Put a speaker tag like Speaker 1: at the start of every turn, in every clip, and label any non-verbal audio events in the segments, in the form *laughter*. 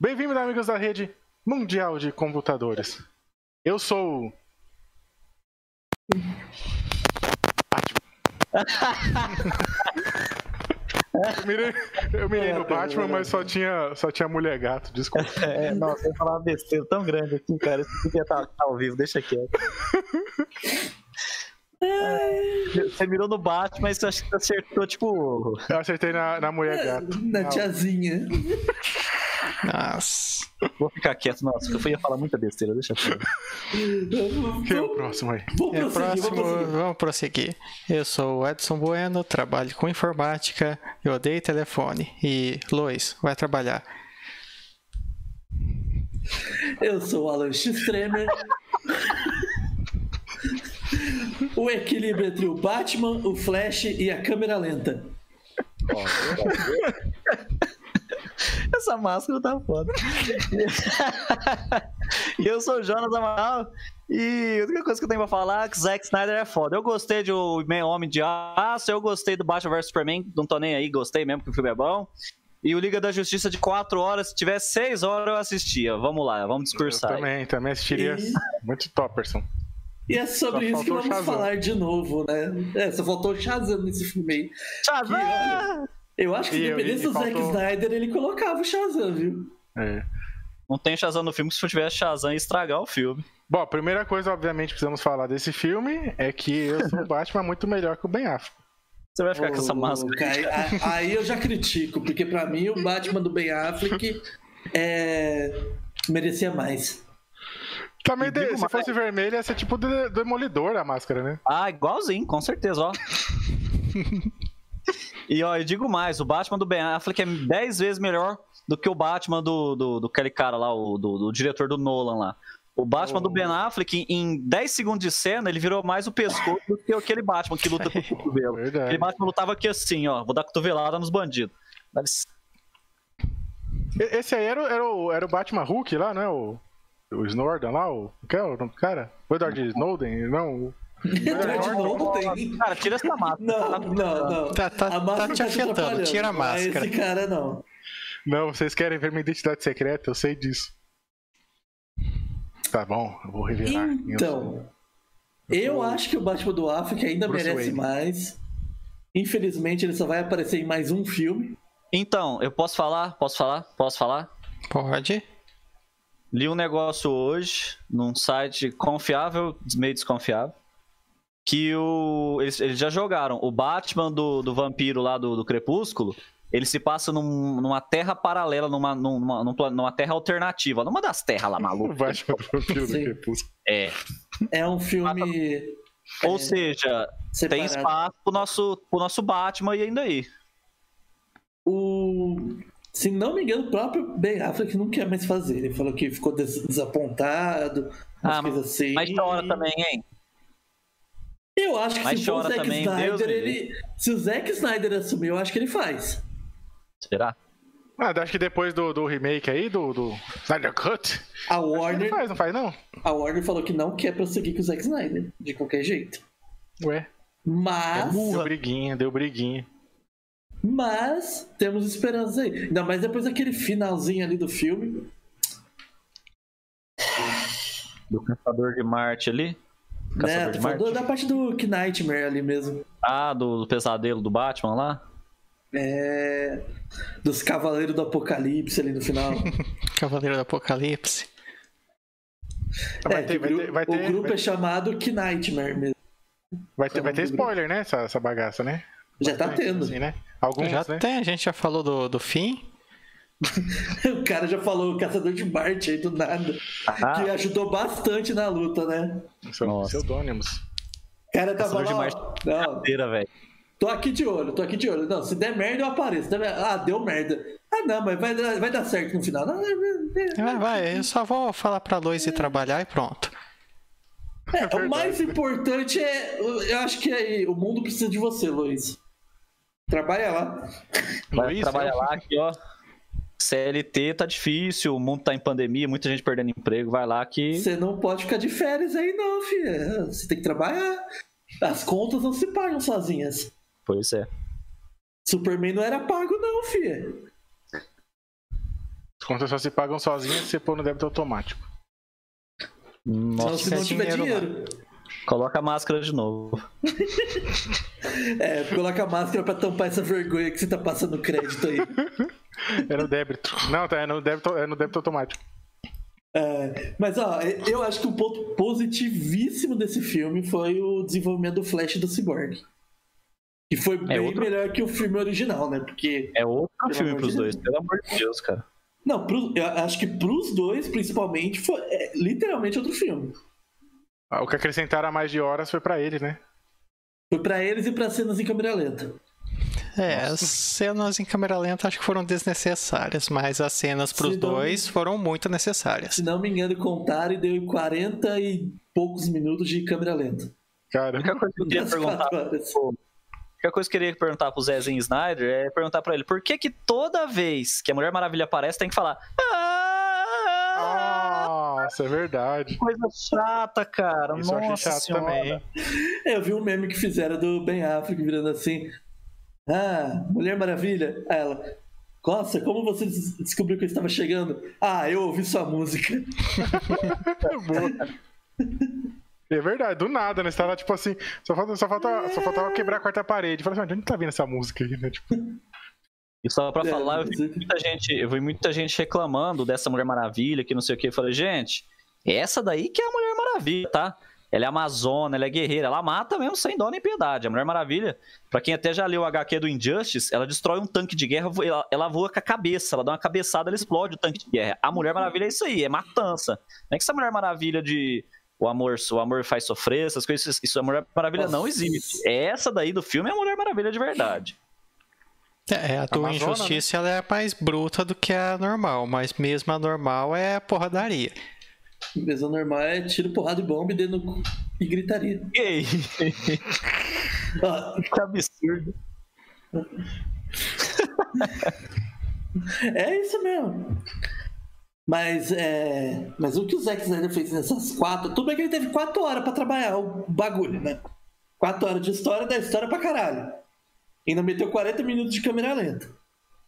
Speaker 1: Bem-vindos, amigos da rede mundial de computadores. Eu sou. o Batman. eu mirei, eu mirei no Batman, mas só tinha, só tinha mulher gato, desculpa.
Speaker 2: É, nossa, eu ia falar uma besteira tão grande aqui, cara. Isso podia estar tá ao vivo, deixa quieto. É, Você mirou no Batman, mas eu acho que você acertou, tipo.
Speaker 1: Eu acertei na, na mulher gato.
Speaker 3: Na tiazinha.
Speaker 4: Nossa.
Speaker 2: Vou ficar quieto, nossa, eu ia falar muita besteira, deixa quieto.
Speaker 1: Quem é o próximo aí?
Speaker 3: Vou
Speaker 4: É,
Speaker 3: prosseguir, vou
Speaker 4: próximo,
Speaker 3: prosseguir.
Speaker 4: vamos prosseguir. Eu sou o Edson Bueno, trabalho com informática, eu odeio telefone. E, Lois, vai trabalhar.
Speaker 3: Eu sou o Alan X Tremer. o equilíbrio entre o Batman, o Flash e a câmera lenta.
Speaker 2: Essa máscara tá foda. E *laughs* eu sou o Jonas Amaral e a única coisa que eu tenho pra falar é que Zack Snyder é foda. Eu gostei de O Man- Homem de Aço, eu gostei do Batman vs Superman, não tô nem aí, gostei mesmo que o filme é bom. E o Liga da Justiça de 4 horas, se tivesse 6 horas eu assistia. Vamos lá, vamos discursar.
Speaker 1: Eu também, também assistiria.
Speaker 3: E-
Speaker 1: Muito topperson.
Speaker 3: E é sobre
Speaker 1: Só
Speaker 3: isso que
Speaker 1: faltou o
Speaker 3: vamos
Speaker 1: Shazam.
Speaker 3: falar de novo, né? É, só faltou o Shazam nesse filme aí.
Speaker 2: Shazam!
Speaker 3: E olha, Eu acho que
Speaker 1: E eu-
Speaker 3: independente
Speaker 1: e
Speaker 3: do Zack
Speaker 1: faltou-
Speaker 3: Snyder, ele colocava o Shazam, viu?
Speaker 1: É.
Speaker 2: Não tem Shazam no filme, se eu tivesse Shazam ia estragar o filme.
Speaker 1: Bom, a primeira coisa, obviamente, precisamos falar desse filme é que eu sou o Batman muito melhor que o Ben Affleck.
Speaker 2: Você vai ficar com essa
Speaker 3: Ô,
Speaker 2: máscara.
Speaker 3: Kai, a- aí eu já critico, porque pra mim o Batman do Ben Affleck é, merecia mais.
Speaker 1: Tá meio
Speaker 2: E digo
Speaker 1: de- se
Speaker 2: mais.
Speaker 1: fosse vermelho, ia ser tipo de- demolidor a máscara, né?
Speaker 2: Ah, igualzinho, com certeza, ó. e ó, eu digo mais, o Batman do Ben Affleck é 10 vezes melhor do que o Batman do, do, do aquele cara lá, o, do, do diretor do Nolan lá. O Batman do Ben Affleck, em 10 segundos de cena, ele virou mais o pescoço do que aquele Batman que luta com
Speaker 1: *laughs*
Speaker 2: o cotovelo.
Speaker 1: Verdade.
Speaker 2: Aquele Batman lutava aqui assim, ó, vou dar cotovelada nos bandidos. Mas-
Speaker 1: E- Esse aí era, o- era, o, era o Batman Hulk lá, né? O, o Snowden lá, o. Que é o nome do cara? O Edward Snowden? Não. o-
Speaker 3: Edward Snowden.
Speaker 2: Cara, tira essa máscara.
Speaker 3: Não, não, não.
Speaker 4: Tá- tá-
Speaker 3: a máscara
Speaker 4: tá te afetando,
Speaker 3: atrapalhando,
Speaker 4: tira a
Speaker 3: mas
Speaker 4: máscara.
Speaker 3: Esse cara não.
Speaker 1: Não, vocês querem ver minha identidade secreta? Eu sei disso. Tá bom, eu vou revelar. quem eu sou.
Speaker 3: Então, eu acho que o Batman do Affleck ainda
Speaker 1: Bruce
Speaker 3: merece
Speaker 1: Wayne.
Speaker 3: mais. Infelizmente, ele só vai aparecer em mais um filme.
Speaker 2: Então, eu posso falar? Posso falar? Posso falar?
Speaker 4: Pode?
Speaker 2: Li um negócio hoje num site confiável, meio desconfiável, que o, eles, eles já jogaram o Batman do, do vampiro lá do, do Crepúsculo. Ele se passa num- numa terra paralela, numa, numa, num plan- numa terra alternativa, numa das terras lá,
Speaker 1: O
Speaker 2: maluco.
Speaker 1: Batman do Vampiro do
Speaker 3: *laughs* Sim.
Speaker 1: Crepúsculo.
Speaker 2: É.
Speaker 3: É um filme
Speaker 2: Ou seja, Ah, tá. tem
Speaker 3: É. separado.
Speaker 2: espaço pro nosso, pro nosso Batman e ainda aí.
Speaker 3: O... Se não me engano, o próprio Ben Affleck não quer mais fazer. Ele falou que ficou des- desapontado, umas
Speaker 2: Ah,
Speaker 3: coisas assim.
Speaker 2: Mas chora também, hein?
Speaker 3: Eu acho que
Speaker 2: Mas
Speaker 3: se for o
Speaker 2: chora
Speaker 3: Zack
Speaker 2: também, Deus
Speaker 3: Snyder,
Speaker 2: me
Speaker 3: ele... Se o Zack Snyder assumir, eu acho que ele faz.
Speaker 2: Será?
Speaker 1: Ah, acho que depois do, do remake aí, do, do Snyder Cut,
Speaker 3: A
Speaker 1: Ele
Speaker 3: Warner,
Speaker 1: faz, não faz não?
Speaker 3: a Warner falou que não quer prosseguir com o Zack Snyder, de qualquer jeito.
Speaker 1: Ué.
Speaker 3: Mas...
Speaker 1: Deu briguinha, deu briguinha.
Speaker 3: Mas temos esperança aí. Ainda mais depois daquele finalzinho ali do filme.
Speaker 2: Do Caçador de Marte ali? Caçador
Speaker 3: né?
Speaker 2: de
Speaker 3: Tô
Speaker 2: Marte?
Speaker 3: falando da parte do que Nightmare ali mesmo.
Speaker 2: Ah, do, do pesadelo do Batman lá?
Speaker 3: É, Dos Cavaleiros do Apocalipse ali no
Speaker 1: *laughs*
Speaker 3: final. É,
Speaker 4: Cavaleiro do Apocalipse.
Speaker 1: Vai,
Speaker 3: É,
Speaker 1: ter,
Speaker 3: que
Speaker 1: vai,
Speaker 3: o
Speaker 1: ter,
Speaker 3: gru-
Speaker 1: vai,
Speaker 3: O
Speaker 1: ter,
Speaker 3: grupo
Speaker 1: vai,
Speaker 3: é chamado Que Nightmare mesmo.
Speaker 1: vai ter, vai ter
Speaker 3: Como grupo.
Speaker 1: spoiler, né? Essa, essa bagaça, né?
Speaker 3: Já tá tendo.
Speaker 1: Assim, né? Alguns,
Speaker 4: já
Speaker 1: né?
Speaker 4: tem, a gente já falou do, do fim.
Speaker 1: né?
Speaker 3: *laughs* O cara já falou o Caçador de Marte aí do nada.
Speaker 2: Ah,
Speaker 1: Ah.
Speaker 3: Que é- ajudou bastante na luta, né?
Speaker 1: São
Speaker 2: Nossa.
Speaker 1: pseudônimos.
Speaker 3: O cara tava
Speaker 2: Caçador de
Speaker 3: lá,
Speaker 2: Marte.
Speaker 3: ó, não,
Speaker 2: Cadeira, velho.
Speaker 3: tô aqui de olho, tô aqui de olho. Não, se der merda eu apareço. Se der merda- Ah, deu merda. Ah, não, mas vai, dar- vai dar certo no final. Não, é,
Speaker 4: Ah, Vai, vai, eu só vou falar pra Lois ir trabalhar e pronto.
Speaker 3: É, o mais importante é. Eu acho que aí, o mundo precisa de você, Luiz. Trabalha lá.
Speaker 2: Vai
Speaker 1: Luiz,
Speaker 2: trabalhar
Speaker 1: eu-
Speaker 2: lá aqui, ó. CLT tá difícil, o mundo tá em pandemia, muita gente perdendo emprego, vai lá que.
Speaker 3: Você não pode ficar de férias aí, não, filha. Você tem que trabalhar. As contas não se pagam sozinhas.
Speaker 2: Pois é.
Speaker 3: Superman não era pago, não, filha.
Speaker 1: As contas só se pagam sozinhas se você pôr no débito automático.
Speaker 3: Senão,
Speaker 4: Nossa,
Speaker 3: Então, se não
Speaker 4: isso é
Speaker 3: tiver
Speaker 4: dinheiro, mano.
Speaker 3: dinheiro.
Speaker 2: Coloca a máscara de novo.
Speaker 3: É, coloca a máscara pra tampar essa vergonha que você tá passando crédito aí.
Speaker 1: É no débito. Não, tá, é no débito, é no débito automático.
Speaker 3: É, mas ó, eu acho que um ponto positivíssimo desse filme foi o desenvolvimento do Flash do Cyborg. Que foi bem
Speaker 2: É outro-
Speaker 3: melhor que o filme original, né? Porque.
Speaker 2: É outro
Speaker 3: Pelo
Speaker 2: filme
Speaker 3: amor
Speaker 2: pros
Speaker 3: de
Speaker 2: dois, pelo amor de Deus, cara.
Speaker 3: Não, pro- eu acho que pros dois, principalmente, foi é, literalmente outro filme.
Speaker 1: Ah, O que acrescentaram a mais de horas foi pra ele, né?
Speaker 3: Foi pra eles e pra cenas em câmera lenta.
Speaker 4: É, as cenas em câmera lenta acho que foram desnecessárias, mas as cenas pros
Speaker 3: Se não-
Speaker 4: dois foram muito necessárias.
Speaker 3: Se não me engano, contaram e deu 40 e poucos minutos de câmera lenta.
Speaker 2: A
Speaker 1: Cara,
Speaker 2: única coisa que eu queria
Speaker 3: Das
Speaker 2: perguntar.
Speaker 3: quatro horas.
Speaker 2: A única coisa que eu queria perguntar pro Zezinho Snyder é perguntar pra ele por que que toda vez que a Mulher Maravilha aparece tem que falar. "Ah",
Speaker 1: nossa, é verdade.
Speaker 2: Coisa chata, cara.
Speaker 1: Isso eu achei
Speaker 2: Nossa
Speaker 1: chato
Speaker 2: senhora.
Speaker 1: também, hein?
Speaker 3: É, Eu vi um meme que fizeram do Ben Affleck virando assim. Ah, Mulher Maravilha. Aí ela. Nossa, como você des- descobriu que eu estava chegando? Ah, eu ouvi sua música.
Speaker 1: É boa. É verdade, do nada, né? Você tá lá, tipo assim, só falta- só falta- só faltava quebrar a quarta parede. Fala assim, "Mas de onde tá vindo essa música aí, né? Tipo,
Speaker 2: E só pra
Speaker 3: É,
Speaker 2: falar, eu vi,
Speaker 3: inclusive.
Speaker 2: muita gente, eu vi muita gente reclamando dessa Mulher Maravilha, que não sei o que. Eu falei, gente, essa daí que é a Mulher Maravilha, tá? Ela é amazona, ela é guerreira, ela mata mesmo sem dó nem piedade. A Mulher Maravilha, pra quem até já leu o HQ do Injustice, ela destrói um tanque de guerra, ela, ela voa com a cabeça, ela dá uma cabeçada, ela explode o tanque de guerra. A Mulher Maravilha é isso aí, é matança. Não é que essa Mulher Maravilha de o amor, o amor faz sofrer, essas coisas, isso a Mulher Maravilha não
Speaker 3: Nossa.
Speaker 2: existe. Essa daí do filme é a Mulher Maravilha de verdade.
Speaker 3: *laughs*
Speaker 4: É, a do
Speaker 1: Amazona,
Speaker 4: Injustiça ela é mais bruta do que a normal, mas mesmo a normal é porradaria.
Speaker 3: Mesa normal é tiro, porrada e bomba e dedo no cu e gritaria.
Speaker 2: Gay.
Speaker 3: Ah,
Speaker 2: que absurdo.
Speaker 3: é isso mesmo. Mas, é... Mas o que o Zack Snyder fez nessas quatro... Tudo bem que ele teve quatro horas pra trabalhar o bagulho, né? Quatro horas de história, da história pra caralho. Ainda meteu 40 minutos de câmera lenta.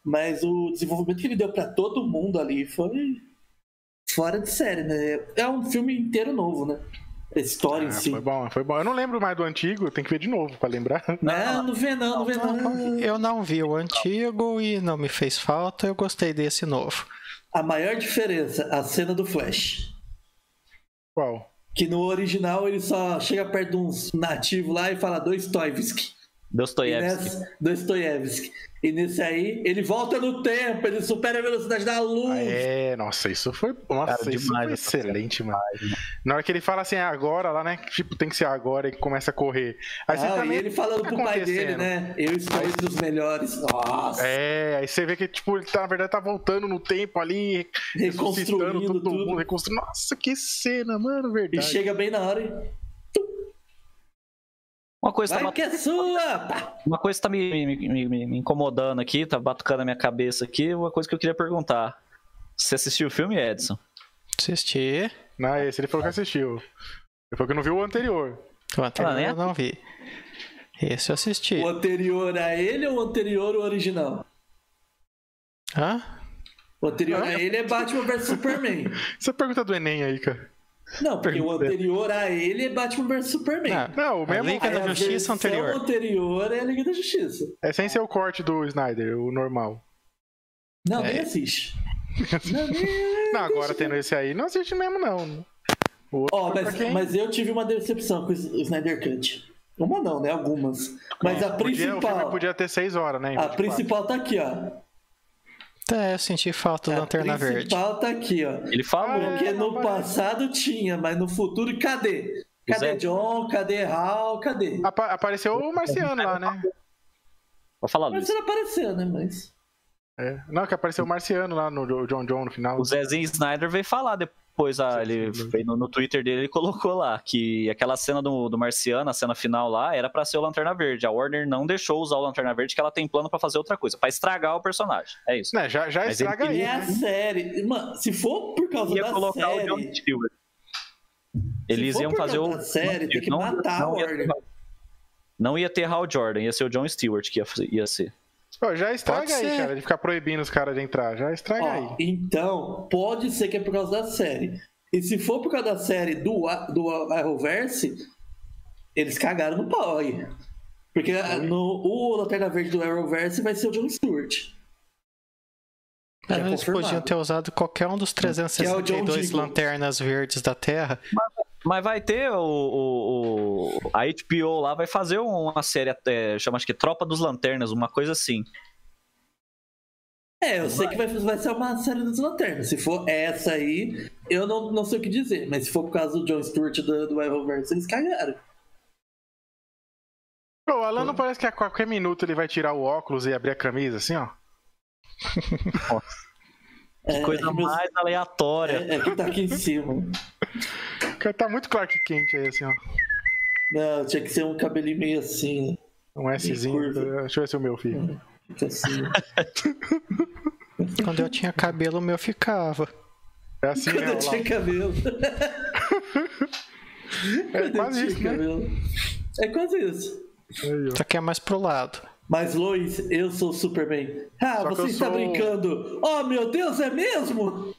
Speaker 3: Mas o desenvolvimento que ele deu pra todo mundo ali foi fora de série, né? É um filme inteiro novo, né? A história
Speaker 1: ah,
Speaker 3: em si.
Speaker 1: foi bom, foi bom. Eu não lembro mais do antigo, eu tenho que ver de novo pra lembrar. *laughs*
Speaker 3: Não, não vê não, não vê não.
Speaker 4: Eu não vi o antigo e não me fez falta, eu gostei desse novo.
Speaker 3: A maior diferença, a cena do Flash.
Speaker 1: Qual?
Speaker 3: Que no original ele só chega perto de uns nativos lá e fala Dostoevsky. E
Speaker 2: Dostoiévski.
Speaker 3: nessa, Dostoevsky. E nesse aí, ele volta no tempo, ele supera a velocidade da luz.
Speaker 1: Ah, é, nossa, isso foi. Nossa,
Speaker 2: Cara,
Speaker 1: isso
Speaker 2: demais
Speaker 1: foi
Speaker 2: essa cena.
Speaker 1: excelente, mano. Na hora que ele fala assim, "É agora lá, né? Tipo, tem que ser agora e começa a correr. Aí você
Speaker 3: Ah,
Speaker 1: também.
Speaker 3: e ele falando
Speaker 1: tá
Speaker 3: pro pai dele,
Speaker 1: acontecendo?
Speaker 3: né? Eu estou entre os melhores. Nossa,
Speaker 1: É, aí você vê que, tipo, ele tá, na verdade, tá voltando no tempo ali, ressuscitando
Speaker 3: reconstruindo
Speaker 1: todo
Speaker 3: tudo.
Speaker 1: mundo, reconstruindo. Nossa, que cena, mano,
Speaker 3: E
Speaker 1: verdade.
Speaker 3: chega bem na hora e.
Speaker 2: Uma coisa, tá
Speaker 3: Vai
Speaker 2: batu-
Speaker 3: que é sua! Pá!
Speaker 2: uma coisa tá me, me- me- me- me incomodando aqui, tá batucando a minha cabeça aqui. Uma coisa que eu queria perguntar. Você assistiu o filme, Edson?
Speaker 4: Assisti,
Speaker 1: Não, esse ele falou que assistiu. Ele falou que não viu o anterior.
Speaker 4: o anterior
Speaker 2: né?
Speaker 4: eu não vi. Esse eu assisti.
Speaker 3: O anterior a ele ou o anterior ao original?
Speaker 4: Hã?
Speaker 3: O anterior
Speaker 1: Ah.
Speaker 3: a ele é Batman
Speaker 1: *laughs*
Speaker 3: vs Superman.
Speaker 1: Essa pergunta do Enem aí, cara.
Speaker 3: Não, porque o anterior a ele é Batman vs Superman.
Speaker 4: Ah,
Speaker 1: Não, o
Speaker 4: a
Speaker 1: mesmo-
Speaker 4: Liga
Speaker 3: Aí
Speaker 4: da
Speaker 3: a
Speaker 4: Justiça
Speaker 3: versão
Speaker 4: anterior.
Speaker 3: anterior é a Liga da Justiça.
Speaker 1: É sem ser o corte do Snyder, o normal.
Speaker 3: Não,
Speaker 4: É.
Speaker 3: nem
Speaker 1: *laughs*
Speaker 3: assiste. Não, nem...
Speaker 1: Não, agora tendo esse aí, não assiste mesmo, não. O outro
Speaker 3: Ó,
Speaker 1: foi pra
Speaker 3: mas,
Speaker 1: quem-
Speaker 3: mas eu tive uma decepção com o Snyder Cut. Uma não, né? Algumas. Mas a
Speaker 1: podia, O filme
Speaker 3: principal.
Speaker 1: podia ter seis horas, né? em
Speaker 3: A
Speaker 1: 24.
Speaker 3: principal tá aqui, ó.
Speaker 4: É, eu senti falta do
Speaker 3: A
Speaker 4: Lanterna Verde.
Speaker 3: principal tá aqui, ó.
Speaker 2: Ele falou.
Speaker 1: Ah,
Speaker 3: Porque
Speaker 1: é,
Speaker 3: no
Speaker 1: rapaz.
Speaker 3: passado tinha, mas no futuro cadê? Cadê
Speaker 2: Zé.
Speaker 3: John? Cadê Hal? Cadê?
Speaker 1: Apa- apareceu o Marciano lá, né?
Speaker 2: Vou falar,
Speaker 3: Mas
Speaker 2: Luiz.
Speaker 3: ele apareceu, né? Mas.
Speaker 1: É. Não, que apareceu o Marciano lá no Jo- John John no final.
Speaker 2: O Zezinho Snyder veio falar depois. ah, ele foi no, no Twitter dele ele colocou lá que aquela cena do, do Marciano, a cena final lá, era pra ser o Lanterna Verde. A Warner não deixou usar o Lanterna Verde, que ela tem plano pra fazer outra coisa, pra estragar o personagem. É isso.
Speaker 1: Né, já já
Speaker 2: Mas ele
Speaker 1: estraga aí.
Speaker 3: E é a
Speaker 1: né?
Speaker 3: série. Mano, se for por causa
Speaker 2: ia
Speaker 3: da
Speaker 2: colocar
Speaker 3: série.
Speaker 2: o John Stewart. Eles
Speaker 3: for
Speaker 2: iam
Speaker 3: por
Speaker 2: fazer
Speaker 3: causa
Speaker 2: o.
Speaker 3: da série, tem que matar a
Speaker 2: ia
Speaker 3: Warner.
Speaker 2: ter- não ia ter Hal Jordan, ia ser o John Stewart que ia, fazer- ia ser.
Speaker 1: Ó, já estraga
Speaker 4: Pode
Speaker 1: aí,
Speaker 4: ser.
Speaker 1: cara, de ficar proibindo os caras de entrar. Já estraga
Speaker 3: Ó,
Speaker 1: aí.
Speaker 3: então, pode ser que é por causa da série. E se for por causa da série do, A- do A- Arrowverse, eles cagaram no pau aí. Porque a- no, o Lanterna Verde do Arrowverse vai ser o John Stewart.
Speaker 2: É,
Speaker 3: Já é
Speaker 4: Eles
Speaker 2: tipo,
Speaker 3: confirmado.
Speaker 4: podiam ter usado qualquer um dos
Speaker 3: Que é o John
Speaker 4: 362
Speaker 3: Diggles.
Speaker 4: lanternas verdes da Terra.
Speaker 2: Mas vai ter o, o- o- A HBO lá vai fazer uma série, é, chama acho que Tropa dos Lanternas, uma coisa assim.
Speaker 3: É, eu sei que vai, vai ser uma série dos Lanternas. Se for essa aí, eu não, não sei o que dizer. Mas se for por causa do John Stewart do, do Arrowverse, eles cagaram.
Speaker 1: Pô, o Alan não parece que a qualquer minuto ele vai tirar o óculos e abrir a camisa, assim, ó.
Speaker 3: É,
Speaker 2: Coisa
Speaker 3: é que meus-
Speaker 2: mais aleatória.
Speaker 3: É, é que tá aqui em cima.
Speaker 1: O cara tá muito Clark quente aí, assim, ó.
Speaker 3: Não, tinha que ser um cabelinho meio assim, né?
Speaker 1: Um Szinho.
Speaker 3: curva.
Speaker 1: Deixa eu ver se é o meu, filho.
Speaker 3: Fica assim.
Speaker 4: Quando eu tinha cabelo, o meu ficava.
Speaker 1: É assim,
Speaker 3: Quando
Speaker 1: né?
Speaker 3: eu tinha
Speaker 1: Olha
Speaker 3: cabelo.
Speaker 1: lá. *laughs* É
Speaker 3: Quando eu
Speaker 1: quase isso,
Speaker 3: tinha
Speaker 1: né?
Speaker 3: cabelo. É quase isso.
Speaker 1: Aí, ó.
Speaker 4: Só que é mais pro lado.
Speaker 3: Mas, Lois, eu sou Superman. Ah,
Speaker 1: Só que
Speaker 3: você
Speaker 1: eu
Speaker 3: está
Speaker 1: sou-
Speaker 3: brincando. Oh, meu Deus, é mesmo?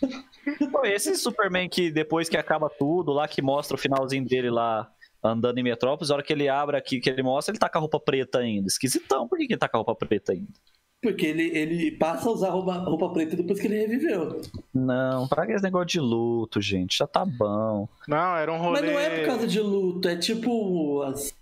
Speaker 2: Pô, Então, esse Superman que depois que acaba tudo, lá que mostra o finalzinho dele lá andando em Metrópolis, a hora que ele abre aqui, que ele mostra, ele tá com a roupa preta ainda. Esquisitão, por que, que ele tá com a roupa preta ainda?
Speaker 3: Porque ele, ele passa a usar roupa, roupa preta depois que ele reviveu.
Speaker 2: Não, para esse negócio de luto, gente, já tá bom.
Speaker 1: Não, era um rolê.
Speaker 3: Mas não é por causa de luto, é tipo. as-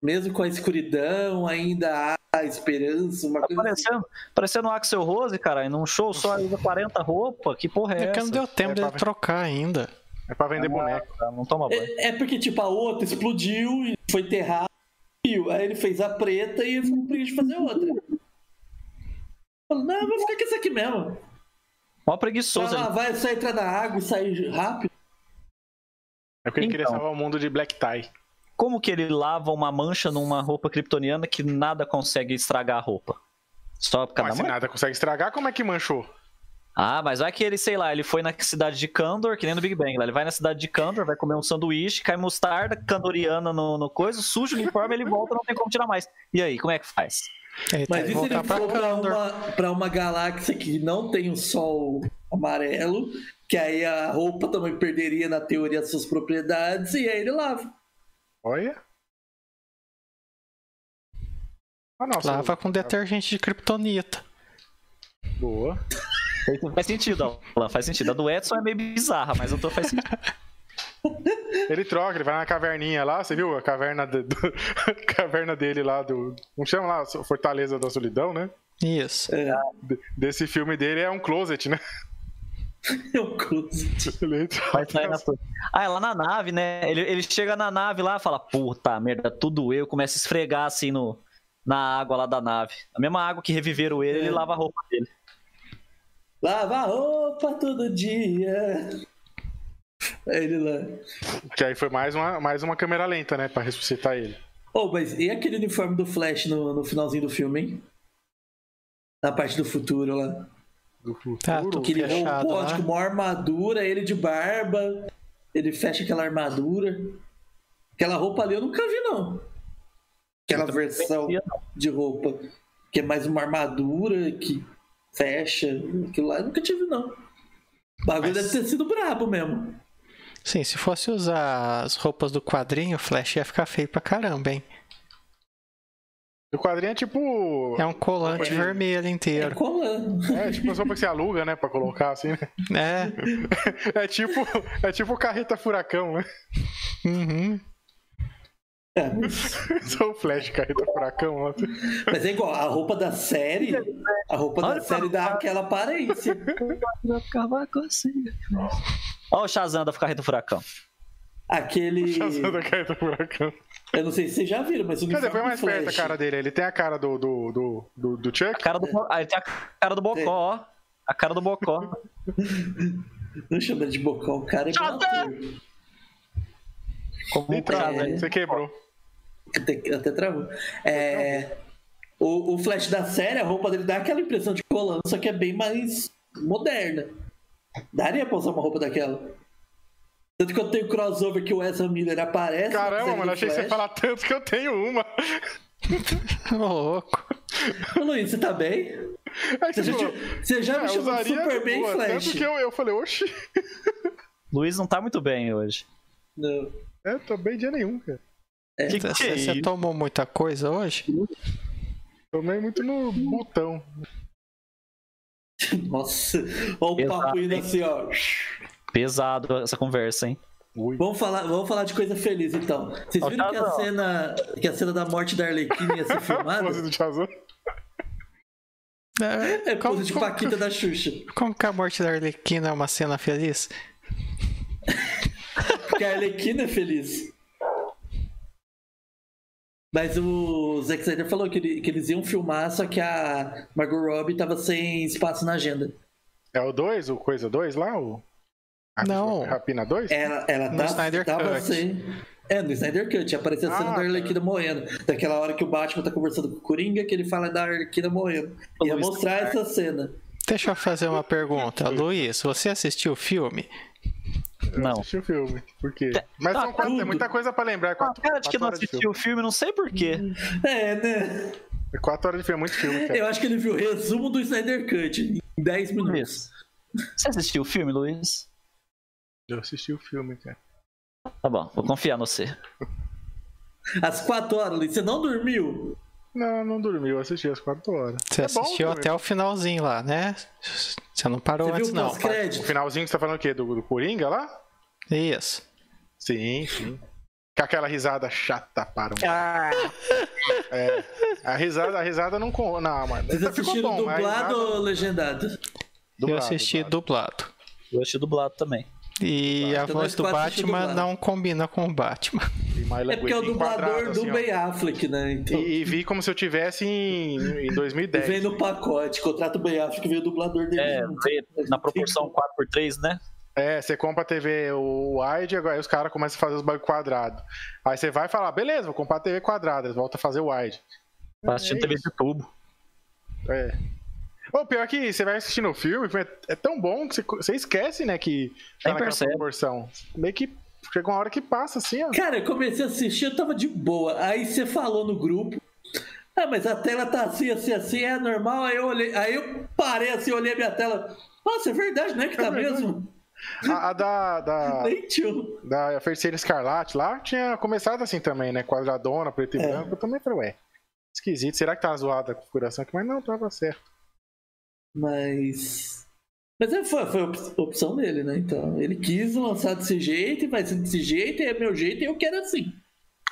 Speaker 3: Mesmo com a escuridão, ainda há esperança, uma
Speaker 2: Tá
Speaker 3: coisa. assim.
Speaker 2: parecendo, parecendo o Axel Rose, cara, num show só usa 40 roupas, que porra é,
Speaker 4: É que
Speaker 2: essa?
Speaker 4: não deu tempo
Speaker 1: É,
Speaker 4: dele
Speaker 1: pra-
Speaker 4: trocar ainda.
Speaker 1: É pra vender boneco.
Speaker 2: Ah, Não toma banho.
Speaker 3: É, é porque, tipo, a outra explodiu e foi enterrada. e Aí ele fez a preta e ficou com preguiça de fazer outra. Falou, Não, vou ficar com essa aqui mesmo.
Speaker 2: Mó
Speaker 3: Pra
Speaker 2: preguiçoso. ele.
Speaker 3: lavar, é só entrar na água e sair rápido.
Speaker 1: É porque ele queria
Speaker 2: Então.
Speaker 1: salvar o mundo de black tie.
Speaker 2: Como que ele lava uma mancha numa roupa kryptoniana que nada consegue estragar a roupa? Só por causa
Speaker 1: Mas
Speaker 2: da
Speaker 1: se
Speaker 2: mancha?
Speaker 1: nada consegue estragar, como é que manchou?
Speaker 2: Ah, mas vai que ele, sei lá, ele foi na cidade de Kandor, que nem no Big Bang, lá. Ele vai na cidade de Kandor, vai comer um sanduíche, cai mostarda candoriana no, no coisa, suja o uniforme, ele volta, não tem como tirar mais. E aí, como é que faz?
Speaker 4: Ele
Speaker 3: Mas
Speaker 4: tem que
Speaker 3: e se ele
Speaker 4: voltar pra
Speaker 3: for pra
Speaker 4: Kandor.
Speaker 3: uma, pra uma galáxia que não tem o sol amarelo, que aí a roupa também perderia, na teoria, as suas propriedades, e aí ele lava.
Speaker 1: Olha. Ah, nossa.
Speaker 4: Lava com detergente de kriptonita.
Speaker 1: Boa.
Speaker 2: Faz sentido, Alan, faz sentido. A do Edson é meio bizarra, mas eu tô faz sentido.
Speaker 1: Ele troca, ele vai na caverninha lá, você viu a caverna, de- do- *laughs* a caverna dele lá do. Não chama lá Fortaleza da Solidão, né?
Speaker 4: Isso.
Speaker 1: De- desse filme dele é um closet, né?
Speaker 3: *laughs*
Speaker 1: *laughs*
Speaker 3: É um closet.
Speaker 1: Ele entra
Speaker 2: Vai sair na
Speaker 1: lá,
Speaker 2: sua. Ah, é lá na nave, né? Ele, ele chega na nave lá e fala, puta merda, tudo eu, começa a esfregar assim no, na água lá da nave. A mesma água que reviveram
Speaker 1: É.
Speaker 2: ele, ele lava a roupa dele.
Speaker 3: Lava a roupa todo dia. Aí ele lá.
Speaker 1: que aí foi mais uma, mais uma câmera lenta, né? Pra ressuscitar ele.
Speaker 3: Oh, mas e aquele uniforme do Flash no, no finalzinho do filme, hein? Na parte do futuro lá.
Speaker 1: Do futuro.
Speaker 4: Tá, tô
Speaker 3: Que ele
Speaker 4: Fechado,
Speaker 3: roubou,
Speaker 4: né?
Speaker 3: acho que uma armadura, ele de barba. Ele fecha aquela armadura. Aquela roupa ali eu nunca vi, não. Aquela versão
Speaker 2: conhecia, não.
Speaker 3: de roupa. Que é mais uma armadura que fecha. Aquilo lá eu nunca tive, não. O bagulho
Speaker 4: Mas-
Speaker 3: deve ter sido brabo mesmo.
Speaker 4: Sim, se fosse usar as roupas do quadrinho, o Flash ia ficar feio pra caramba, hein?
Speaker 1: O quadrinho é tipo.
Speaker 4: É um colante
Speaker 1: Ele-
Speaker 4: vermelho
Speaker 3: É
Speaker 4: inteiro.
Speaker 3: colando.
Speaker 1: É tipo as roupas que você aluga, né? Pra colocar assim, né?
Speaker 4: É.
Speaker 1: É tipo, é tipo carreta furacão, né? *laughs*
Speaker 4: Uhum.
Speaker 3: É, mas...
Speaker 1: Só o Flash carreta furacão lá. *laughs*
Speaker 3: Mas é igual, a roupa da série. A roupa da
Speaker 2: Olha pra
Speaker 3: série dá aquela aparência.
Speaker 2: Ó o Shazam da Carreta do Furacão.
Speaker 1: *laughs*
Speaker 3: Aquele.
Speaker 1: Chazando a carreta furacão.
Speaker 3: Eu não sei se vocês já viram, mas o
Speaker 1: Cadê?
Speaker 3: uniforme
Speaker 1: Foi mais
Speaker 3: do um Flash.
Speaker 1: perto a cara dele. Ele tem a cara do. do. do, do, do Chuck?
Speaker 2: A cara do... Ah, ele tem a cara do Bocó, ó. A cara
Speaker 1: *laughs*
Speaker 2: do Bocó.
Speaker 3: Não chama de bocão, o cara é
Speaker 2: Shazam!
Speaker 1: tá.
Speaker 3: maluco.
Speaker 2: Como um
Speaker 1: Ele travou,
Speaker 3: né?
Speaker 2: Shazam.
Speaker 1: Você quebrou.
Speaker 3: Até, até travou. É, o, o Flash da série, a roupa dele dá aquela impressão de colando, só que é bem mais moderna. Daria pra usar uma roupa daquela. Tanto que eu tenho crossover que o Ezra Miller aparece. na
Speaker 1: Caramba,
Speaker 3: série do
Speaker 1: mano, achei que você ia
Speaker 3: Flash.
Speaker 1: falar tanto que eu tenho uma. *laughs*
Speaker 4: Ô, louco.
Speaker 3: Ô, Luiz, você tá bem?
Speaker 1: Aí você
Speaker 3: Você já,
Speaker 1: falou,
Speaker 3: te- você já me
Speaker 1: "Ah,
Speaker 3: chamou de
Speaker 1: usaria de
Speaker 3: Superman e
Speaker 1: boa",
Speaker 3: Flash.
Speaker 1: Tanto que eu, eu falei, oxi,
Speaker 2: Luiz não tá muito bem hoje.
Speaker 3: Não.
Speaker 1: é, tô bem dia nenhum, cara.
Speaker 2: Que
Speaker 1: tá
Speaker 2: que
Speaker 4: Você
Speaker 2: é
Speaker 4: você
Speaker 2: isso?
Speaker 4: tomou muita coisa hoje?
Speaker 1: Tomei muito no botão.
Speaker 3: Nossa, olha o
Speaker 2: Exato,
Speaker 3: papo indo
Speaker 2: hein?
Speaker 3: assim, ó.
Speaker 2: Pesado essa conversa, hein?
Speaker 1: Ui.
Speaker 3: Vamos falar, vamos falar de coisa feliz então. Vocês
Speaker 2: Ó,
Speaker 3: viram que a
Speaker 2: Chazão.
Speaker 3: cena, que a cena da morte da Arlequina ia
Speaker 1: *laughs*
Speaker 3: ser filmada?
Speaker 1: Pose assim, do Chazão.
Speaker 4: É,
Speaker 3: É
Speaker 4: como,
Speaker 3: coisa de
Speaker 4: como-
Speaker 3: Paquita da Xuxa.
Speaker 4: como que a morte da Arlequina é uma cena feliz?
Speaker 3: Porque a Arlequina é feliz. Mas o Zack Snyder falou que, ele- que eles iam filmar, só que a Margot Robbie tava sem espaço na agenda.
Speaker 1: É o 2, o Coisa 2 lá? O...
Speaker 4: Não.
Speaker 1: Rapina 2?
Speaker 3: Ela, ela
Speaker 4: No
Speaker 3: tá-
Speaker 4: Snyder
Speaker 3: tava
Speaker 4: Cut.
Speaker 3: sem. É, no Snyder Cut, aparece a cena
Speaker 1: Ah,
Speaker 3: da Arlequina morrendo. Daquela hora que o Batman tá conversando com o Coringa, que ele fala da Arlequina morrendo. Ia
Speaker 2: Luiz,
Speaker 3: mostrar
Speaker 2: cara.
Speaker 3: essa cena.
Speaker 4: Deixa eu fazer uma pergunta. Luiz, você assistiu o filme?
Speaker 1: Eu
Speaker 2: Não.
Speaker 1: assisti o filme. Por quê? Mas
Speaker 2: tá
Speaker 1: são quatro,
Speaker 3: tudo.
Speaker 1: é muita coisa pra lembrar. é
Speaker 2: A
Speaker 1: Quatro,
Speaker 2: cara de que
Speaker 1: quatro
Speaker 2: não
Speaker 1: horas de Uhum.
Speaker 2: assistiu o filme, não sei porquê.
Speaker 3: É, né?
Speaker 1: filme. É Quatro horas de filme, é muito filme, cara.
Speaker 3: Eu acho que ele viu o resumo do Snyder Cut em 10 minutos.
Speaker 2: Luiz. Você assistiu o filme, Luiz?
Speaker 1: Eu assisti o filme, cara.
Speaker 2: Tá bom, vou confiar no você.
Speaker 3: Às 4 horas, Luiz, você não dormiu?
Speaker 1: Não, não dormi, eu assisti às quatro horas.
Speaker 4: Você
Speaker 1: É bom
Speaker 4: assistiu
Speaker 1: o filme.
Speaker 4: até o finalzinho lá, né? Você não parou
Speaker 3: Você viu
Speaker 4: antes,
Speaker 3: o
Speaker 4: não.
Speaker 1: O
Speaker 3: pós-crédito?
Speaker 1: finalzinho que você tá falando o quê? Do, do Coringa lá?
Speaker 4: Isso.
Speaker 1: Sim, sim. Com aquela risada chata para um. É,
Speaker 4: Ah,
Speaker 1: A risada, a risada não. con- Não, mano. tá
Speaker 3: Vocês
Speaker 1: Ficou
Speaker 3: assistiram
Speaker 1: bom, mas a
Speaker 3: tá dublado
Speaker 1: risada-
Speaker 3: ou legendado?
Speaker 4: eu
Speaker 1: dublado,
Speaker 4: assisti
Speaker 1: dublado.
Speaker 4: dublado.
Speaker 2: Eu achei dublado também.
Speaker 4: E a
Speaker 3: Então,
Speaker 4: voz
Speaker 3: nós
Speaker 4: do
Speaker 3: quatro assistiu
Speaker 4: Batman
Speaker 3: dublado.
Speaker 4: não combina com o Batman.
Speaker 1: Tem mais
Speaker 3: É porque é o
Speaker 1: linguiça enquadrada,
Speaker 3: dublador do
Speaker 1: assim, ó.
Speaker 3: Ben Affleck, né?
Speaker 1: E,
Speaker 3: Então,
Speaker 1: e vi como se eu tivesse em, em
Speaker 3: ele
Speaker 1: 2010.
Speaker 3: vem no pacote, contrata o Ben Affleck e vem o dublador dele.
Speaker 2: É,
Speaker 3: junto.
Speaker 2: vê na proporção 4x3, né?
Speaker 1: É, você compra a TV wide, agora aí os caras começam a fazer os bagulho quadrado. Aí você vai falar, beleza, vou comprar a TV quadrada, eles voltam a fazer wide.
Speaker 3: É
Speaker 2: Tá assistindo TV de tubo.
Speaker 1: É. O pior é que você vai assistindo o filme, o filme é é tão bom que você, você esquece, né, que tá
Speaker 2: Nem
Speaker 1: naquela
Speaker 2: percebe.
Speaker 1: proporção. Meio que chega uma hora que passa, assim, ó.
Speaker 3: Cara, eu comecei a assistir, eu tava de boa. Aí você falou no grupo. Ah, mas a tela tá assim, assim, assim, é normal. Aí eu olhei, aí eu parei assim, olhei a minha tela. Nossa, é verdade, não é que tá
Speaker 1: verdade.
Speaker 3: mesmo?
Speaker 1: A, a da,
Speaker 2: *laughs*
Speaker 1: da,
Speaker 3: Nem tio.
Speaker 1: da Feiticeira Escarlate lá tinha começado assim também, né, quadradona, preto e
Speaker 3: É.
Speaker 1: branco. Eu também falei, ué, esquisito, será que tá zoada a configuração aqui? Mas não, tava certo.
Speaker 3: Mas. Mas é, foi, foi a op- opção dele, né? Então, ele quis lançar desse jeito, e vai ser desse jeito, e é meu jeito, e eu quero assim.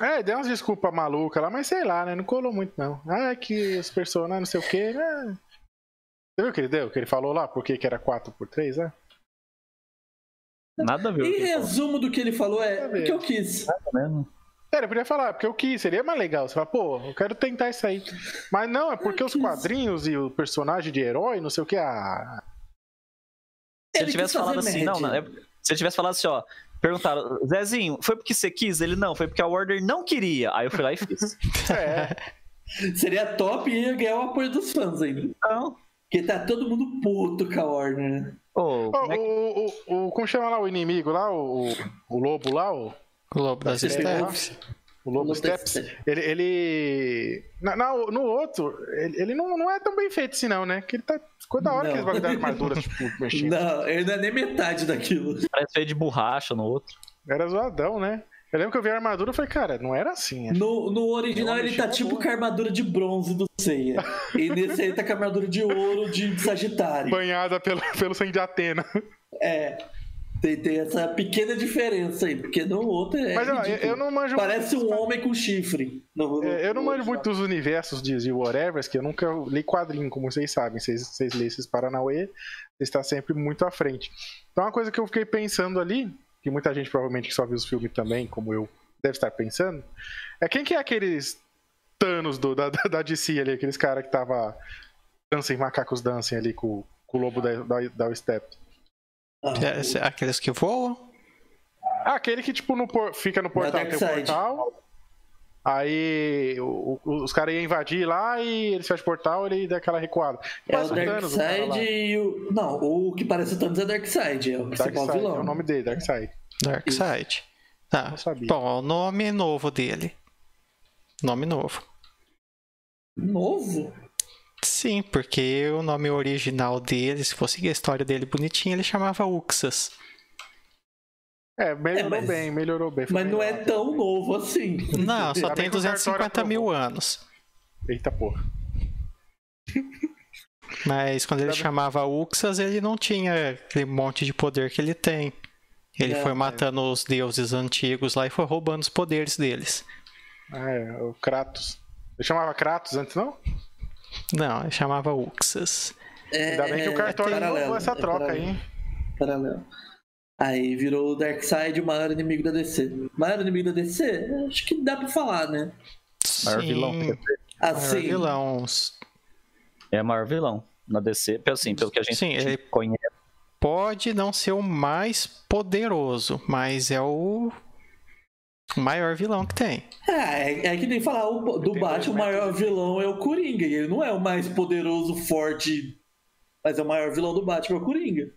Speaker 1: É, deu umas desculpas malucas lá, mas sei lá, né? Não colou muito, não. Ah, é que os personagens, não sei o quê, né? Você viu o que ele deu? O que ele falou lá? Por que que era 4x3, né?
Speaker 2: Nada a ver. com o
Speaker 3: Em
Speaker 2: que ele falou,
Speaker 3: resumo do que ele falou, é o que eu quis.
Speaker 2: né? Não-
Speaker 1: É, ele podia falar, porque eu quis, seria mais legal. Você fala, pô, eu quero tentar isso aí. Mas não, é porque os quadrinhos e o personagem de herói, não sei o que,
Speaker 2: *laughs*
Speaker 1: ah...
Speaker 2: Se ele
Speaker 3: Ele quis
Speaker 2: tivesse falado
Speaker 3: fazer
Speaker 2: assim, não,
Speaker 3: média.
Speaker 2: não, é- se ele tivesse falado assim, ó. Perguntaram, Zezinho, foi porque você quis? Ele não, foi porque a Warner não queria. Aí eu fui lá e fiz.
Speaker 1: É,
Speaker 3: Seria top e ia ganhar o apoio dos fãs ainda.
Speaker 2: Então,
Speaker 3: Porque tá todo mundo puto com a Warner, né?
Speaker 2: ô,
Speaker 1: o,
Speaker 2: como é que-
Speaker 1: o, o, o- como chama lá o inimigo lá, o, o- o lobo lá, o,
Speaker 4: O Lobo das
Speaker 1: Ele é
Speaker 4: Steps.
Speaker 1: o lobo
Speaker 3: Lobo
Speaker 1: Steps,
Speaker 3: Steps. é.
Speaker 1: ele... ele na, na- no outro, ele, ele não, não é tão bem feito assim não, né? Que ele tá... Ficou da hora
Speaker 3: Não.
Speaker 1: que eles vão dar armadura,
Speaker 2: *laughs*
Speaker 1: tipo, mexendo.
Speaker 3: Não, ele não é nem metade daquilo.
Speaker 2: parece feio de borracha no outro.
Speaker 1: Era zoadão, né? Eu lembro que eu vi a armadura e falei, cara, não era assim. né?
Speaker 3: No, no original
Speaker 1: Não,
Speaker 3: ele tá
Speaker 1: mexeu
Speaker 3: tipo
Speaker 1: boa.
Speaker 3: com a armadura de bronze do Seiya. E nesse aí tá com a armadura de ouro de Sagitário.
Speaker 1: Banhada pelo, pelo sangue de Atena.
Speaker 3: É. Tem, tem essa pequena diferença aí, porque no outro é.
Speaker 1: Mas ó, eu,
Speaker 3: ridículo.
Speaker 1: eu não manjo.
Speaker 3: Parece um homem com chifre. No- no-
Speaker 1: é, eu não
Speaker 3: no
Speaker 1: manjo muito dos universos de, de Whatevers, que eu nunca li quadrinho, como vocês sabem. Vocês, vocês lêem esses Paranauê, você está sempre muito à frente. Então, uma coisa que eu fiquei pensando ali, que muita gente provavelmente que só viu os filmes também, como eu, deve estar pensando, é quem que é aqueles Thanos do, da, da, da DC ali, aqueles cara que tava dancem, macacos dancem ali com, com o lobo da, da, da Step.
Speaker 3: Ah,
Speaker 4: É, é, Aqueles que voam.
Speaker 1: Ah, aquele que, tipo, no por- fica no portal,
Speaker 3: Dark
Speaker 1: tem o
Speaker 3: Side.
Speaker 1: portal. Aí o- o- os caras iam invadir lá e eles fecham o portal ele dá aquela recuada.
Speaker 3: É o
Speaker 1: Parece um Thanos, o cara lá.
Speaker 3: Darkseid e o. Não, o que parece o Thanos é Darkseid, é o principal
Speaker 1: Darkseid,
Speaker 3: vilão.
Speaker 1: é o nome dele, Darkseid.
Speaker 4: Darkseid. Ah,
Speaker 1: Não sabia.
Speaker 4: bom, é o nome novo dele. Nome novo.
Speaker 3: Novo?
Speaker 4: Sim, porque o nome original dele, se fosse a história dele bonitinha, ele chamava Uxas.
Speaker 1: É, melhorou
Speaker 3: É, mas-
Speaker 1: bem, melhorou bem. foi
Speaker 3: Mas não é
Speaker 1: melhor.
Speaker 3: tão novo assim.
Speaker 4: Não, só
Speaker 1: Ainda
Speaker 4: tem
Speaker 1: bem que o cartório
Speaker 4: 250 mil
Speaker 1: aprovou.
Speaker 4: anos.
Speaker 1: Eita porra.
Speaker 4: Mas quando ele chamava Uxas, ele não tinha aquele monte de poder que ele tem. Ele
Speaker 3: Não,
Speaker 4: foi
Speaker 1: é.
Speaker 3: mas-
Speaker 4: matando os deuses antigos lá e foi roubando os poderes deles.
Speaker 1: Ah, é, o Kratos. Eu chamava Kratos antes, não?
Speaker 4: Não, ele chamava Uxas.
Speaker 3: É,
Speaker 1: Ainda bem que o cartório
Speaker 3: paralelo,
Speaker 1: não essa
Speaker 3: é
Speaker 1: troca aí,
Speaker 3: paralelo,
Speaker 1: hein?
Speaker 3: Paralelo. Aí virou o Darkseid, o maior inimigo da DC. Maior inimigo da DC? Acho que dá pra falar, né?
Speaker 2: Maior
Speaker 4: Sim,
Speaker 2: vilão.
Speaker 1: né?
Speaker 4: maior
Speaker 3: Assim,
Speaker 4: vilão.
Speaker 2: É maior vilão na DC, pelo- assim, pelo que a gente
Speaker 4: Sim, ele-
Speaker 2: conhece.
Speaker 4: Pode não ser o mais poderoso, mas é o maior vilão que tem.
Speaker 3: Ah, é, é que nem falar o- do
Speaker 1: Tem dois
Speaker 3: Batman, o maior vilão é o Coringa. E ele não é o mais poderoso, forte, mas é o maior vilão do Batman, é o Coringa.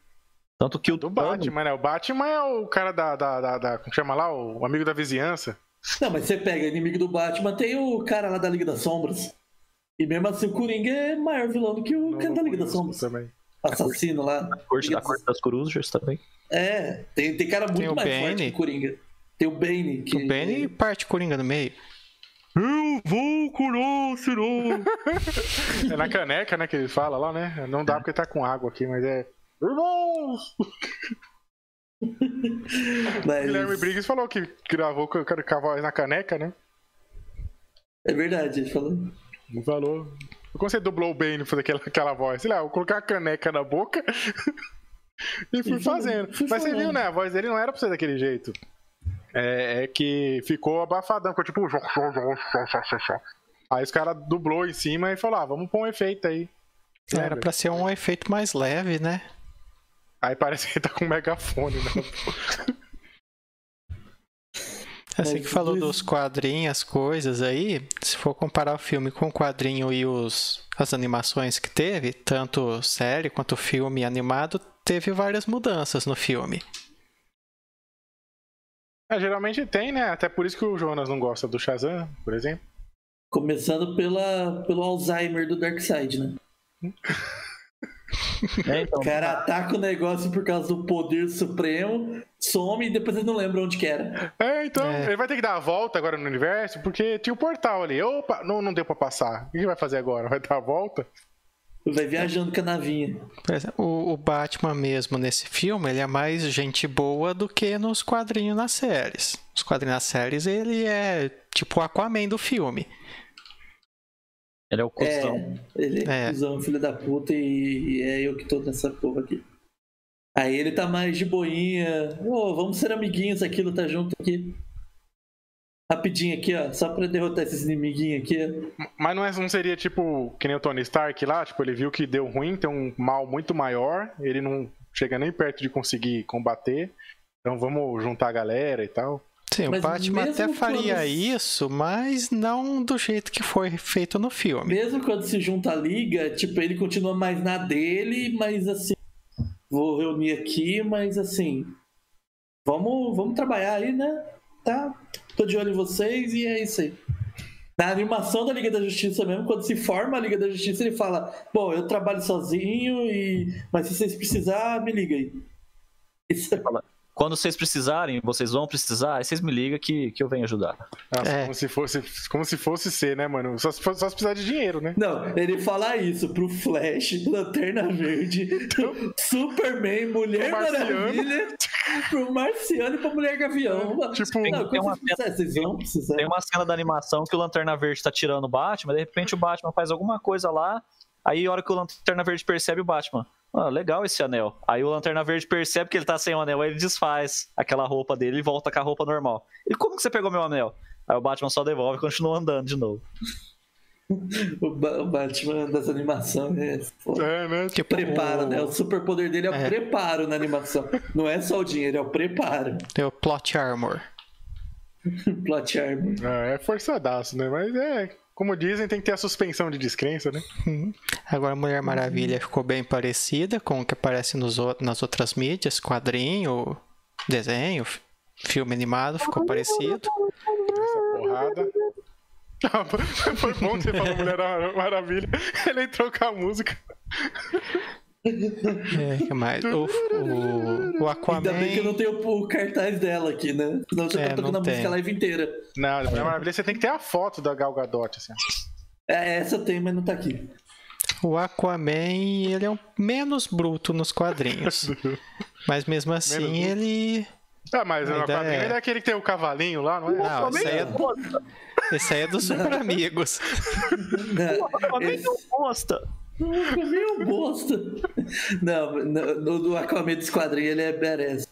Speaker 2: Tanto que o
Speaker 1: Do
Speaker 2: Thanos-
Speaker 1: Batman, né? O Batman é o cara da. da, da, da- como chama lá? O amigo da vizinhança.
Speaker 3: Não, mas você pega inimigo do Batman, tem o cara lá da Liga das Sombras. E mesmo assim, o Coringa é maior vilão do que o
Speaker 1: Não-
Speaker 3: cara
Speaker 1: não
Speaker 3: da Liga das
Speaker 1: conheço
Speaker 3: Sombras.
Speaker 1: Também.
Speaker 3: Assassino lá.
Speaker 2: Corte da Corte das Corujas também.
Speaker 3: É, tem, tem cara muito
Speaker 4: Tem o
Speaker 3: mais
Speaker 4: Bane.
Speaker 3: forte que o Coringa. Tem o Bane. Que...
Speaker 4: O Benny parte Coringa no meio.
Speaker 1: Eu vou curar, É na caneca, né? Que ele fala lá, né? Não dá porque tá com água aqui, mas é. Irmãos!
Speaker 3: Mas...
Speaker 1: Guilherme Briggs falou que gravou com com- com a voz na caneca, né?
Speaker 3: É verdade, ele falou.
Speaker 1: Não falou. Como você dublou o Bane fazer aquela, aquela voz? Sei lá, eu colocar a caneca na boca *laughs* e fui
Speaker 3: E fui-
Speaker 1: fazendo.
Speaker 3: fui
Speaker 1: Mas você
Speaker 3: falando.
Speaker 1: viu, né? A voz dele não era pra ser daquele jeito. É, é que ficou abafadão, ficou tipo. Aí os caras dublou em cima e falou: ah, vamos pôr um efeito aí.
Speaker 4: *laughs* Era
Speaker 1: Lembra?
Speaker 4: pra ser um efeito mais leve, né?
Speaker 1: Aí parece que ele tá com um megafone, né?
Speaker 4: Assim
Speaker 3: Mas
Speaker 4: que falou
Speaker 3: tudo
Speaker 4: dos
Speaker 3: isso-
Speaker 4: quadrinhos, as coisas aí, se for comparar o filme com o quadrinho e os, as animações que teve, tanto série quanto filme animado, teve várias mudanças no filme.
Speaker 1: É, geralmente tem, né? Até por isso que o Jonas não gosta do Shazam, por exemplo.
Speaker 3: Começando pela, pelo Alzheimer do Darkseid, né?
Speaker 2: É, então,
Speaker 3: O cara ataca o negócio por causa do poder supremo, some e depois ele não lembra onde que era.
Speaker 1: É, então,
Speaker 4: É.
Speaker 1: ele vai ter que dar a volta agora no universo, porque tinha o portal ali. Opa, não, não deu pra passar. O que ele vai fazer agora? Vai dar a volta?
Speaker 3: Vai viajando com a navinha.
Speaker 4: Por exemplo, o, o Batman mesmo nesse filme, ele é mais gente boa do que nos quadrinhos nas séries. Os quadrinhos nas séries, ele é tipo o Aquaman do filme.
Speaker 2: Ele é o
Speaker 3: É,
Speaker 2: cuzão.
Speaker 3: ele é
Speaker 4: É.
Speaker 3: cuzão, filho da puta, e, e é eu que tô nessa porra aqui. Aí ele tá mais de boinha. Ô, vamos ser amiguinhos, aquilo tá junto aqui. Rapidinho aqui, ó. Só pra derrotar esses inimiguinhos aqui, ó.
Speaker 1: Mas não, é- não seria tipo que nem o Tony Stark lá? Tipo, ele viu que deu ruim, tem um mal muito maior, ele não chega nem perto de conseguir combater. Então vamos juntar a galera e tal.
Speaker 4: Sim,
Speaker 3: Mas
Speaker 4: o Batman até
Speaker 3: mesmo
Speaker 4: faria
Speaker 3: quando-
Speaker 4: isso, mas não do jeito que foi feito no filme.
Speaker 3: Mesmo quando se junta a liga, tipo, ele continua mais na dele, mas assim, vou reunir aqui, mas assim, vamos, vamos trabalhar aí, né? Tá? Tô de olho em vocês e é isso aí. Na animação da Liga da Justiça mesmo, quando se forma a Liga da Justiça, ele fala: "Bom, eu trabalho sozinho e mas se vocês precisar, me liga aí". *laughs* Isso é
Speaker 2: Quando vocês precisarem, vocês vão precisar, aí vocês me ligam que, que eu venho ajudar.
Speaker 1: Nossa,
Speaker 4: É.
Speaker 1: como, se fosse, como se fosse ser, né, mano? Só se, fosse- só se precisar de dinheiro, né?
Speaker 3: Não, ele fala isso pro Flash, Lanterna Verde, Superman, Mulher
Speaker 1: Marciano.
Speaker 3: Maravilha, pro Marciano e pra Mulher Gavião.
Speaker 1: Tipo,
Speaker 3: não,
Speaker 2: tem
Speaker 3: quando
Speaker 2: uma-
Speaker 3: vocês, precisarem, vocês vão precisar.
Speaker 2: Tem uma cena da animação que o Lanterna Verde tá tirando o Batman, de repente o Batman faz alguma coisa lá, aí a hora que o Lanterna Verde percebe o Batman. Ah, legal esse anel. Aí o Lanterna Verde percebe que ele tá sem o anel, aí ele desfaz aquela roupa dele e volta com a roupa normal. E como que você pegou meu anel? Aí o Batman só devolve e continua andando de novo.
Speaker 3: O Ba- o Batman das animações é. foda.
Speaker 1: É, né?
Speaker 4: Tipo,
Speaker 3: Preparo,
Speaker 4: o-
Speaker 3: né? O superpoder dele é o
Speaker 4: É.
Speaker 3: preparo na animação. Não é só o dinheiro, é o preparo. *laughs*
Speaker 4: Tem o Plot Armor.
Speaker 3: Plot armor.
Speaker 1: É, é forçadaço, né? Mas é, como dizem, tem que ter a suspensão de descrença, né?
Speaker 4: Uhum. Agora a Mulher
Speaker 3: Uhum.
Speaker 4: Maravilha ficou bem parecida com o que aparece nos o- nas outras mídias, quadrinho, desenho, f- filme animado, ficou parecido.
Speaker 1: Essa porrada. *laughs* Foi bom que você falou Mulher é Maravilha. *laughs* Ele entrou com a música.
Speaker 4: É, que mais? O, o, o Aquaman.
Speaker 3: Ainda bem que eu não tenho o cartaz dela aqui, né? Senão eu já
Speaker 4: É,
Speaker 3: tá tocando
Speaker 4: não
Speaker 3: a
Speaker 4: tem.
Speaker 3: música live inteira.
Speaker 1: Não, Mulher Maravilha, você tem que ter a foto da Gal Gadot, assim.
Speaker 3: É, essa tem, mas não tá aqui.
Speaker 4: O Aquaman, ele é um menos bruto
Speaker 3: *laughs*
Speaker 4: nos quadrinhos. Mas mesmo assim,
Speaker 1: bruto.
Speaker 4: ele.
Speaker 1: Ah, mas
Speaker 4: A
Speaker 1: o
Speaker 4: ideia
Speaker 1: quadrinho
Speaker 4: é-
Speaker 1: ele é aquele que tem o cavalinho lá, não é?
Speaker 4: Não, esse aí é, esse aí é do Super Amigos.
Speaker 3: Não, esse-
Speaker 2: bosta.
Speaker 3: Aquaman é um bosta. Não, no, no, no Aquaman dos quadrinhos ele é badass.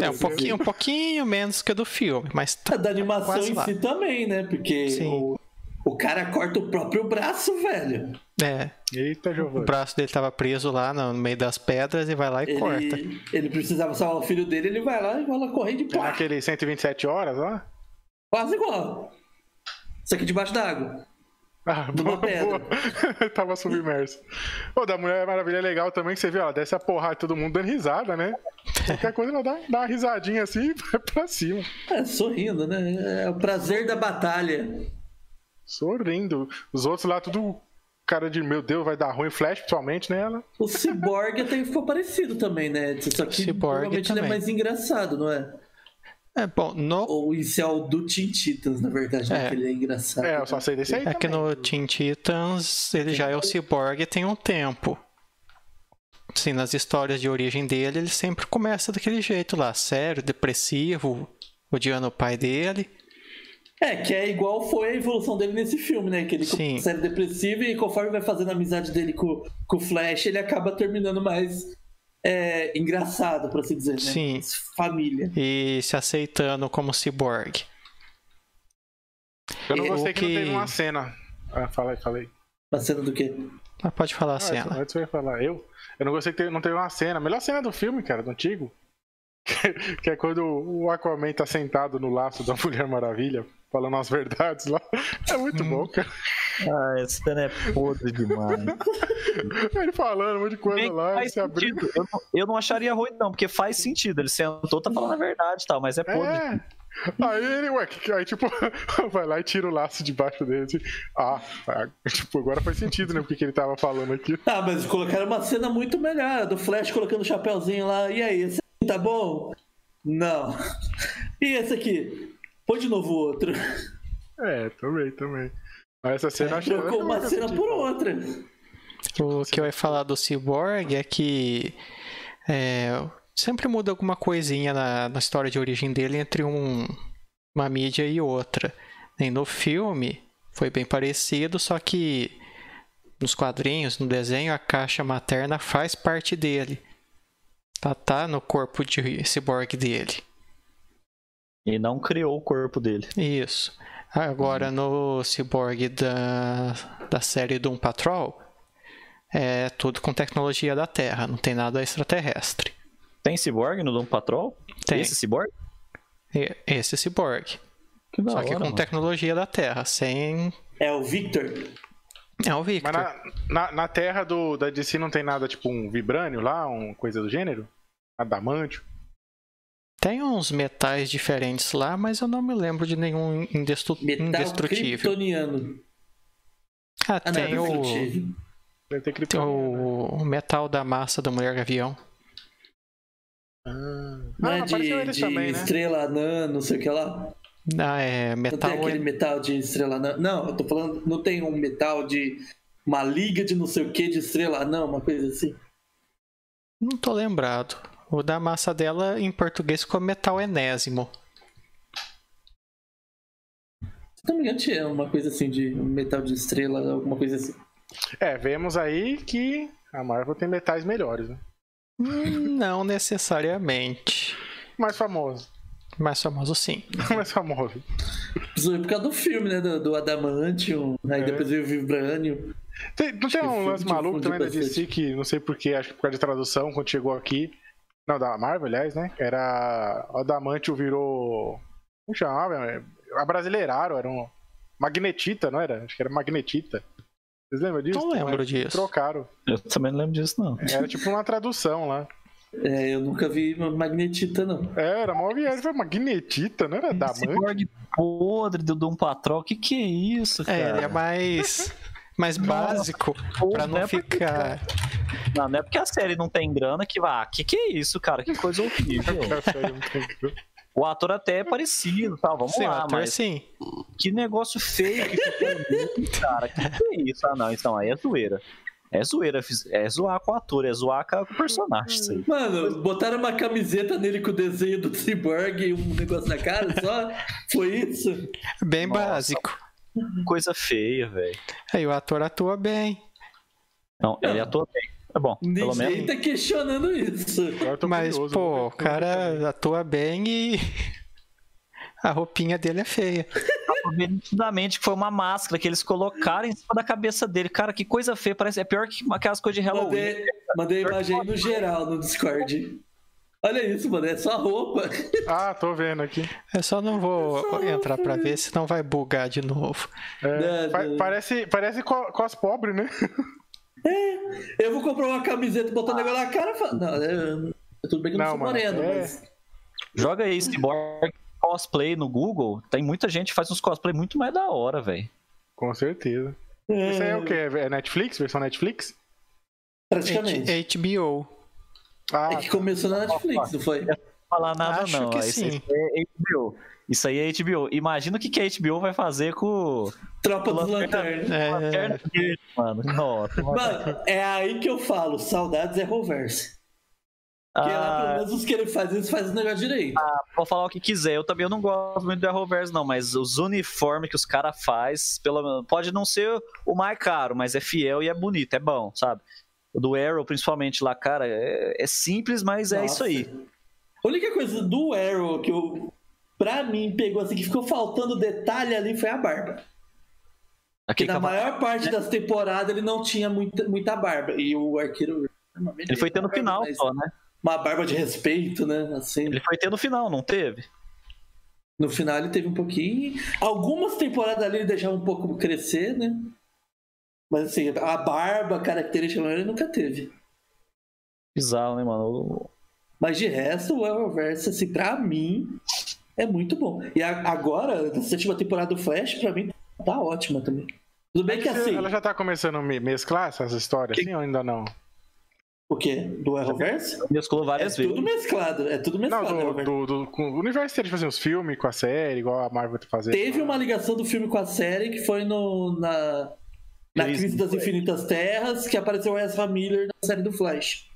Speaker 4: É, um pouquinho, um pouquinho menos que o do filme, mas tá.
Speaker 3: Da animação
Speaker 4: Quase
Speaker 3: em
Speaker 4: lá.
Speaker 3: si também, né? Porque
Speaker 4: Sim.
Speaker 3: o, o cara corta o próprio braço, velho.
Speaker 4: É,
Speaker 1: Eita,
Speaker 4: o
Speaker 1: Giovanni.
Speaker 4: braço dele tava preso lá no no meio das pedras e vai lá e corta. É
Speaker 3: Ele, ele precisava salvar o filho dele, ele vai lá e rola correndo e pá,
Speaker 1: Tá Naquele 127 horas lá?
Speaker 3: quase igual. Isso aqui debaixo d'água.
Speaker 1: Ah,
Speaker 3: Numa
Speaker 1: boa,
Speaker 3: pedra.
Speaker 1: boa. *laughs* Tava submerso. O da Mulher Maravilha é legal também, que você vê, ela desce a porrada de todo mundo dando risada, né? Qualquer coisa ela dá, dá uma risadinha assim *laughs* e vai pra cima.
Speaker 3: É, sorrindo, né? É o prazer da batalha.
Speaker 1: Sorrindo. Os outros lá, tudo cara de meu Deus, vai dar ruim. Flash, principalmente, né? Ela.
Speaker 3: O Cyborg até ficou parecido também, né? Só que
Speaker 4: Cyborg
Speaker 3: provavelmente ele é
Speaker 4: também.
Speaker 3: mais engraçado, não é?
Speaker 4: É, bom, no,
Speaker 3: Ou isso é o do Teen Titans, na verdade, né?
Speaker 4: É.
Speaker 3: Que ele é engraçado.
Speaker 1: É, eu só sei desse aí.
Speaker 4: é que
Speaker 1: também.
Speaker 4: no Teen Titans ele já é o Cyborg tem um tempo. Sim, nas histórias de origem dele, ele sempre começa daquele jeito lá, sério, depressivo, odiando o pai dele.
Speaker 3: É, que é igual foi a evolução dele nesse filme, né? Que ele
Speaker 4: Sim.
Speaker 3: série depressiva e conforme vai fazendo a amizade dele com, com o Flash, ele acaba terminando mais é, engraçado, pra assim dizer, né?
Speaker 4: Sim.
Speaker 3: Família.
Speaker 4: e se aceitando como cyborg.
Speaker 1: Eu não
Speaker 4: é,
Speaker 1: gostei
Speaker 4: o
Speaker 1: que... não
Speaker 4: que-
Speaker 1: teve uma cena. Ah, falei, falei.
Speaker 3: A cena do quê?
Speaker 4: Mas pode falar
Speaker 1: Ah,
Speaker 4: a cena.
Speaker 1: Antes eu ia falar, eu? Eu não gostei que teve- não teve uma cena. A melhor cena do filme, cara, do antigo. *laughs* Que, que é quando o Aquaman tá sentado no laço da Mulher Maravilha, falando as verdades lá. É muito
Speaker 4: Hum.
Speaker 1: bom, cara.
Speaker 2: Ah, esse pena é podre demais.
Speaker 1: Ele falando um monte de coisa
Speaker 2: Bem que
Speaker 1: lá,
Speaker 2: faz
Speaker 1: se abrindo.
Speaker 2: sentido. Eu, não, eu não acharia ruim, não, porque faz sentido. Ele sentou, tá falando a verdade e tal, mas é podre.
Speaker 1: É. Aí ele, ué, que- aí tipo, *laughs* vai lá e tira o laço debaixo dele. Assim. Ah, ah, tipo, agora faz sentido, né? Porque que ele tava falando aqui.
Speaker 3: Ah, mas colocaram uma cena muito melhor, a do Flash colocando o chapéuzinho lá. E aí, esse aqui tá bom? Não. E esse aqui? Põe de novo o outro.
Speaker 1: É, também, também. Mas essa cena eu achei.
Speaker 3: Trocou uma cena por outra.
Speaker 4: O que eu ia falar do cyborg é que é, sempre muda alguma coisinha na, na história de origem dele entre um- uma mídia e outra. E no filme foi bem parecido, só que nos quadrinhos, no desenho, a caixa materna faz parte dele. Tá, tá no corpo de cyborg dele.
Speaker 2: E não criou o corpo dele.
Speaker 4: Isso. Agora
Speaker 3: Uhum.
Speaker 4: no Cyborg da, da série Doom Patrol é tudo com tecnologia da Terra, não tem nada extraterrestre.
Speaker 2: Tem cyborg no Doom Patrol?
Speaker 4: Tem.
Speaker 2: Esse cyborg?
Speaker 4: E- Esse Cyborg.
Speaker 2: Que da
Speaker 4: Só que
Speaker 2: hora,
Speaker 4: com
Speaker 2: mano.
Speaker 4: tecnologia da Terra, sem.
Speaker 3: É o Victor.
Speaker 4: É o Victor.
Speaker 1: Mas na, na, na terra do, da DC não tem nada tipo um vibrânio lá, uma coisa do gênero? Adamantio?
Speaker 4: Tem uns metais diferentes lá, mas eu não me lembro de nenhum indestru-
Speaker 3: Metal
Speaker 4: indestrutível.
Speaker 3: kryptoniano.
Speaker 4: Ah,
Speaker 3: Ah, não, é
Speaker 4: tem o,
Speaker 1: Deve
Speaker 3: destrutível.
Speaker 1: ter né?
Speaker 4: tem
Speaker 1: criptonita.
Speaker 4: o metal da massa da Mulher Gavião.
Speaker 1: Ah,
Speaker 3: Não é
Speaker 1: ah, apareceu
Speaker 3: de,
Speaker 1: eles
Speaker 3: de
Speaker 1: também, né?
Speaker 3: estrela anã, não sei o que lá.
Speaker 4: Ah, é
Speaker 3: Não tem
Speaker 4: metal.
Speaker 3: aquele metal de estrela anã. Não, eu tô falando, não tem um metal de uma liga de não sei o que de estrela anã, uma coisa assim.
Speaker 4: Não tô lembrado. O da massa dela em português ficou
Speaker 2: *laughs*
Speaker 4: metal enésimo.
Speaker 3: Se não me engano, tinha uma coisa assim de um metal de estrela, alguma coisa assim.
Speaker 1: É, vemos aí que a Marvel tem metais melhores, né?
Speaker 4: Hum, Não necessariamente.
Speaker 1: Mais famoso.
Speaker 4: Mais famoso sim.
Speaker 1: *laughs* Mais famoso.
Speaker 3: Isso é por causa do filme, né? Do, do Adamantium, aí
Speaker 1: É.
Speaker 3: depois veio o Vibranium.
Speaker 1: Tem- não tem
Speaker 3: que
Speaker 1: um
Speaker 3: fui-
Speaker 1: lance
Speaker 3: que
Speaker 1: maluco
Speaker 3: fui de
Speaker 1: também da
Speaker 3: bastante.
Speaker 1: DC que não sei porquê, acho que por causa de tradução, quando chegou aqui. Não, da Marvel, aliás, né? Era. O Adamantio virou. Como chamava? Abrasileiraram, era um. Magnetita, não era? Acho que era magnetita. Vocês lembram disso?
Speaker 4: Não lembro disso.
Speaker 1: Trocaram.
Speaker 2: Eu também não lembro disso, não.
Speaker 1: Era tipo uma tradução lá.
Speaker 3: É, eu nunca vi uma magnetita, não.
Speaker 1: É, era mó viagem, foi magnetita, não era adamante?
Speaker 2: Cyborg podre do Doom Patrol. Que que é isso, cara?
Speaker 4: É, ele
Speaker 2: *laughs*
Speaker 4: é mais, mais básico
Speaker 2: Pô,
Speaker 4: pra
Speaker 2: não
Speaker 4: não
Speaker 2: é pra
Speaker 4: ficar.
Speaker 2: Não, não é porque a série não tem grana que vai. Ah, que que é isso, cara? Que coisa horrível. o ator até é parecido, tá? Vamos
Speaker 4: Sim, o
Speaker 2: lá,
Speaker 4: ator, é
Speaker 2: mas
Speaker 4: sim.
Speaker 2: que negócio feio que ficou ali, cara. Que que é isso? Ah, não, então aí é zoeira. É zoeira, fiz- é zoar com o ator, é zoar com o personagem, isso aí.
Speaker 3: Mano, botaram uma camiseta nele com o desenho do Cyborg e um negócio na cara só? Foi isso?
Speaker 4: Bem
Speaker 2: Nossa.
Speaker 4: básico. Uhum.
Speaker 2: Coisa feia, velho.
Speaker 4: Aí o ator atua bem.
Speaker 2: Não, ele atua bem. É bom, pelo menos.
Speaker 3: Ninguém tá questionando isso.
Speaker 1: Agora eu tô
Speaker 4: Mas,
Speaker 1: curioso, vou
Speaker 4: pô,
Speaker 1: ver-
Speaker 4: o cara atua bem e. *laughs* A roupinha dele é feia.
Speaker 2: Tava vendo nitidamente que foi uma máscara que eles colocaram em cima da cabeça dele. Cara, que coisa feia. Parece, é pior que aquelas coisas de Halloween.
Speaker 3: Mandei, mandei a imagem aí no geral, no Discord. Olha isso, mano, é só roupa.
Speaker 1: Ah, tô vendo aqui.
Speaker 4: Eu só não vou entrar pra ver, senão vai bugar de novo.
Speaker 1: É,
Speaker 3: Não,
Speaker 1: pa-
Speaker 3: não.
Speaker 1: Parece, parece co- cos pobre, né?
Speaker 3: Eu vou comprar uma camiseta, botar um negócio na cara e falar. Não, eu- eu- tudo bem que eu não,
Speaker 1: Não,
Speaker 3: sou
Speaker 1: mano,
Speaker 3: moreno,
Speaker 1: é-
Speaker 3: mas.
Speaker 2: Joga aí, Cyborg cosplay no Google. Tem muita gente que faz uns cosplay muito mais da hora, velho.
Speaker 1: Com certeza. Isso aí é o quê? É Netflix? Versão Netflix?
Speaker 3: Praticamente. É,
Speaker 4: HBO.
Speaker 1: Ah,
Speaker 3: que começou na Netflix, não foi?
Speaker 2: Falar nada,
Speaker 4: Acho
Speaker 2: não.
Speaker 4: que
Speaker 2: Isso
Speaker 4: sim.
Speaker 2: aí é HBO. Isso aí é HBO. Imagina o que, que a HBO vai fazer com.
Speaker 3: Tropa dos
Speaker 2: Lanterna.
Speaker 3: Lanternas.
Speaker 4: É,
Speaker 2: Lanterna Verde, mano. Nossa.
Speaker 3: Mano, é aí que eu falo, saudades é Roverse. *laughs* Porque lá, pelo
Speaker 2: Ah,
Speaker 3: menos, os que ele faz, eles fazem o negócio direito.
Speaker 2: Vou falar o que quiser. Eu também não gosto muito da Arrowverse, não, mas os uniformes que os caras faz, pelo menos, pode não ser o mais caro, mas é fiel e é bonito, é bom, sabe? O do Arrow, principalmente lá, cara, é, é simples, mas é isso
Speaker 3: Nossa.
Speaker 2: aí.
Speaker 3: A única coisa do Arrow que eu, pra mim, pegou assim, que ficou faltando detalhe ali foi a barba. Porque
Speaker 2: Aquele
Speaker 3: na
Speaker 2: cavalo-
Speaker 3: maior parte das temporadas ele não tinha muita, muita barba. E o arqueiro.
Speaker 2: Ele foi ter no final só, né?
Speaker 3: Uma barba de respeito, né? Assim.
Speaker 2: Ele foi ter no final, não teve?
Speaker 3: No final ele teve um pouquinho. Algumas temporadas ali ele deixava um pouco crescer, né? Mas assim, a barba, a característica ele nunca teve.
Speaker 2: Bizarro, né, mano?
Speaker 3: Mas de resto, o Arrowverse, assim, pra mim, é muito bom. E a- agora, a sétima temporada do Flash, pra mim, tá ótima também. Tudo bem que assim,
Speaker 1: ela já tá começando a me- mesclar essas histórias, assim, ou ainda não?
Speaker 3: o quê? Do Arrowverse?
Speaker 2: Mesclou
Speaker 3: É
Speaker 2: várias vezes.
Speaker 3: tudo mesclado, é tudo
Speaker 1: Não,
Speaker 3: mesclado.
Speaker 1: do,
Speaker 3: Arrowverse.
Speaker 1: do, do- com o universo inteiro de fazer uns filmes com a série, igual a Marvel tá fazendo.
Speaker 3: Teve uma ligação do filme com a série que foi no, na, na
Speaker 2: Crise
Speaker 3: Crise
Speaker 2: do
Speaker 3: das Infinitas Terras, que apareceu o Ezra Miller na série do Flash.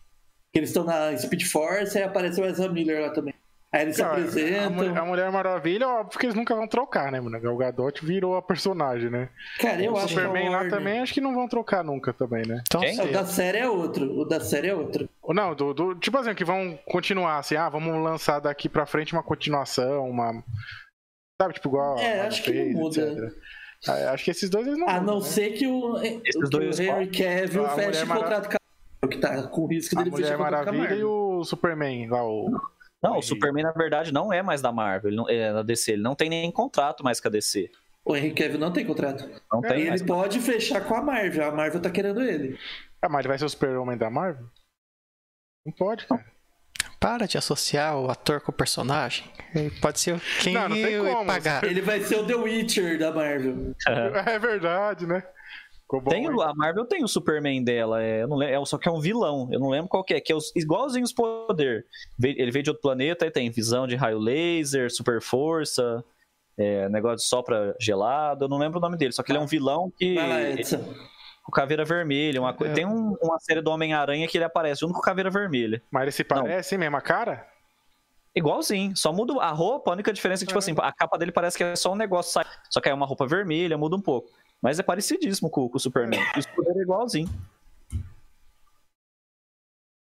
Speaker 3: Que eles estão na Speed Force, aí apareceu o Ezra Miller lá também. Aí eles
Speaker 1: Cara,
Speaker 3: se
Speaker 1: a, Mulher- a
Speaker 3: apresentam.
Speaker 1: Mulher Maravilha, é óbvio que eles nunca vão trocar, né, mano? O Gal Gadot virou a personagem, né?
Speaker 3: Cara, eu
Speaker 1: o
Speaker 3: acho que
Speaker 1: Superman
Speaker 3: a
Speaker 1: lá
Speaker 3: Warner-
Speaker 1: também, acho que não vão trocar nunca também, né?
Speaker 4: então
Speaker 2: Quem?
Speaker 3: É, O
Speaker 4: sei.
Speaker 3: da série é outro, o da série é outro.
Speaker 1: Ou Não, do, do- tipo assim, que vão continuar assim, ah, vamos lançar daqui pra frente uma continuação, uma. Sabe, tipo, igual. a
Speaker 3: É,
Speaker 1: Marvel
Speaker 3: acho que não
Speaker 1: fez,
Speaker 3: muda.
Speaker 1: etc. Ah, acho que esses dois eles não.
Speaker 3: A
Speaker 1: mudam,
Speaker 3: não
Speaker 1: né?
Speaker 3: ser que o, o, que
Speaker 2: dois
Speaker 3: o Henry Cavill
Speaker 1: A
Speaker 3: feche
Speaker 1: Mulher
Speaker 3: o
Speaker 1: Mara-
Speaker 3: contrato com a que tá com o risco
Speaker 1: A
Speaker 3: dele fechar
Speaker 1: Mulher
Speaker 3: o contrato com a
Speaker 1: Maravilha e
Speaker 3: Marvel.
Speaker 1: o Superman lá, o.
Speaker 2: Não, o Superman, na verdade, não é mais da Marvel, ele não- é da DC. Ele não tem nem contrato mais com a DC.
Speaker 3: O Henry Cavill não tem contrato.
Speaker 2: Não tem
Speaker 3: E
Speaker 2: mais.
Speaker 3: É, ele pode fechar com a Marvel, a Marvel tá querendo ele.
Speaker 1: Ah, mas ele vai ser o Super-Homem da Marvel? Não pode, cara.
Speaker 4: Para de associar o ator com o personagem. Ele pode ser quem
Speaker 1: Não, não tem como.
Speaker 4: pagar.
Speaker 3: Ele vai ser o The Witcher da Marvel.
Speaker 1: *laughs*
Speaker 2: *laughs*
Speaker 1: É verdade, né? Ficou bom.
Speaker 2: Tem
Speaker 1: hein?
Speaker 2: o- a Marvel tem o Superman dela, é, eu não lembro, é, só que é um vilão, eu não lembro qual que é, que é os, igualzinho os poder. Ve- Ele veio de outro planeta e tem visão de raio laser, super força, é, negócio de sopra gelado, eu não lembro o nome dele, só que ele é um vilão que
Speaker 3: Vai lá,
Speaker 2: ele-
Speaker 3: Edson.
Speaker 2: o Caveira Vermelha, uma coisa.
Speaker 4: É.
Speaker 2: Tem um- uma série do Homem-Aranha que ele aparece junto com o Caveira Vermelha.
Speaker 1: Mas ele se parece, hein, mesmo a cara?
Speaker 2: Igualzinho, só muda a roupa, a única diferença é que, tipo assim, a capa dele parece que é só um negócio, sai- só que é uma roupa vermelha, muda um pouco. Mas é parecidíssimo com, com o Superman. E os poderes é igualzinho.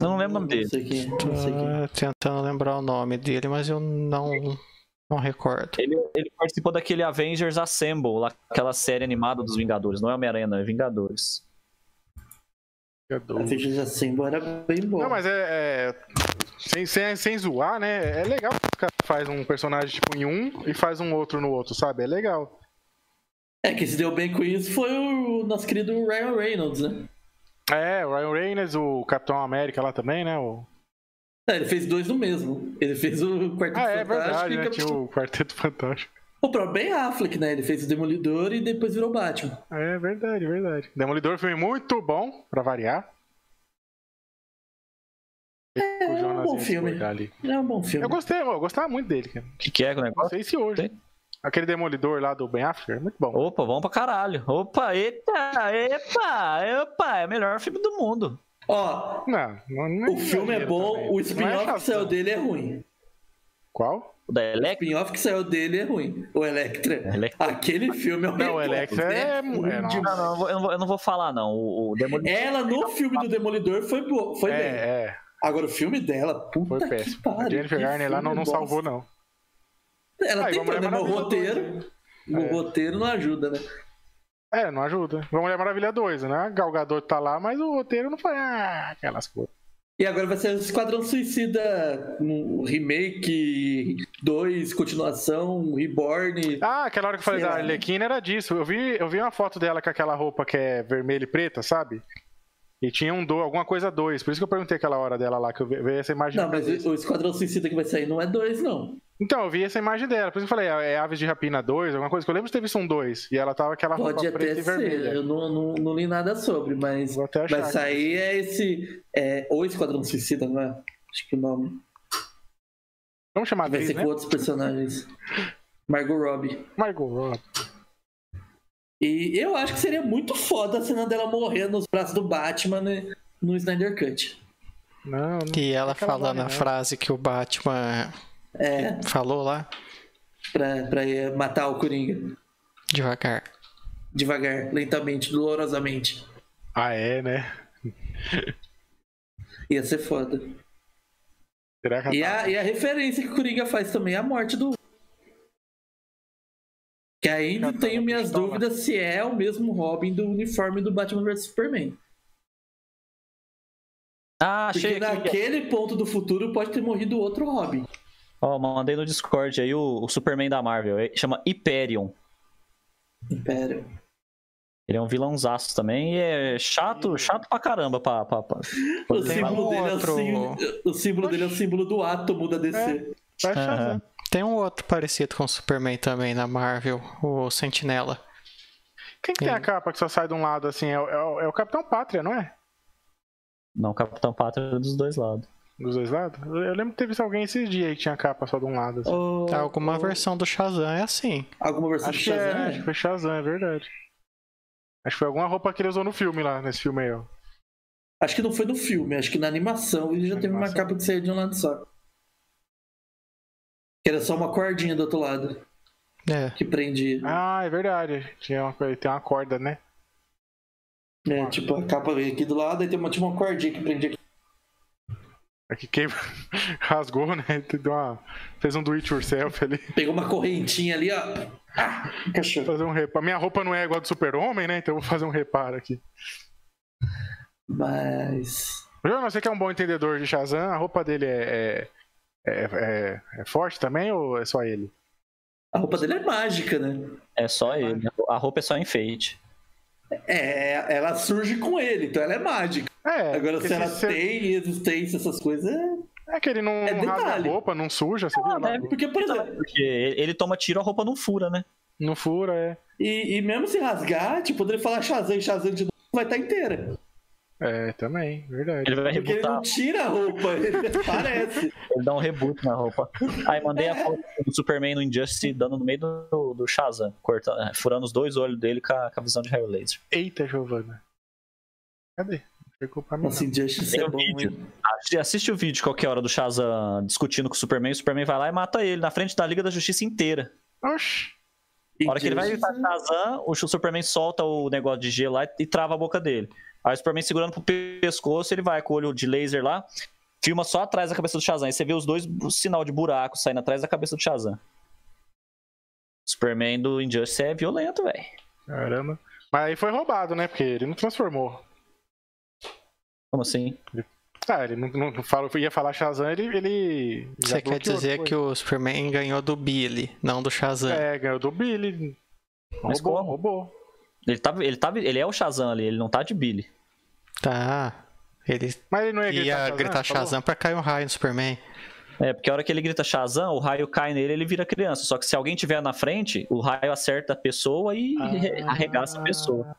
Speaker 2: Eu não lembro o nome dele.
Speaker 3: Não sei quem, não sei quem.
Speaker 1: Ah,
Speaker 4: Tô Ah, tentando lembrar o nome dele, mas eu não, não recordo.
Speaker 2: Ele, ele participou daquele Avengers Assemble, lá, aquela série animada dos Vingadores. Não é Homem-Aranha, não, é Vingadores.
Speaker 1: Eu
Speaker 3: A
Speaker 1: dou.
Speaker 3: Virgínia Simbo era bem boa.
Speaker 1: Não, mas é. é- Sem, sem, sem zoar, né? É legal que os caras fazem um personagem tipo em um e faz um outro no outro, sabe? É legal.
Speaker 3: É, que se deu bem com isso foi o nosso querido Ryan Reynolds, né?
Speaker 1: É, o Ryan Reynolds, o Capitão América lá também, né? O...
Speaker 3: É, Ele fez dois no mesmo. Ele fez o Quarteto
Speaker 1: Ah, é
Speaker 3: Fantástico
Speaker 1: verdade,
Speaker 3: e
Speaker 1: né?
Speaker 3: Capitão-
Speaker 1: Tinha o Quarteto Fantástico.
Speaker 3: O próprio Ben Affleck, né? Ele fez o Demolidor e depois virou Batman.
Speaker 1: É verdade, verdade. Demolidor foi muito bom, pra variar.
Speaker 3: É
Speaker 1: O
Speaker 3: um
Speaker 1: Jonas
Speaker 3: bom
Speaker 1: ia
Speaker 3: filme.
Speaker 1: discordar ali.
Speaker 3: É um bom filme.
Speaker 1: Eu gostei, eu gostava muito dele, cara.
Speaker 2: O que, que é que o
Speaker 1: Não
Speaker 2: negócio?
Speaker 1: sei se hoje. Aquele Demolidor lá do Ben Affleck é muito bom.
Speaker 2: Opa, vamos pra caralho. Opa, eita, epa, opa, é o melhor filme do mundo.
Speaker 3: Ó,
Speaker 1: Não, não, não
Speaker 3: o filme é
Speaker 1: exagero
Speaker 3: bom,
Speaker 1: também.
Speaker 3: o
Speaker 1: Não é
Speaker 3: spin-off que
Speaker 1: chato.
Speaker 3: saiu dele é ruim.
Speaker 1: Qual?
Speaker 2: O da
Speaker 3: O
Speaker 2: Electra.
Speaker 3: spin-off que saiu dele é ruim. O Electra.
Speaker 2: Electra.
Speaker 3: Aquele filme é
Speaker 1: Não, o Electra é- é, não. Então,
Speaker 2: Não, Ah, não, eu vou- eu não vou, eu não vou falar, não. O, o Demolidor.
Speaker 3: Ela no filme do Demolidor foi, boa, foi bem.
Speaker 1: É, é,
Speaker 3: Agora o filme dela, puta
Speaker 1: foi
Speaker 3: que
Speaker 1: péssimo.
Speaker 3: pariu,
Speaker 1: a Jennifer
Speaker 3: que
Speaker 1: Garner lá não,
Speaker 3: filme
Speaker 1: não
Speaker 3: bosta.
Speaker 1: salvou, não.
Speaker 3: Ela
Speaker 1: Ah,
Speaker 3: tem
Speaker 1: igual Mulher
Speaker 3: problema, o
Speaker 1: Maravilha
Speaker 3: roteiro. O
Speaker 1: É.
Speaker 3: roteiro não ajuda, né?
Speaker 1: É, não ajuda. Vamos Mulher Maravilha 2, né? A Gal Gadot tá lá, mas o roteiro não foi ah, aquelas coisas.
Speaker 3: E agora vai ser o Esquadrão Suicida, um remake 2, continuação, um reborn.
Speaker 1: Ah, aquela hora que eu falei
Speaker 3: Sei
Speaker 1: da
Speaker 3: lá, né?
Speaker 1: Arlequina era disso. Eu vi, eu vi uma foto dela com aquela roupa que é vermelha e preta, sabe? E tinha um do, alguma coisa dois. Por isso que eu perguntei aquela hora dela lá, que eu vi, vi essa imagem.
Speaker 3: não, mas o Esquadrão Suicida que vai sair não é 2, não.
Speaker 1: Então, eu vi essa imagem dela. Por isso que eu falei, é Aves de Rapina 2, alguma coisa. Que eu lembro de ter visto um 2. E ela tava com aquela
Speaker 3: Pode
Speaker 1: roupa
Speaker 3: até
Speaker 1: preta e
Speaker 3: ser,
Speaker 1: vermelha.
Speaker 3: eu não, não, não li nada sobre, mas
Speaker 1: Vou até achar.
Speaker 3: vai sair é esse. É, o Esquadrão Suicida, não é? Acho que o nome.
Speaker 1: Vamos chamar a
Speaker 3: Vai
Speaker 1: atriz,
Speaker 3: ser
Speaker 1: né?
Speaker 3: com outros personagens. Margot Robbie.
Speaker 1: Margot Robbie.
Speaker 3: E eu acho que seria muito foda a cena dela morrer nos braços do Batman né, no Snyder Cut.
Speaker 1: Não, não.
Speaker 4: E ela
Speaker 1: Aquela
Speaker 4: falando
Speaker 1: vale, né?
Speaker 4: a frase que o Batman
Speaker 3: É,
Speaker 4: falou lá,
Speaker 3: pra, pra eh, matar o Coringa.
Speaker 4: devagar.
Speaker 3: Devagar, lentamente, dolorosamente.
Speaker 1: Ah, é, né?
Speaker 3: Ia ser foda.
Speaker 1: Será que
Speaker 3: E
Speaker 1: ela tá-
Speaker 3: a, e a referência que o Coringa faz também é a morte do. Que ainda
Speaker 1: Catava
Speaker 3: tenho minhas
Speaker 1: pistola.
Speaker 3: dúvidas se é o mesmo Robin do uniforme do Batman vs Superman.
Speaker 2: Ah,
Speaker 3: Porque
Speaker 2: achei aqui.
Speaker 3: naquele ponto do futuro pode ter morrido outro Robin.
Speaker 2: Ó, mandei no Discord aí o, o Superman da Marvel. Ele chama Hyperion.
Speaker 3: Império.
Speaker 2: Ele é um vilãozaço também e é chato, chato pra caramba. Pra, pra, pra-
Speaker 3: O
Speaker 2: Tem
Speaker 3: símbolo,
Speaker 4: um
Speaker 3: dele é o,
Speaker 4: outro-
Speaker 3: sim- o símbolo dele é o símbolo do átomo da DC.
Speaker 1: É.
Speaker 3: Tá
Speaker 1: Vai Shazam.
Speaker 3: né?
Speaker 2: Aham.
Speaker 4: Tem um outro parecido com o Superman também na Marvel, o Sentinela.
Speaker 1: Quem que tem a capa que só sai de um lado assim? É, o- é o- é o Capitão Pátria, não é?
Speaker 2: Não, Capitão Pátria é dos dois lados.
Speaker 1: Dos dois lados? Eu eu lembro que teve alguém esses dias aí que tinha capa só de um lado. Assim.
Speaker 3: Ou-
Speaker 4: Alguma
Speaker 3: ou-
Speaker 4: versão do Shazam é assim.
Speaker 3: Alguma versão
Speaker 1: acho,
Speaker 3: de
Speaker 1: que é, acho
Speaker 3: Shazam?
Speaker 1: que foi Shazam, é verdade. Acho que foi alguma roupa que ele usou no filme lá, nesse filme aí, ó.
Speaker 3: Acho que não foi no filme, acho que na animação ele já
Speaker 1: Na
Speaker 3: teve uma
Speaker 1: animação.
Speaker 3: capa que saiu de um lado só. Que era só uma cordinha do outro lado
Speaker 4: É.
Speaker 3: que prendia.
Speaker 1: Ah, é verdade. Tinha uma, coisa- tem uma corda, né? tá.
Speaker 3: É, tipo, a capa veio aqui do lado, aí tem uma, tipo, uma cordinha que prendia aqui.
Speaker 1: Aqui quebra. *laughs* Rasgou, né? Deu uma- Fez um do it yourself ali. *laughs*
Speaker 3: Pegou uma correntinha ali, ó. Ah, cachorro.
Speaker 1: Fazer um reparo. Minha roupa não é igual a do Super-Homem, né? Então eu vou fazer um reparo aqui.
Speaker 3: Mas.
Speaker 1: Jonas, você que é um bom entendedor de Shazam, a roupa dele é. É, é- é- é forte também ou é só ele?
Speaker 3: A roupa dele é mágica, né?
Speaker 2: É só ele. A roupa é só enfeite.
Speaker 3: É, ela surge com ele, então ela é mágica.
Speaker 1: É.
Speaker 3: Agora,
Speaker 1: porque
Speaker 3: se ela
Speaker 1: você-
Speaker 3: tem existência, essas coisas. é-
Speaker 1: É que ele não
Speaker 3: É
Speaker 1: rasga a
Speaker 3: detalhe. né?
Speaker 1: roupa, não suja, você viu? lá?
Speaker 2: deve-
Speaker 3: Porque,
Speaker 1: Então,
Speaker 3: por exemplo,
Speaker 2: Porque ele ele toma tiro, a roupa não fura, né?
Speaker 1: Não fura, é.
Speaker 3: E, e mesmo se rasgar, tipo, poderia falar Shazam, Shazam de novo, vai estar inteira.
Speaker 1: É, também, verdade.
Speaker 2: Ele vai
Speaker 3: Porque ele
Speaker 2: rebutar,
Speaker 3: não tira a roupa, *laughs* ele aparece.
Speaker 2: ele dá um reboot na roupa. Aí
Speaker 3: *laughs*
Speaker 2: mandei a
Speaker 3: É.
Speaker 2: foto do Superman no Injustice dando no meio do, do Shazam, cortando, furando os dois olhos dele com a, com a visão de raio laser.
Speaker 1: Eita, Giovana. Cadê? Chegou pra mim.
Speaker 3: Nossa, Injustice
Speaker 2: Tem
Speaker 3: é
Speaker 2: um
Speaker 3: bom,
Speaker 2: vídeo.
Speaker 3: hein?
Speaker 2: Assi- Assiste o vídeo qualquer hora do Shazam discutindo com o Superman, o Superman vai lá e mata ele na frente da Liga da Justiça inteira.
Speaker 1: não. Oxi.
Speaker 2: A hora que ele vai
Speaker 3: Injustice-
Speaker 2: gritar Shazam, o Superman solta o negócio de gelo lá e- e trava a boca dele. Aí o Superman segurando pro pescoço, ele vai com o olho de laser lá, filma só atrás da cabeça do Shazam. Aí você vê os dois bu- sinal de buraco saindo atrás da cabeça do Shazam. Superman do Injustice é violento, velho.
Speaker 1: Caramba. Mas aí foi roubado, né? Porque ele não transformou.
Speaker 2: Como assim?
Speaker 1: Ah, ele não, não, não falou, ia falar Shazam, ele. ele já
Speaker 4: Você quer
Speaker 1: bloqueou
Speaker 4: dizer
Speaker 1: depois.
Speaker 4: que o Superman ganhou do Billy, não do Shazam.
Speaker 1: É, ganhou do Billy.
Speaker 2: Mas
Speaker 1: Roubou,
Speaker 2: como?
Speaker 1: roubou.
Speaker 2: Ele, tá, ele, tá, ele é o Shazam ali, ele não tá de Billy.
Speaker 4: Tá. Ele
Speaker 1: Mas ele não ia gritar
Speaker 4: ia
Speaker 1: tá Shazam.
Speaker 4: gritar
Speaker 1: falou?
Speaker 4: Shazam pra cair um raio no Superman.
Speaker 2: É, porque a hora que ele grita Shazam, o raio cai nele ele vira criança. Só que se alguém tiver na frente, o raio acerta a pessoa e
Speaker 1: Ah.
Speaker 2: arregaça a pessoa.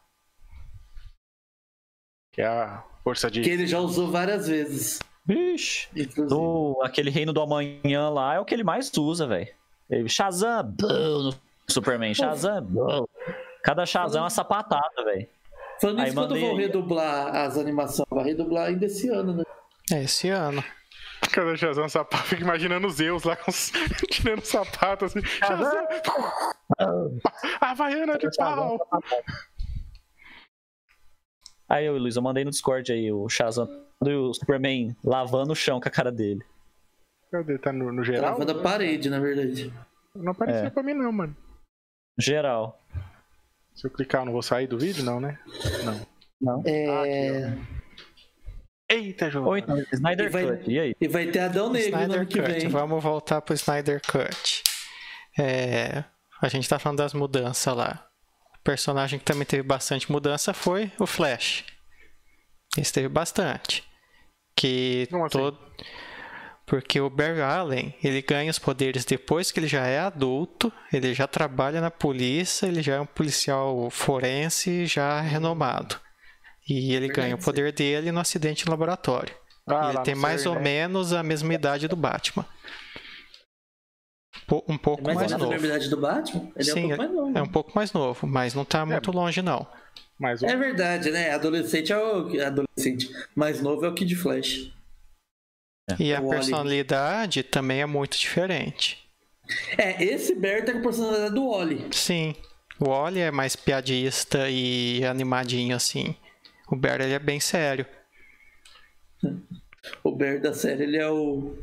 Speaker 1: Que é a força de.
Speaker 3: Que ele já usou várias vezes.
Speaker 2: Vixe.
Speaker 3: Inclusive.
Speaker 2: Do, aquele reino do amanhã lá é o que ele mais usa, velho. Ele, Shazam, bum, no Superman, Shazam, bum. Cada Shazam é uma sapatada, velho.
Speaker 3: Falando
Speaker 2: Aí
Speaker 3: nisso, quando eu
Speaker 2: mandei
Speaker 3: vou
Speaker 2: aí.
Speaker 3: redublar as animações, eu vou redublar ainda esse ano, né?
Speaker 4: É, esse ano.
Speaker 1: Cadê o Shazam sapato? Fica imaginando os Zeus lá com os- *laughs* tirando o sapato assim. Shazam! Ah. Havaiana de pau!
Speaker 2: Aí, eu, Luiz, eu mandei no Discord aí o Shazam e o Superman lavando o chão com a cara dele.
Speaker 1: Cadê? Tá no, no geral?
Speaker 3: Travando a parede, na verdade.
Speaker 1: Não apareceu
Speaker 2: É.
Speaker 1: pra mim, não, mano.
Speaker 2: Geral.
Speaker 1: Se eu clicar, eu não vou sair do vídeo, não, né?
Speaker 2: Ah,
Speaker 3: É...
Speaker 1: Eita, João.
Speaker 2: Ou então, Snyder
Speaker 3: E vai-
Speaker 2: Cut, e aí?
Speaker 3: E vai ter Adão Negro no ano
Speaker 4: Snyder
Speaker 3: que
Speaker 4: Cut.
Speaker 3: vem.
Speaker 4: Vamos voltar pro Snyder Cut. É, a gente tá falando das mudanças lá. O personagem que também teve bastante mudança foi o Flash. Esse teve bastante. Que
Speaker 1: Como assim?
Speaker 4: todo. Porque o Barry Allen, ele ganha os poderes depois que ele já é adulto, ele já trabalha na polícia, ele já é um policial forense já renomado. E ele ganha o poder dele no acidente no laboratório.
Speaker 1: Ah,
Speaker 4: E
Speaker 1: lá
Speaker 4: ele
Speaker 1: no
Speaker 4: tem mais ou
Speaker 1: CERN, né?
Speaker 4: menos a mesma idade do Batman. Po- Um pouco
Speaker 3: Mas
Speaker 4: mais
Speaker 3: é na
Speaker 4: novo.
Speaker 3: verdade do Batman? Ele
Speaker 4: Sim,
Speaker 3: é um pouco mais novo.
Speaker 4: É um pouco mais novo, mas não
Speaker 1: É.
Speaker 4: tá muito longe, não.
Speaker 1: Mais um.
Speaker 3: É verdade, né? Adolescente é o. Adolescente. Mais novo é o Kid Flash.
Speaker 4: E a
Speaker 3: É. O Oliver.
Speaker 4: personalidade também é muito diferente.
Speaker 3: É, esse Barry tá com a personalidade do Oli.
Speaker 4: Sim. O Oli é mais piadista e animadinho, assim. O Barry ele é bem sério.
Speaker 3: O Barry da série, ele é o.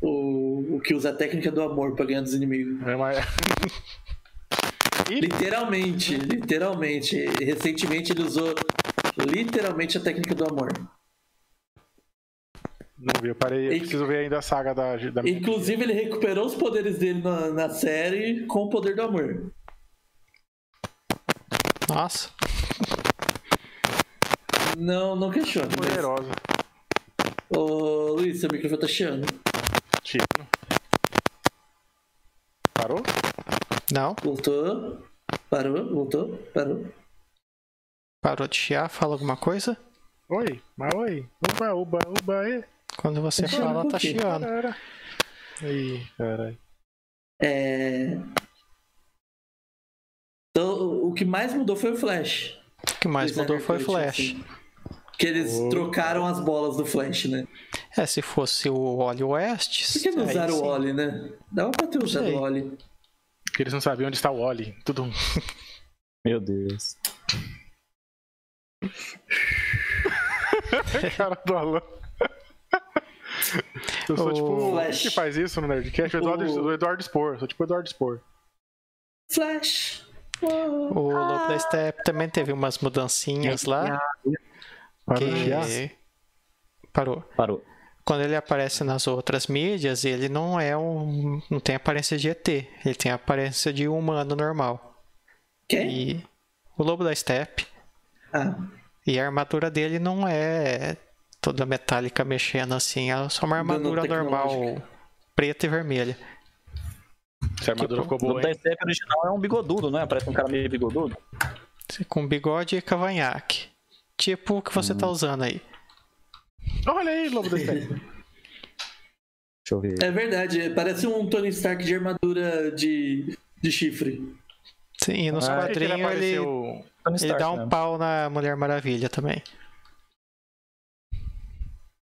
Speaker 3: O, o que usa a técnica do amor pra ganhar dos inimigos.
Speaker 1: É mais-
Speaker 3: Literalmente, literalmente. Recentemente ele usou literalmente a técnica do amor.
Speaker 1: *laughs* Não vi, eu parei. Eu
Speaker 3: E-
Speaker 1: preciso ver ainda a saga da, da minha.
Speaker 3: Inclusive, ele recuperou os poderes dele na, na série com o poder do amor.
Speaker 4: Nossa.
Speaker 3: Não, não questiona. Mas...
Speaker 1: Poderosa.
Speaker 3: Ô, Luiz, seu microfone tá chiando.
Speaker 1: Tipo. Parou?
Speaker 4: Não?
Speaker 3: Voltou. Parou, voltou, parou.
Speaker 4: Parou de chiar? Fala alguma coisa?
Speaker 1: Oi, mas oi. Uba, uba, uba, e.
Speaker 4: Quando você
Speaker 3: Chiando
Speaker 4: fala,
Speaker 3: por
Speaker 4: tá
Speaker 3: quê?
Speaker 4: chiando.
Speaker 1: Cara. Ih, caralho.
Speaker 3: É... Então, o- o que mais mudou foi o Flash.
Speaker 4: O que mais
Speaker 3: Designer
Speaker 4: mudou foi o
Speaker 3: Cut,
Speaker 4: Flash.
Speaker 3: é, assim. Que eles
Speaker 1: Oh.
Speaker 3: trocaram as bolas do Flash, né?
Speaker 4: É, se fosse o Oli West.
Speaker 3: Por que não
Speaker 4: aí
Speaker 3: usaram
Speaker 4: É, sim.
Speaker 3: o Oli, né? Dava pra ter usado
Speaker 4: sei.
Speaker 3: o Oli.
Speaker 1: Porque eles não sabiam onde está o Oli. Tudo. um
Speaker 2: Meu Deus.
Speaker 1: *laughs* cara do Alan. Eu sou
Speaker 4: O
Speaker 1: tipo.
Speaker 3: Flash.
Speaker 1: Quem que faz isso no Nerdcast? O Eduardo,
Speaker 3: O-
Speaker 1: o Eduardo Spor. Sou tipo o Eduardo Spor.
Speaker 3: Flash! Oh.
Speaker 4: O Lovelace Step também teve umas mudancinhas lá.
Speaker 1: Parou de chiar?
Speaker 4: Que... é? Parou.
Speaker 2: Parou.
Speaker 4: Quando ele aparece nas outras mídias, ele não é um. não tem aparência de ET. Ele tem a aparência de humano normal.
Speaker 3: Quem?
Speaker 4: E o Lobo da Step.
Speaker 3: Ah,
Speaker 4: E a armadura dele não é toda metálica mexendo assim. É só uma armadura normal
Speaker 3: Nanotecnológica.
Speaker 4: preta e vermelha.
Speaker 1: Essa armadura ficou
Speaker 2: O
Speaker 1: boa,
Speaker 2: da
Speaker 1: hein?
Speaker 2: Step original é um bigodudo, não é? Parece um cara meio bigodudo.
Speaker 4: Com bigode e cavanhaque. Tipo o que você
Speaker 1: Hum.
Speaker 4: tá usando aí.
Speaker 1: Olha aí, Lobo da Steppe.
Speaker 2: Deixa eu ver.
Speaker 3: é verdade. é, Parece um Tony Stark de armadura de, de chifre.
Speaker 4: Sim, e nos
Speaker 1: Por Ah, que que
Speaker 4: quadrinhos ele,
Speaker 1: apareceu-
Speaker 2: Tony
Speaker 4: ele
Speaker 2: Stark,
Speaker 4: dá um
Speaker 2: né?
Speaker 4: pau na Mulher Maravilha também.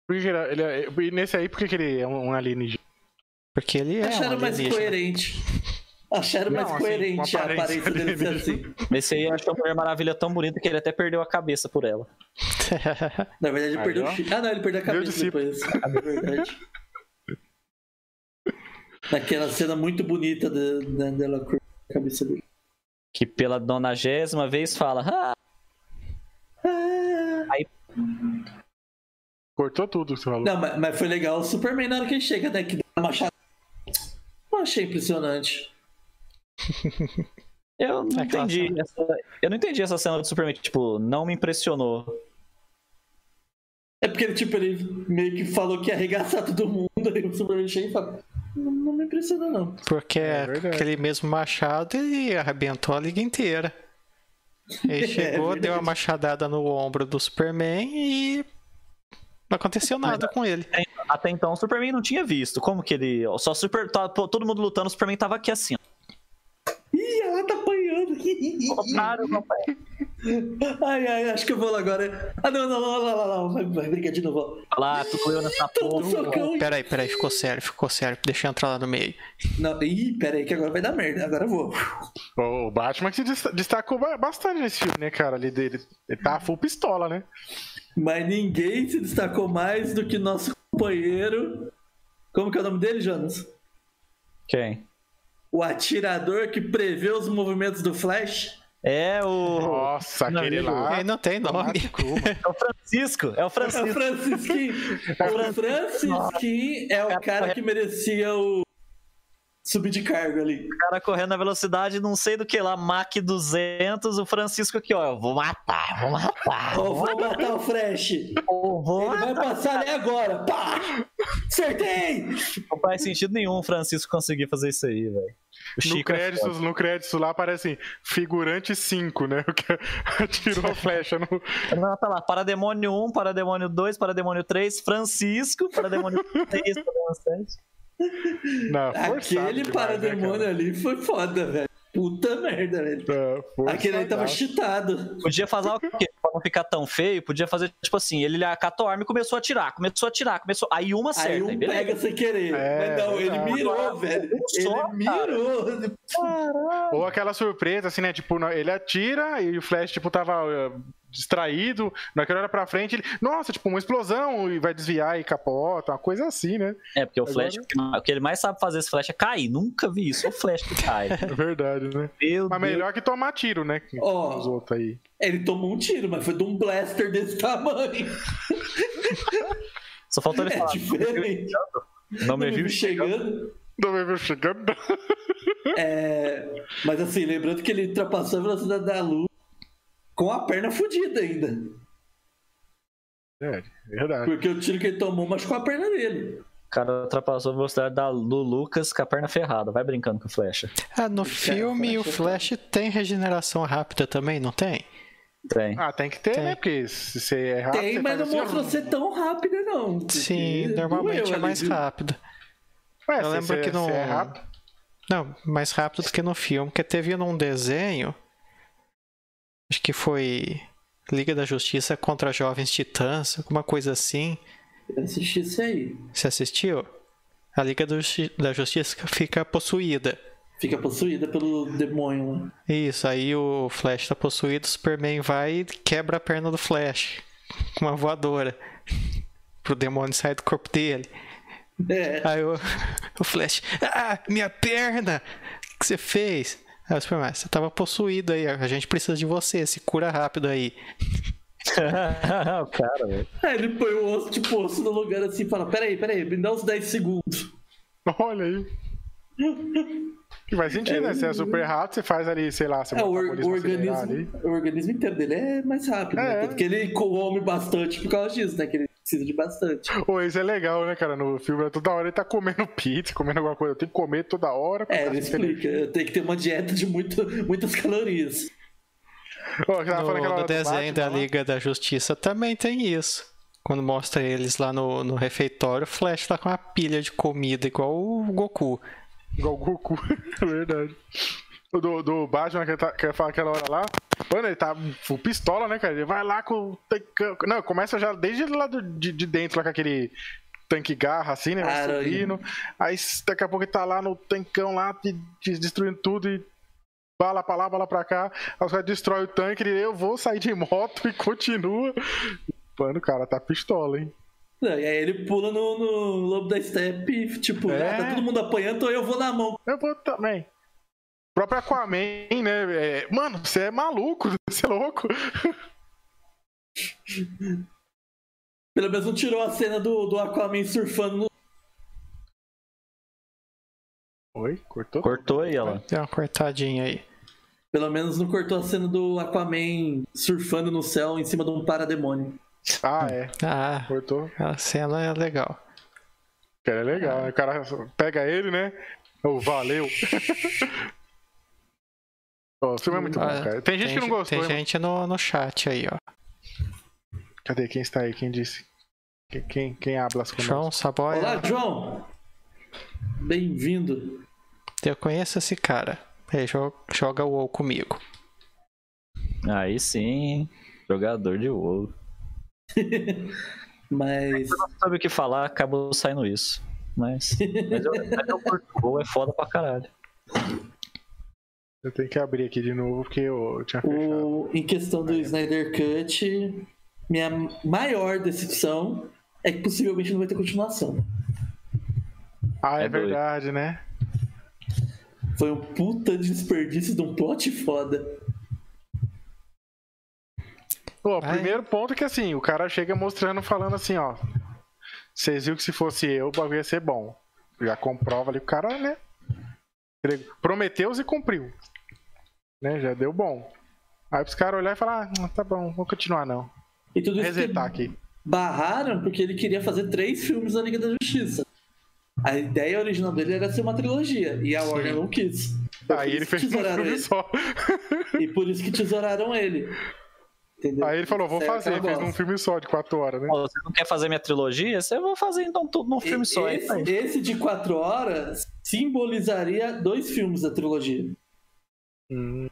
Speaker 1: Por que que ele- ele é- E nesse aí, por que que ele é um um alienígena?
Speaker 4: Porque ele é
Speaker 3: Acharam
Speaker 4: um
Speaker 3: mais
Speaker 4: alienígena.
Speaker 3: coerente. Acharam
Speaker 1: Não,
Speaker 3: mais
Speaker 1: assim,
Speaker 3: coerente
Speaker 1: com
Speaker 3: a
Speaker 1: aparência
Speaker 3: aparência dele ser assim.
Speaker 2: Esse aí achou a Mulher Maravilha tão bonita que ele até perdeu a cabeça por ela.
Speaker 3: Na verdade, ele
Speaker 1: Aí,
Speaker 3: perdeu
Speaker 1: ó.
Speaker 3: o chifre. Ah, não, ele perdeu a
Speaker 1: Meu
Speaker 3: cabeça
Speaker 1: discípulo. *laughs*
Speaker 3: depois. É verdade. Naquela cena muito bonita da, da, dela com a cabeça dele.
Speaker 2: Que pela nonagésima vez fala. "Ah,
Speaker 3: Ah.
Speaker 1: Cortou tudo que você falou.
Speaker 3: Não, mas, mas foi legal o Superman na hora que ele chega, né? Que dá uma machada. Eu achei impressionante.
Speaker 2: eu não
Speaker 4: É aquela
Speaker 2: entendi. essa- Eu não entendi essa cena do Superman. que, Tipo, não me impressionou.
Speaker 3: É porque ele, tipo, ele meio que falou que ia arregaçar todo mundo *laughs* Daí o Superman chega e fala: Não, não me impressiona, não.
Speaker 4: Porque
Speaker 1: É verdade.
Speaker 4: aquele mesmo machado ele arrebentou a liga inteira. Ele
Speaker 3: *laughs* É
Speaker 4: chegou, deu uma
Speaker 3: verdade.
Speaker 4: machadada no ombro do Superman e não aconteceu nada com
Speaker 3: É
Speaker 4: ele.
Speaker 2: Até então o Superman não tinha visto. Como que ele. Só super. tá- pô, todo mundo lutando, o Superman tava aqui assim. ó.
Speaker 3: Ih, ela tá apanhando.
Speaker 2: Contrário, rapaz.
Speaker 3: Ai, ai, acho que eu vou lá agora. Ah, não, não, não, não, não, não. Vai, vai brigar de novo.
Speaker 2: Lá, "Ah, tu caiu nessa
Speaker 3: Toma um
Speaker 2: porra.
Speaker 3: socão. e-
Speaker 4: Oh, Peraí, peraí, ficou sério, ficou sério. Deixa eu entrar lá no meio.
Speaker 3: Não, ih, pera aí, que agora vai dar merda. Agora eu vou.
Speaker 1: O Batman que se dest- destacou ba- bastante nesse filme, né, cara? Ele, ele, ele tá full pistola, né?
Speaker 3: Mas ninguém se destacou mais do que nosso companheiro. Como que é o nome dele, Jonas?
Speaker 2: Quem?
Speaker 3: O atirador que prevê os movimentos do Flash.
Speaker 2: É
Speaker 3: Uhum.
Speaker 2: o.
Speaker 1: Nossa,
Speaker 2: Não,
Speaker 1: aquele
Speaker 2: ele-
Speaker 1: lá.
Speaker 4: Aí não tem nome.
Speaker 2: É o Francisco. É o *laughs*
Speaker 3: É o
Speaker 2: Francisco.
Speaker 3: Francisquinho. O Francisquinho é o cara que merecia o subir de cargo ali.
Speaker 2: O cara correndo na velocidade, não sei do que lá, Mach 200. O Francisco aqui, ó. Eu vou matar, vou matar.
Speaker 3: Ó, vou matar o Flash. Ele
Speaker 2: Eu vou matar.
Speaker 3: vai passar ali agora. Pá! Acertei!
Speaker 2: Não faz sentido nenhum o Francisco conseguir fazer isso aí, velho. *laughs* O
Speaker 1: No
Speaker 2: Chico é foda.
Speaker 1: crédito, no crédito lá aparece assim, figurante 5, né? *laughs* O que atirou a flecha no.
Speaker 2: Não, tá lá. Parademônio 1, Parademônio 2, Parademônio 3,
Speaker 1: *laughs*
Speaker 2: Francisco, Parademônio 3, Parademônio 7.
Speaker 1: Na né,
Speaker 3: Aquele
Speaker 2: né,
Speaker 3: né? parademônio ali foi foda, velho. Puta merda, velho.
Speaker 1: Tá
Speaker 3: Aquele aí tava cheatado.
Speaker 2: Podia fazer o quê? Pra não ficar tão feio, podia fazer tipo assim: ele catou a arma e começou a atirar, começou a atirar, começou. Aí uma acerta,
Speaker 3: Aí
Speaker 2: aí
Speaker 3: um
Speaker 2: beleza.
Speaker 3: pega sem querer.
Speaker 1: É,
Speaker 3: Mas não, ele
Speaker 1: verdade.
Speaker 3: mirou, velho. Ele
Speaker 2: um só,
Speaker 3: mirou.
Speaker 1: Ou aquela surpresa, assim, né? Tipo, na- ele atira e o Flash, tipo, tava eh, distraído. Naquela hora pra frente, ele. Nossa, tipo, uma explosão e vai desviar e capota, uma coisa assim, né?
Speaker 2: É, porque o
Speaker 1: Agora-
Speaker 2: Flash, o que- o que ele mais sabe fazer esse Flash é cair. Nunca vi isso. O Flash que *laughs* cai.
Speaker 1: É verdade, né?
Speaker 2: Meu
Speaker 1: Mas
Speaker 2: Deus.
Speaker 1: melhor que tomar tiro, né? Que
Speaker 3: Ó.
Speaker 1: Os outros aí.
Speaker 3: Ele tomou um tiro, mas foi de um blaster desse tamanho. *laughs*
Speaker 2: Só faltou ele
Speaker 3: É
Speaker 2: falar.
Speaker 3: diferente.
Speaker 2: Não me
Speaker 3: Ele
Speaker 2: viu chegando.
Speaker 1: Não me viu chegando.
Speaker 3: É, mas assim, lembrando que ele ultrapassou a velocidade da luz com a perna fodida ainda.
Speaker 1: É, verdade.
Speaker 3: Porque o tiro que ele tomou machucou a perna dele.
Speaker 2: O cara ultrapassou a velocidade da, do Lucas com a perna ferrada. Vai brincando com o Flash.
Speaker 4: Ah, no filme o Flash
Speaker 3: tá-
Speaker 4: tem regeneração rápida também, não tem?
Speaker 2: Tem.
Speaker 1: Ah, tem que ter,
Speaker 4: Tem.
Speaker 1: né? Porque se você é rápido.
Speaker 3: Tem,
Speaker 1: você
Speaker 3: mas
Speaker 1: faz
Speaker 3: não
Speaker 1: assim, ó.
Speaker 3: mostrou ser tão rápida, não. Porque
Speaker 4: Sim,
Speaker 3: doeu
Speaker 4: normalmente é
Speaker 3: ali,
Speaker 4: mais
Speaker 3: viu?
Speaker 4: rápido.
Speaker 1: Ué,
Speaker 4: Eu
Speaker 1: se
Speaker 4: lembro
Speaker 1: você-
Speaker 4: que no.
Speaker 1: se é rápido.
Speaker 4: Não, mais rápido do que no filme, porque teve num desenho. Acho que foi Liga da Justiça contra Jovens Titãs, alguma coisa assim.
Speaker 3: Eu assisti isso aí.
Speaker 4: Você assistiu? A Liga do Justi- da Justiça fica possuída.
Speaker 3: Fica possuída pelo demônio. né?
Speaker 4: Isso, aí o Flash tá possuído, o Superman vai e quebra a perna do Flash com uma voadora. *laughs* Pro demônio sair do corpo dele.
Speaker 3: *laughs* É.
Speaker 4: Aí o, *laughs* o Flash, ah, minha perna! O que você fez? Aí o Superman, você tava possuído aí, a gente precisa de você, se cura rápido aí.
Speaker 2: o *laughs* cara, velho.
Speaker 3: Aí ele põe o osso de poço no lugar assim e fala: Peraí, peraí, me dá uns 10 segundos.
Speaker 1: *laughs* Olha aí. Que faz sentido, né? Você é super rápido, você faz ali, sei lá, você
Speaker 3: É, o,
Speaker 1: bota
Speaker 3: or- o
Speaker 1: metabolismo acelerar
Speaker 3: organismo, o organismo inteiro dele é mais rápido, né?
Speaker 1: É.
Speaker 3: Tanto que ele come bastante por causa disso, né? Que ele precisa de bastante.
Speaker 1: Pô, isso é legal, né, cara? No filme, toda hora ele tá comendo *laughs* pizza, comendo alguma coisa. Eu tenho que comer toda hora. pra
Speaker 3: É,
Speaker 1: dar
Speaker 3: ele
Speaker 1: essa energia.
Speaker 3: explica. Tem que ter uma dieta de muito, muitas calorias.
Speaker 1: Ó, que tava
Speaker 4: No,
Speaker 1: falando aquela
Speaker 4: no
Speaker 1: hora do
Speaker 4: desenho
Speaker 1: Batman
Speaker 4: da
Speaker 1: lá.
Speaker 4: Liga da Justiça também tem isso. Quando mostra eles lá no, no refeitório, o Flash tá com uma pilha de comida, igual o Goku.
Speaker 1: Igual o Goku, *laughs* é verdade. O Do, do Batman, que, tá, que fala aquela hora lá. Mano, ele tá full pistola, né, cara? Ele vai lá com o tanque. Não, começa já desde lá do- de, de dentro, lá com aquele tanque garra, assim, né? Vai
Speaker 3: Caralho.
Speaker 1: subindo. Aí s- daqui a pouco ele tá lá no tancão lá, de- de- destruindo tudo e. Bala pra lá, bala pra cá. Aí os caras destroem o tanque. Ele, eu vou sair de moto *laughs* e continua. Mano, o cara tá pistola, hein?
Speaker 3: Não, e aí ele pula no, no lobo da steppe e, tipo,
Speaker 1: É.
Speaker 3: ah, tá todo mundo apanhando, então eu vou na mão.
Speaker 1: Eu vou também. O próprio Aquaman, né? é, mano, você é maluco, *laughs* você é louco.
Speaker 3: Pelo menos não tirou a cena do, do Aquaman surfando no.
Speaker 1: Oi, cortou?
Speaker 2: Cortou aí, ela.
Speaker 4: Deu uma cortadinha aí.
Speaker 3: Pelo menos não cortou a cena do Aquaman surfando no céu em cima de um parademônio.
Speaker 1: Ah, é,
Speaker 4: Ah,
Speaker 1: cortou.
Speaker 4: aquela cena é legal.
Speaker 1: Cara, é legal, né? O cara pega ele, né? Ô, valeu. *laughs* Ó, o filme é muito bom,
Speaker 4: Ah,
Speaker 1: cara. Tem gente que não
Speaker 4: ge-
Speaker 1: gostou,
Speaker 4: Tem
Speaker 1: hein,
Speaker 4: gente no, no chat aí, ó.
Speaker 1: mano? Cadê? Quem está aí? Quem disse? Quem, quem, quem habla as conosco?
Speaker 4: João Saboia.
Speaker 3: Olá, João. Bem-vindo.
Speaker 4: Eu conheço esse cara. Ele jo- joga o WoW comigo.
Speaker 2: Aí sim, jogador de ouro.
Speaker 3: Mas
Speaker 2: Não sabe o que falar, acabou saindo isso. Mas, mas eu, mas eu curto o gol, é foda pra caralho.
Speaker 1: Eu tenho que abrir aqui de novo porque eu tinha fechado.
Speaker 3: o, em questão do Snyder Cut, minha maior decepção é que possivelmente não vai ter continuação.
Speaker 1: Ah, é,
Speaker 2: é doido.
Speaker 1: verdade, né?
Speaker 3: Foi um puta desperdício de um plot foda.
Speaker 1: Pô,
Speaker 4: Vai.
Speaker 1: primeiro ponto é que assim, o cara chega mostrando, falando assim, ó. Vocês viram que se fosse eu, o bagulho ia ser bom. Já comprova ali o cara, né? entregou- Prometeu e cumpriu. Né? Já deu bom. Aí os caras olharem e falar, ah, tá bom, vou continuar não.
Speaker 3: E tudo isso que
Speaker 1: Resetar aqui.
Speaker 3: barraram porque ele queria fazer três filmes da Liga da Justiça. A ideia original dele era ser uma trilogia, e a Warner não quis.
Speaker 1: Aí ele fez um
Speaker 3: Tesouraram
Speaker 1: filme
Speaker 3: ele.
Speaker 1: só.
Speaker 3: E por isso que tesouraram ele. Entendeu?
Speaker 1: Aí ele falou, vou
Speaker 3: Saiu
Speaker 1: fazer,
Speaker 3: é aquela
Speaker 1: fez um
Speaker 3: bosta.
Speaker 1: filme só de 4 horas, né?
Speaker 2: Ó, você não quer fazer minha trilogia? Você vai fazer então tudo num filme só. é isso aí.
Speaker 3: Esse, esse de quatro horas simbolizaria dois filmes da trilogia.
Speaker 1: Hum,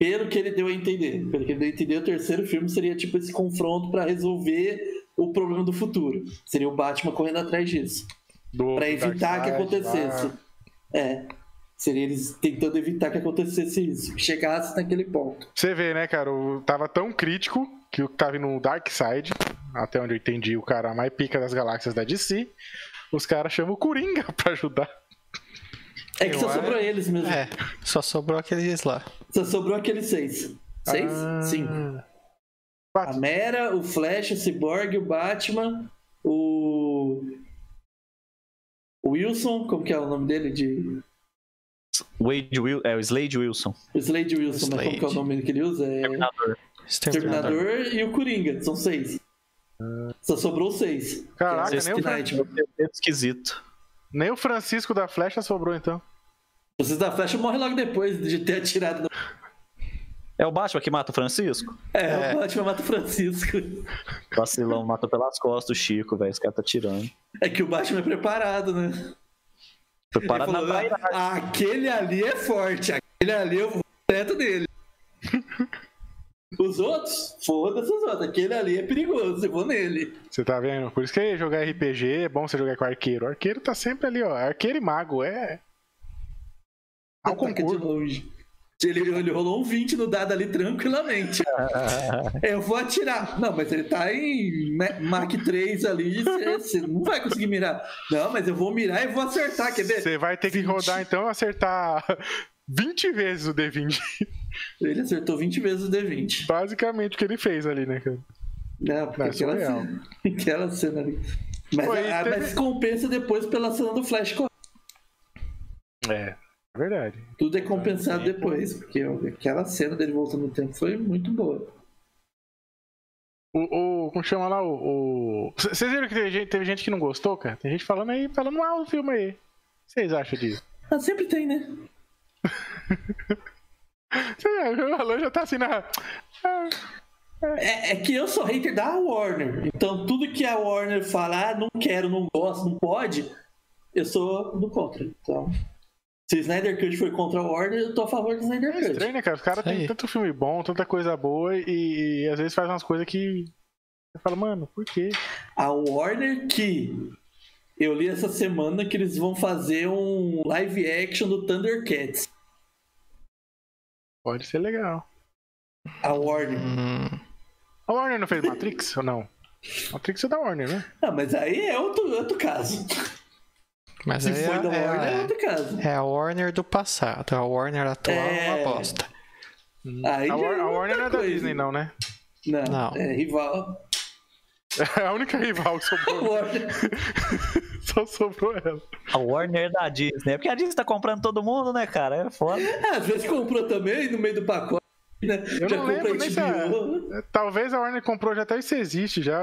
Speaker 3: Pelo que ele deu a entender. Pelo que ele deu a entender, o terceiro filme seria tipo esse confronto pra resolver o problema do futuro. Seria o Batman correndo atrás disso.
Speaker 1: do
Speaker 3: Pra evitar que
Speaker 1: Darkseid,
Speaker 3: acontecesse.
Speaker 1: lá.
Speaker 3: É. Seria eles tentando evitar que acontecesse isso. Que chegasse naquele ponto.
Speaker 1: Você vê, né, cara? O, tava tão crítico que o que tava no Dark Side, até onde eu entendi, o cara mais pica das galáxias da DC. Os caras chamam o Coringa *laughs* pra ajudar.
Speaker 3: É que
Speaker 4: Eu
Speaker 3: só
Speaker 4: acho-
Speaker 3: sobrou eles mesmo.
Speaker 4: É, só sobrou aqueles lá.
Speaker 3: Só sobrou aqueles seis. Seis?
Speaker 1: Ah,
Speaker 3: Cinco. A
Speaker 1: Quatro.
Speaker 3: Mera, o Flash, o Cyborg, o Batman, o. O Wilson, como que é o nome dele? De...
Speaker 2: Wade Will, é o Slade Wilson.
Speaker 3: O Slade Wilson, mas como
Speaker 4: Slade.
Speaker 3: que é o nome que ele usa? É
Speaker 2: Terminador.
Speaker 4: Exterminador.
Speaker 3: Terminador e o Coringa, são seis. Só sobrou seis.
Speaker 1: Caraca,
Speaker 3: Que é o
Speaker 1: nem o
Speaker 3: Zack Snyder.
Speaker 2: É esquisito.
Speaker 1: Nem o Francisco da Flecha sobrou, então.
Speaker 3: Vocês da Flecha morrem logo depois de ter atirado no.
Speaker 2: É o Batman que mata o Francisco?
Speaker 3: É, o Batman mata o Francisco.
Speaker 2: Vacilão, matou pelas costas o Chico, velho. Esse cara tá tirando.
Speaker 3: É que o Batman é preparado, né?
Speaker 2: Foi
Speaker 3: Ele
Speaker 2: parar na
Speaker 3: falou,
Speaker 2: Bahia.
Speaker 3: "Ah, aquele ali é forte, aquele ali eu vou direto dele. Os outros? Foda-se os outros. Aquele ali é perigoso, eu vou nele.
Speaker 1: Você tá vendo? Por isso que jogar RPG é bom você jogar com arqueiro. Arqueiro tá sempre ali, ó. Arqueiro e mago, é. Ao
Speaker 3: Ataca de
Speaker 1: concurso.
Speaker 3: longe. Ele, ele rolou um 20 no dado ali tranquilamente. eu vou atirar. Não, mas ele tá em Ma- Mach 3 ali. Você você não vai conseguir mirar. Não, mas eu vou mirar e vou acertar. Quer ver?
Speaker 1: Você vai ter que rodar, então, acertar *laughs* 20 vezes o D20.
Speaker 3: Ele acertou 20 vezes o D20.
Speaker 1: *laughs* Basicamente o que ele fez ali, né, cara?
Speaker 3: Não, porque
Speaker 1: Não, é
Speaker 3: aquela,
Speaker 1: surreal.
Speaker 3: cena, aquela cena ali. Mas,
Speaker 1: Pô, e
Speaker 3: ah,
Speaker 1: teve-
Speaker 3: mas compensa depois pela cena do Flash. correndo.
Speaker 1: É. É verdade.
Speaker 3: Tudo é compensado depois, porque ó, aquela cena dele voltando no tempo foi muito boa.
Speaker 1: O, o- como chama lá o. o- C- Vocês viram que teve gente, teve gente que não gostou, cara? Tem gente falando aí, falando mal do filme aí. O que vocês acham disso? *laughs*
Speaker 3: Ah, sempre tem, né?
Speaker 1: Você- O Alan já tá assim na. Ah,
Speaker 3: É, é que eu sou hater da Warner. Então tudo que a Warner falar, não quero, não gosto, não pode, eu sou do contra. Então, se o Snyder Cut foi contra a Warner, eu tô a favor do Snyder
Speaker 1: É
Speaker 3: Cut.
Speaker 1: estranho, né, cara? Os caras
Speaker 4: Isso
Speaker 1: têm
Speaker 4: aí.
Speaker 1: tanto filme bom, tanta coisa boa e, e às vezes faz umas coisas que. Você fala, mano, por quê?
Speaker 3: A Warner que eu li essa semana que eles vão fazer um live action do Thundercats.
Speaker 1: Pode ser legal.
Speaker 3: A Warner.
Speaker 4: Hum,
Speaker 1: A Warner não fez Matrix ou não? Matrix é da Warner, né?
Speaker 3: Ah, mas aí é outro, outro caso.
Speaker 4: mas
Speaker 3: Se
Speaker 4: aí
Speaker 3: foi da
Speaker 4: é,
Speaker 3: Warner, é, outro caso.
Speaker 4: é, é a Warner do passado. A Warner atual é
Speaker 3: É.
Speaker 4: uma bosta.
Speaker 3: Aí
Speaker 1: Hum. A,
Speaker 3: já
Speaker 1: War- a
Speaker 3: outra
Speaker 1: Warner não é da
Speaker 3: coisa.
Speaker 1: Disney, não, né? *laughs*
Speaker 3: Não,
Speaker 4: Não.
Speaker 3: é rival. *laughs*
Speaker 1: É a única rival que
Speaker 3: A
Speaker 1: *laughs* sobrou.
Speaker 3: Warner.
Speaker 1: Só sobrou ela.
Speaker 2: A Warner da Disney. É porque a Disney tá comprando todo mundo, né, cara? É foda.
Speaker 3: Ah, Às vezes comprou também no meio do pacote, né?
Speaker 1: Eu
Speaker 3: já
Speaker 1: não
Speaker 3: comprou
Speaker 1: lembro nem se a-
Speaker 3: HBO.
Speaker 1: Talvez a Warner comprou já até isso existe já.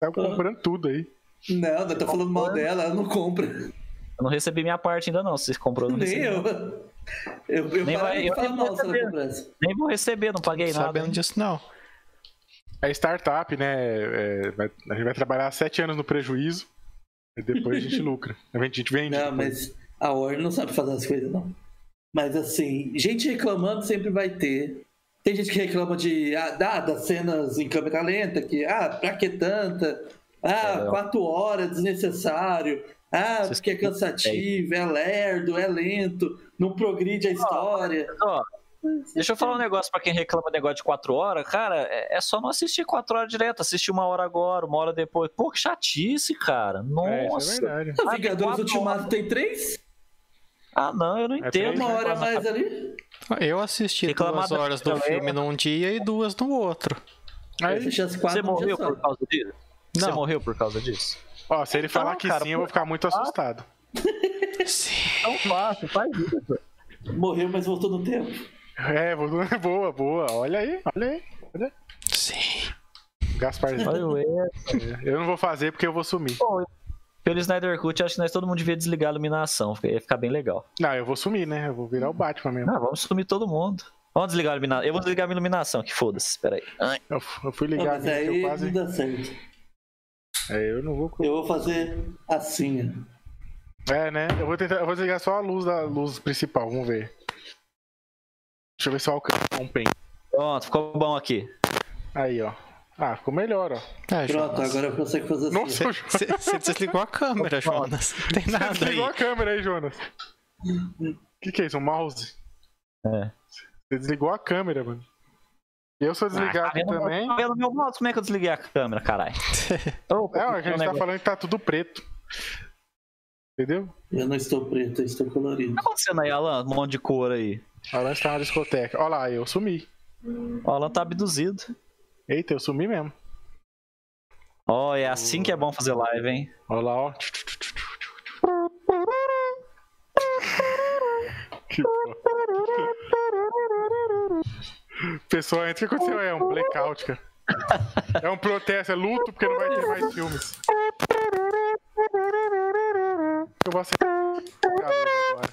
Speaker 1: Tá comprando tudo aí.
Speaker 3: Não, não tô falando mal dela, ela não compra.
Speaker 2: Eu não recebi minha parte ainda, não. Se comprou, eu não
Speaker 3: Nem
Speaker 2: recebi.
Speaker 3: eu. Eu, eu
Speaker 2: Nem
Speaker 3: paro
Speaker 2: vai-
Speaker 3: de
Speaker 2: eu
Speaker 3: falar
Speaker 2: nem
Speaker 3: mal
Speaker 2: vou
Speaker 3: se ela
Speaker 2: saber.
Speaker 3: comprasse.
Speaker 2: Nem vou receber, não paguei nada.
Speaker 4: Sabendo disso, não.
Speaker 1: É startup, né? é, vai- a gente vai trabalhar sete anos no prejuízo e depois
Speaker 3: *laughs*
Speaker 1: a gente lucra. A gente, a gente vende.
Speaker 2: Tipo,
Speaker 3: Não,
Speaker 1: depois.
Speaker 3: mas a Warner não sabe fazer as coisas, não. Mas assim, gente reclamando sempre vai ter. Tem gente que reclama de ah, da- das cenas em câmera lenta, que ah, pra que tanta? Ah,
Speaker 2: É.
Speaker 3: quatro horas desnecessário. Ah,
Speaker 2: Vocês
Speaker 3: porque é cansativo, é lerdo, é lento, não progride a história.
Speaker 2: Mas, é? ó, deixa eu falar um negócio pra quem reclama negócio de 4 horas. Cara, é, é só não assistir 4 horas direto. Assistir uma hora agora, uma hora depois. Pô, que chatice, cara.
Speaker 1: É, isso é
Speaker 2: Nossa.
Speaker 1: verdade.
Speaker 3: Ah, Vingadores
Speaker 2: quatro
Speaker 3: Ultimato tem três?
Speaker 2: ah, não, eu não entendo.
Speaker 1: É três
Speaker 3: Uma hora a
Speaker 2: Reclamar-
Speaker 3: mais ali?
Speaker 4: Eu assisti
Speaker 2: Reclamar
Speaker 4: duas
Speaker 2: da
Speaker 4: horas do
Speaker 2: Cinderela.
Speaker 4: filme num dia e duas no outro.
Speaker 3: Eu
Speaker 1: Aí,
Speaker 3: fechei as quatro
Speaker 2: Você
Speaker 3: num dia
Speaker 2: morreu
Speaker 3: só.
Speaker 2: por causa disso? Você
Speaker 4: Não.
Speaker 2: morreu por causa disso?
Speaker 1: ó, se ele falar
Speaker 2: Então,
Speaker 1: que
Speaker 2: cara,
Speaker 1: sim, eu vou
Speaker 2: pô,
Speaker 1: ficar muito assustado.
Speaker 4: Sim.
Speaker 2: Não faço, faz isso.
Speaker 3: Morreu, mas voltou no tempo.
Speaker 1: É, *laughs* vou- boa, boa. Olha aí, olha aí.
Speaker 4: Sim.
Speaker 1: Gaspar.
Speaker 2: Olha o erro.
Speaker 1: Eu não vou fazer porque eu vou sumir.
Speaker 2: Bom, Pelo Snyder Cut, acho que nós todo mundo devia desligar a iluminação. fica- Ia ficar bem legal.
Speaker 1: Não, eu vou sumir, né? Eu vou virar o Batman mesmo.
Speaker 2: Ah, vamos sumir todo mundo. Vamos desligar a iluminação. Eu vou desligar a minha iluminação, que foda-se. Espera aí. Ai,
Speaker 1: Eu, f- eu fui
Speaker 3: Não,
Speaker 1: ligar
Speaker 3: Ah, mas
Speaker 1: aqui, que
Speaker 3: aí
Speaker 1: eu
Speaker 3: não
Speaker 1: quase.
Speaker 3: dá certo.
Speaker 1: É, eu não vou. co-
Speaker 3: Eu vou fazer assim. ó.
Speaker 1: É, né? Eu vou tentar. Eu vou desligar só a luz da luz principal, vamos ver. Deixa eu ver se eu alcanço um pen.
Speaker 2: Pronto, ficou bom aqui.
Speaker 1: Aí, ó. Ah, ficou melhor, ó.
Speaker 4: É,
Speaker 3: Pronto,
Speaker 4: Jonas.
Speaker 3: agora eu consigo fazer assim.
Speaker 1: Nossa, o Jonas.
Speaker 4: Você desligou a câmera, Jonas. Não tem nada aí.
Speaker 1: Desligou a câmera aí, Jonas. O que, que é isso? Um mouse?
Speaker 2: É.
Speaker 1: Você desligou a câmera, mano. Eu sou desligado
Speaker 2: Ah, tá vendo-
Speaker 1: também.
Speaker 2: tá vendo meu mouse? Como é que eu desliguei a câmera, caralho? *laughs*
Speaker 1: É,
Speaker 2: Ô,
Speaker 1: ó, a
Speaker 2: que
Speaker 1: gente tá
Speaker 2: negócio.
Speaker 1: falando que tá tudo preto. Entendeu?
Speaker 3: Eu não estou preto, eu estou colorido.
Speaker 2: O que tá acontecendo aí, Alan? Um monte de cor aí.
Speaker 1: A Lance tá na discoteca. Ó lá, eu sumi.
Speaker 2: O Alan tá abduzido.
Speaker 1: Eita, eu sumi mesmo.
Speaker 2: Ó, é assim que é bom fazer live, hein? *laughs*
Speaker 1: Ó lá, ó. Que porra. Pessoal, antes o que aconteceu é um blackout, cara. É um protesto, é luto porque não vai ter mais filmes. Eu vou aceitar agora. Pera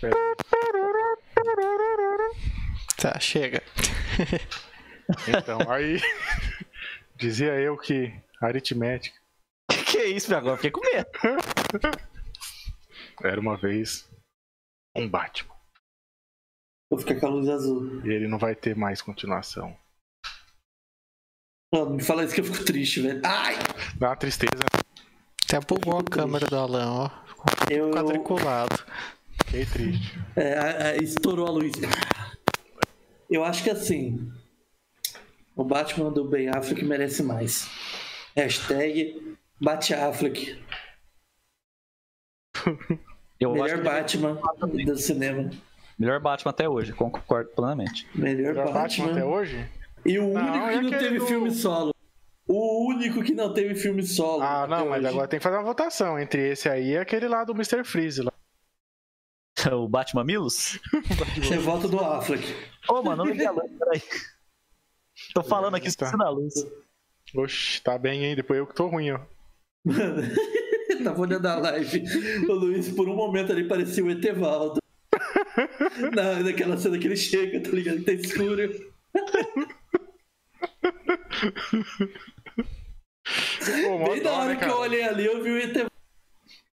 Speaker 1: aí.
Speaker 4: Tá, chega.
Speaker 1: Então, aí. *laughs* Dizia eu que aritmética
Speaker 2: Que é isso, meu? Agora eu fiquei com medo.
Speaker 1: era uma vez um Batman.
Speaker 3: Vou ficar com a luz azul.
Speaker 1: E ele não vai ter mais continuação.
Speaker 3: Mano, me fala isso que eu fico triste, velho. Ai!
Speaker 1: Dá uma tristeza. né?
Speaker 4: Até bugou a câmera do Alan, ó.
Speaker 3: Eu, eu-
Speaker 4: Quadriculado.
Speaker 1: Fiquei triste.
Speaker 3: é, a- a- estourou a luz. Eu acho que assim. O Batman do Ben Affleck merece mais. Hashtag Bate Affleck.
Speaker 2: Eu acho
Speaker 3: Melhor
Speaker 2: que
Speaker 3: Batman do cinema.
Speaker 2: melhor Batman até hoje, concordo plenamente. *laughs*
Speaker 3: Melhor
Speaker 1: Era Batman
Speaker 3: Batman.
Speaker 1: até hoje?
Speaker 3: E o
Speaker 1: Não,
Speaker 3: único
Speaker 1: é
Speaker 3: que não
Speaker 1: aquele
Speaker 3: teve
Speaker 1: do-
Speaker 3: filme solo. O único que não teve filme solo.
Speaker 1: Ah,
Speaker 3: até
Speaker 1: não, mas
Speaker 3: hoje.
Speaker 1: agora tem que fazer uma votação entre esse aí e aquele lá do Mr. Freeze. Lá.
Speaker 2: O Batman Milos?
Speaker 3: Você volta é do Affleck.
Speaker 2: Ô, mano, não liguei a luz, peraí. Tô falando aqui,
Speaker 1: Tá.
Speaker 2: esqueci na luz.
Speaker 1: Oxi, tá bem, hein? Depois eu que tô ruim, ó.
Speaker 3: *laughs* Tava olhando a live. O Luiz, por um momento ali, parecia o Etevaldo. Na, naquela cena que ele chega, tá ligado? Tá escuro.
Speaker 1: Pô, mó
Speaker 3: Bem na
Speaker 1: dó,
Speaker 3: hora
Speaker 1: né,
Speaker 3: que
Speaker 1: cara?
Speaker 3: eu olhei ali, eu vi o Etevaldo.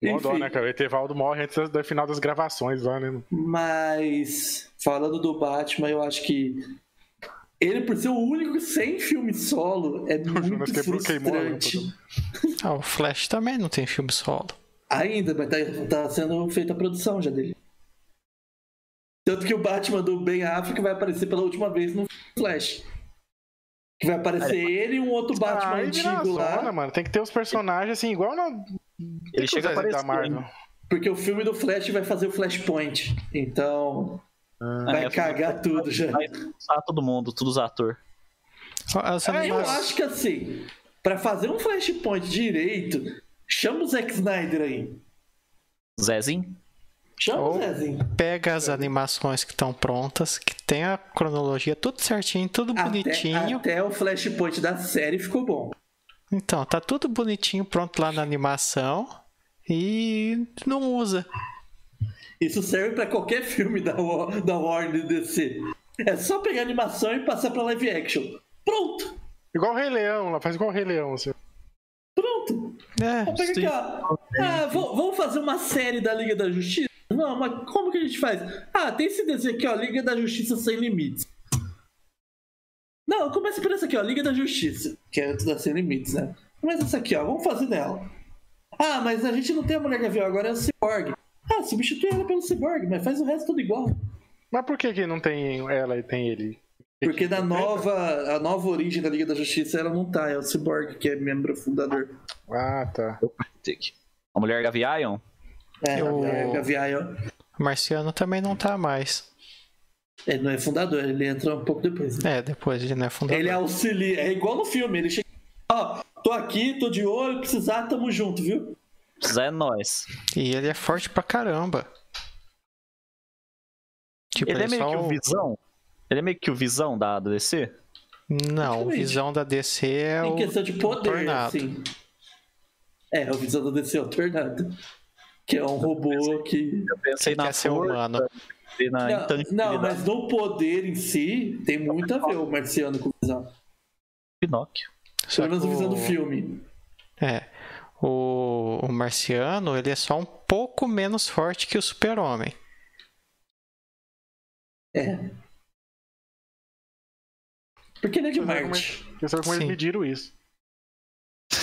Speaker 1: Mó dó,
Speaker 3: Enfim.
Speaker 1: né, cara? O Etevaldo morre antes da- da final das gravações lá, né?
Speaker 3: Mas, falando do Batman, eu acho que ele, por ser o único sem filme solo, é muito
Speaker 1: Jonas quebrou- queimou né, a
Speaker 3: frustrante.
Speaker 4: Ah, o Flash também não tem filme solo.
Speaker 3: Ainda, mas tá, tá sendo feita a produção já dele. Tanto que o Batman do Ben Affleck vai aparecer pela última vez no Flash. Que vai aparecer ele e um outro Batman
Speaker 1: aí vira
Speaker 3: antigo lá.
Speaker 1: zona, mano. Tem que ter os personagens assim, igual na.
Speaker 2: Ele chega a
Speaker 1: da
Speaker 2: aparecer. né?
Speaker 1: Marvel.
Speaker 2: hein?
Speaker 3: Porque o filme do Flash vai fazer o Flashpoint. Então,
Speaker 1: Ah.
Speaker 3: vai
Speaker 2: é,
Speaker 3: cagar tudo já.
Speaker 2: Vai expulsar todo mundo, todos os atores.
Speaker 4: Ó, As
Speaker 1: É,
Speaker 3: Eu
Speaker 4: anima-
Speaker 3: acho que assim, pra fazer um Flashpoint direito, chama o Zack Snyder aí.
Speaker 2: Zezinho?
Speaker 3: Chama
Speaker 1: Oh.
Speaker 3: o Zezinho.
Speaker 4: Pega as animações que estão prontas, que tem a cronologia tudo certinho, tudo
Speaker 3: Até, é.
Speaker 4: bonitinho.
Speaker 3: até o Flashpoint da série ficou bom.
Speaker 4: Então, tá tudo bonitinho, pronto lá na animação e não usa.
Speaker 3: Isso serve pra qualquer filme da, Wa- da Warner DC. É só pegar animação e passar pra live action. Pronto!
Speaker 1: Igual o Rei Leão, lá faz igual o Rei Leão. Assim.
Speaker 3: Pronto!
Speaker 4: É,
Speaker 3: Vamos pegar aqui, ó. Ah, vou- vamos fazer uma série da Liga da Justiça? Não, mas como que a gente faz? Ah, tem esse desenho aqui, ó. Liga da Justiça Sem Limites. Não, começa por essa aqui, ó. Liga da Justiça. Que é antes da Sem Limites, né? Começa essa aqui, ó. Vamos fazer dela. Ah, mas a gente não tem a Mulher Gavião, agora é o Cyborg. Ah, substitui ela pelo Cyborg, mas faz o resto tudo igual.
Speaker 1: Mas por que, que não tem ela e tem ele?
Speaker 3: Porque na nova, a nova origem da Liga da Justiça ela não tá, é o Cyborg que é membro fundador.
Speaker 1: Ah, tá.
Speaker 2: A mulher Gavião?
Speaker 3: É,
Speaker 4: Eu-
Speaker 3: o Gavião
Speaker 4: o Marciano também não tá mais.
Speaker 3: ele não é fundador, ele entra um pouco depois. né?
Speaker 4: É, depois ele não é fundador.
Speaker 3: Ele auxilia, é igual no filme, ele chega, ó, tô aqui, tô de olho, precisar, tamo junto, viu?
Speaker 2: Zé é nós.
Speaker 4: E ele é forte pra caramba. Tipo,
Speaker 2: Ele é meio
Speaker 4: só
Speaker 2: que o Visão? Ele é meio que o Visão da da DC?
Speaker 4: Não, o
Speaker 3: Exatamente.
Speaker 4: visão da DC é
Speaker 3: em
Speaker 4: o.
Speaker 3: questão de poder,
Speaker 4: Tornado.
Speaker 3: assim. É, o visão do DC é o Tornado. Que é um robô que.
Speaker 2: Eu pensei
Speaker 4: Ele
Speaker 2: na
Speaker 4: quer ser
Speaker 2: força,
Speaker 4: humano.
Speaker 2: e
Speaker 4: Ah,
Speaker 2: na
Speaker 3: Não,
Speaker 4: então
Speaker 3: não,
Speaker 2: intangibilidade
Speaker 3: mas no poder em si, tem muito a ver o Marciano com o visão.
Speaker 2: do Pinóquio.
Speaker 4: só
Speaker 3: Pelo menos
Speaker 4: que
Speaker 3: o visão do
Speaker 4: o-
Speaker 3: filme.
Speaker 4: É. O, o marciano, ele é só um pouco menos forte que o super-homem.
Speaker 3: É. Porque ele é de
Speaker 1: Mas é como
Speaker 3: Marte.
Speaker 1: Eu sei como eles
Speaker 4: Sim.
Speaker 1: mediram isso.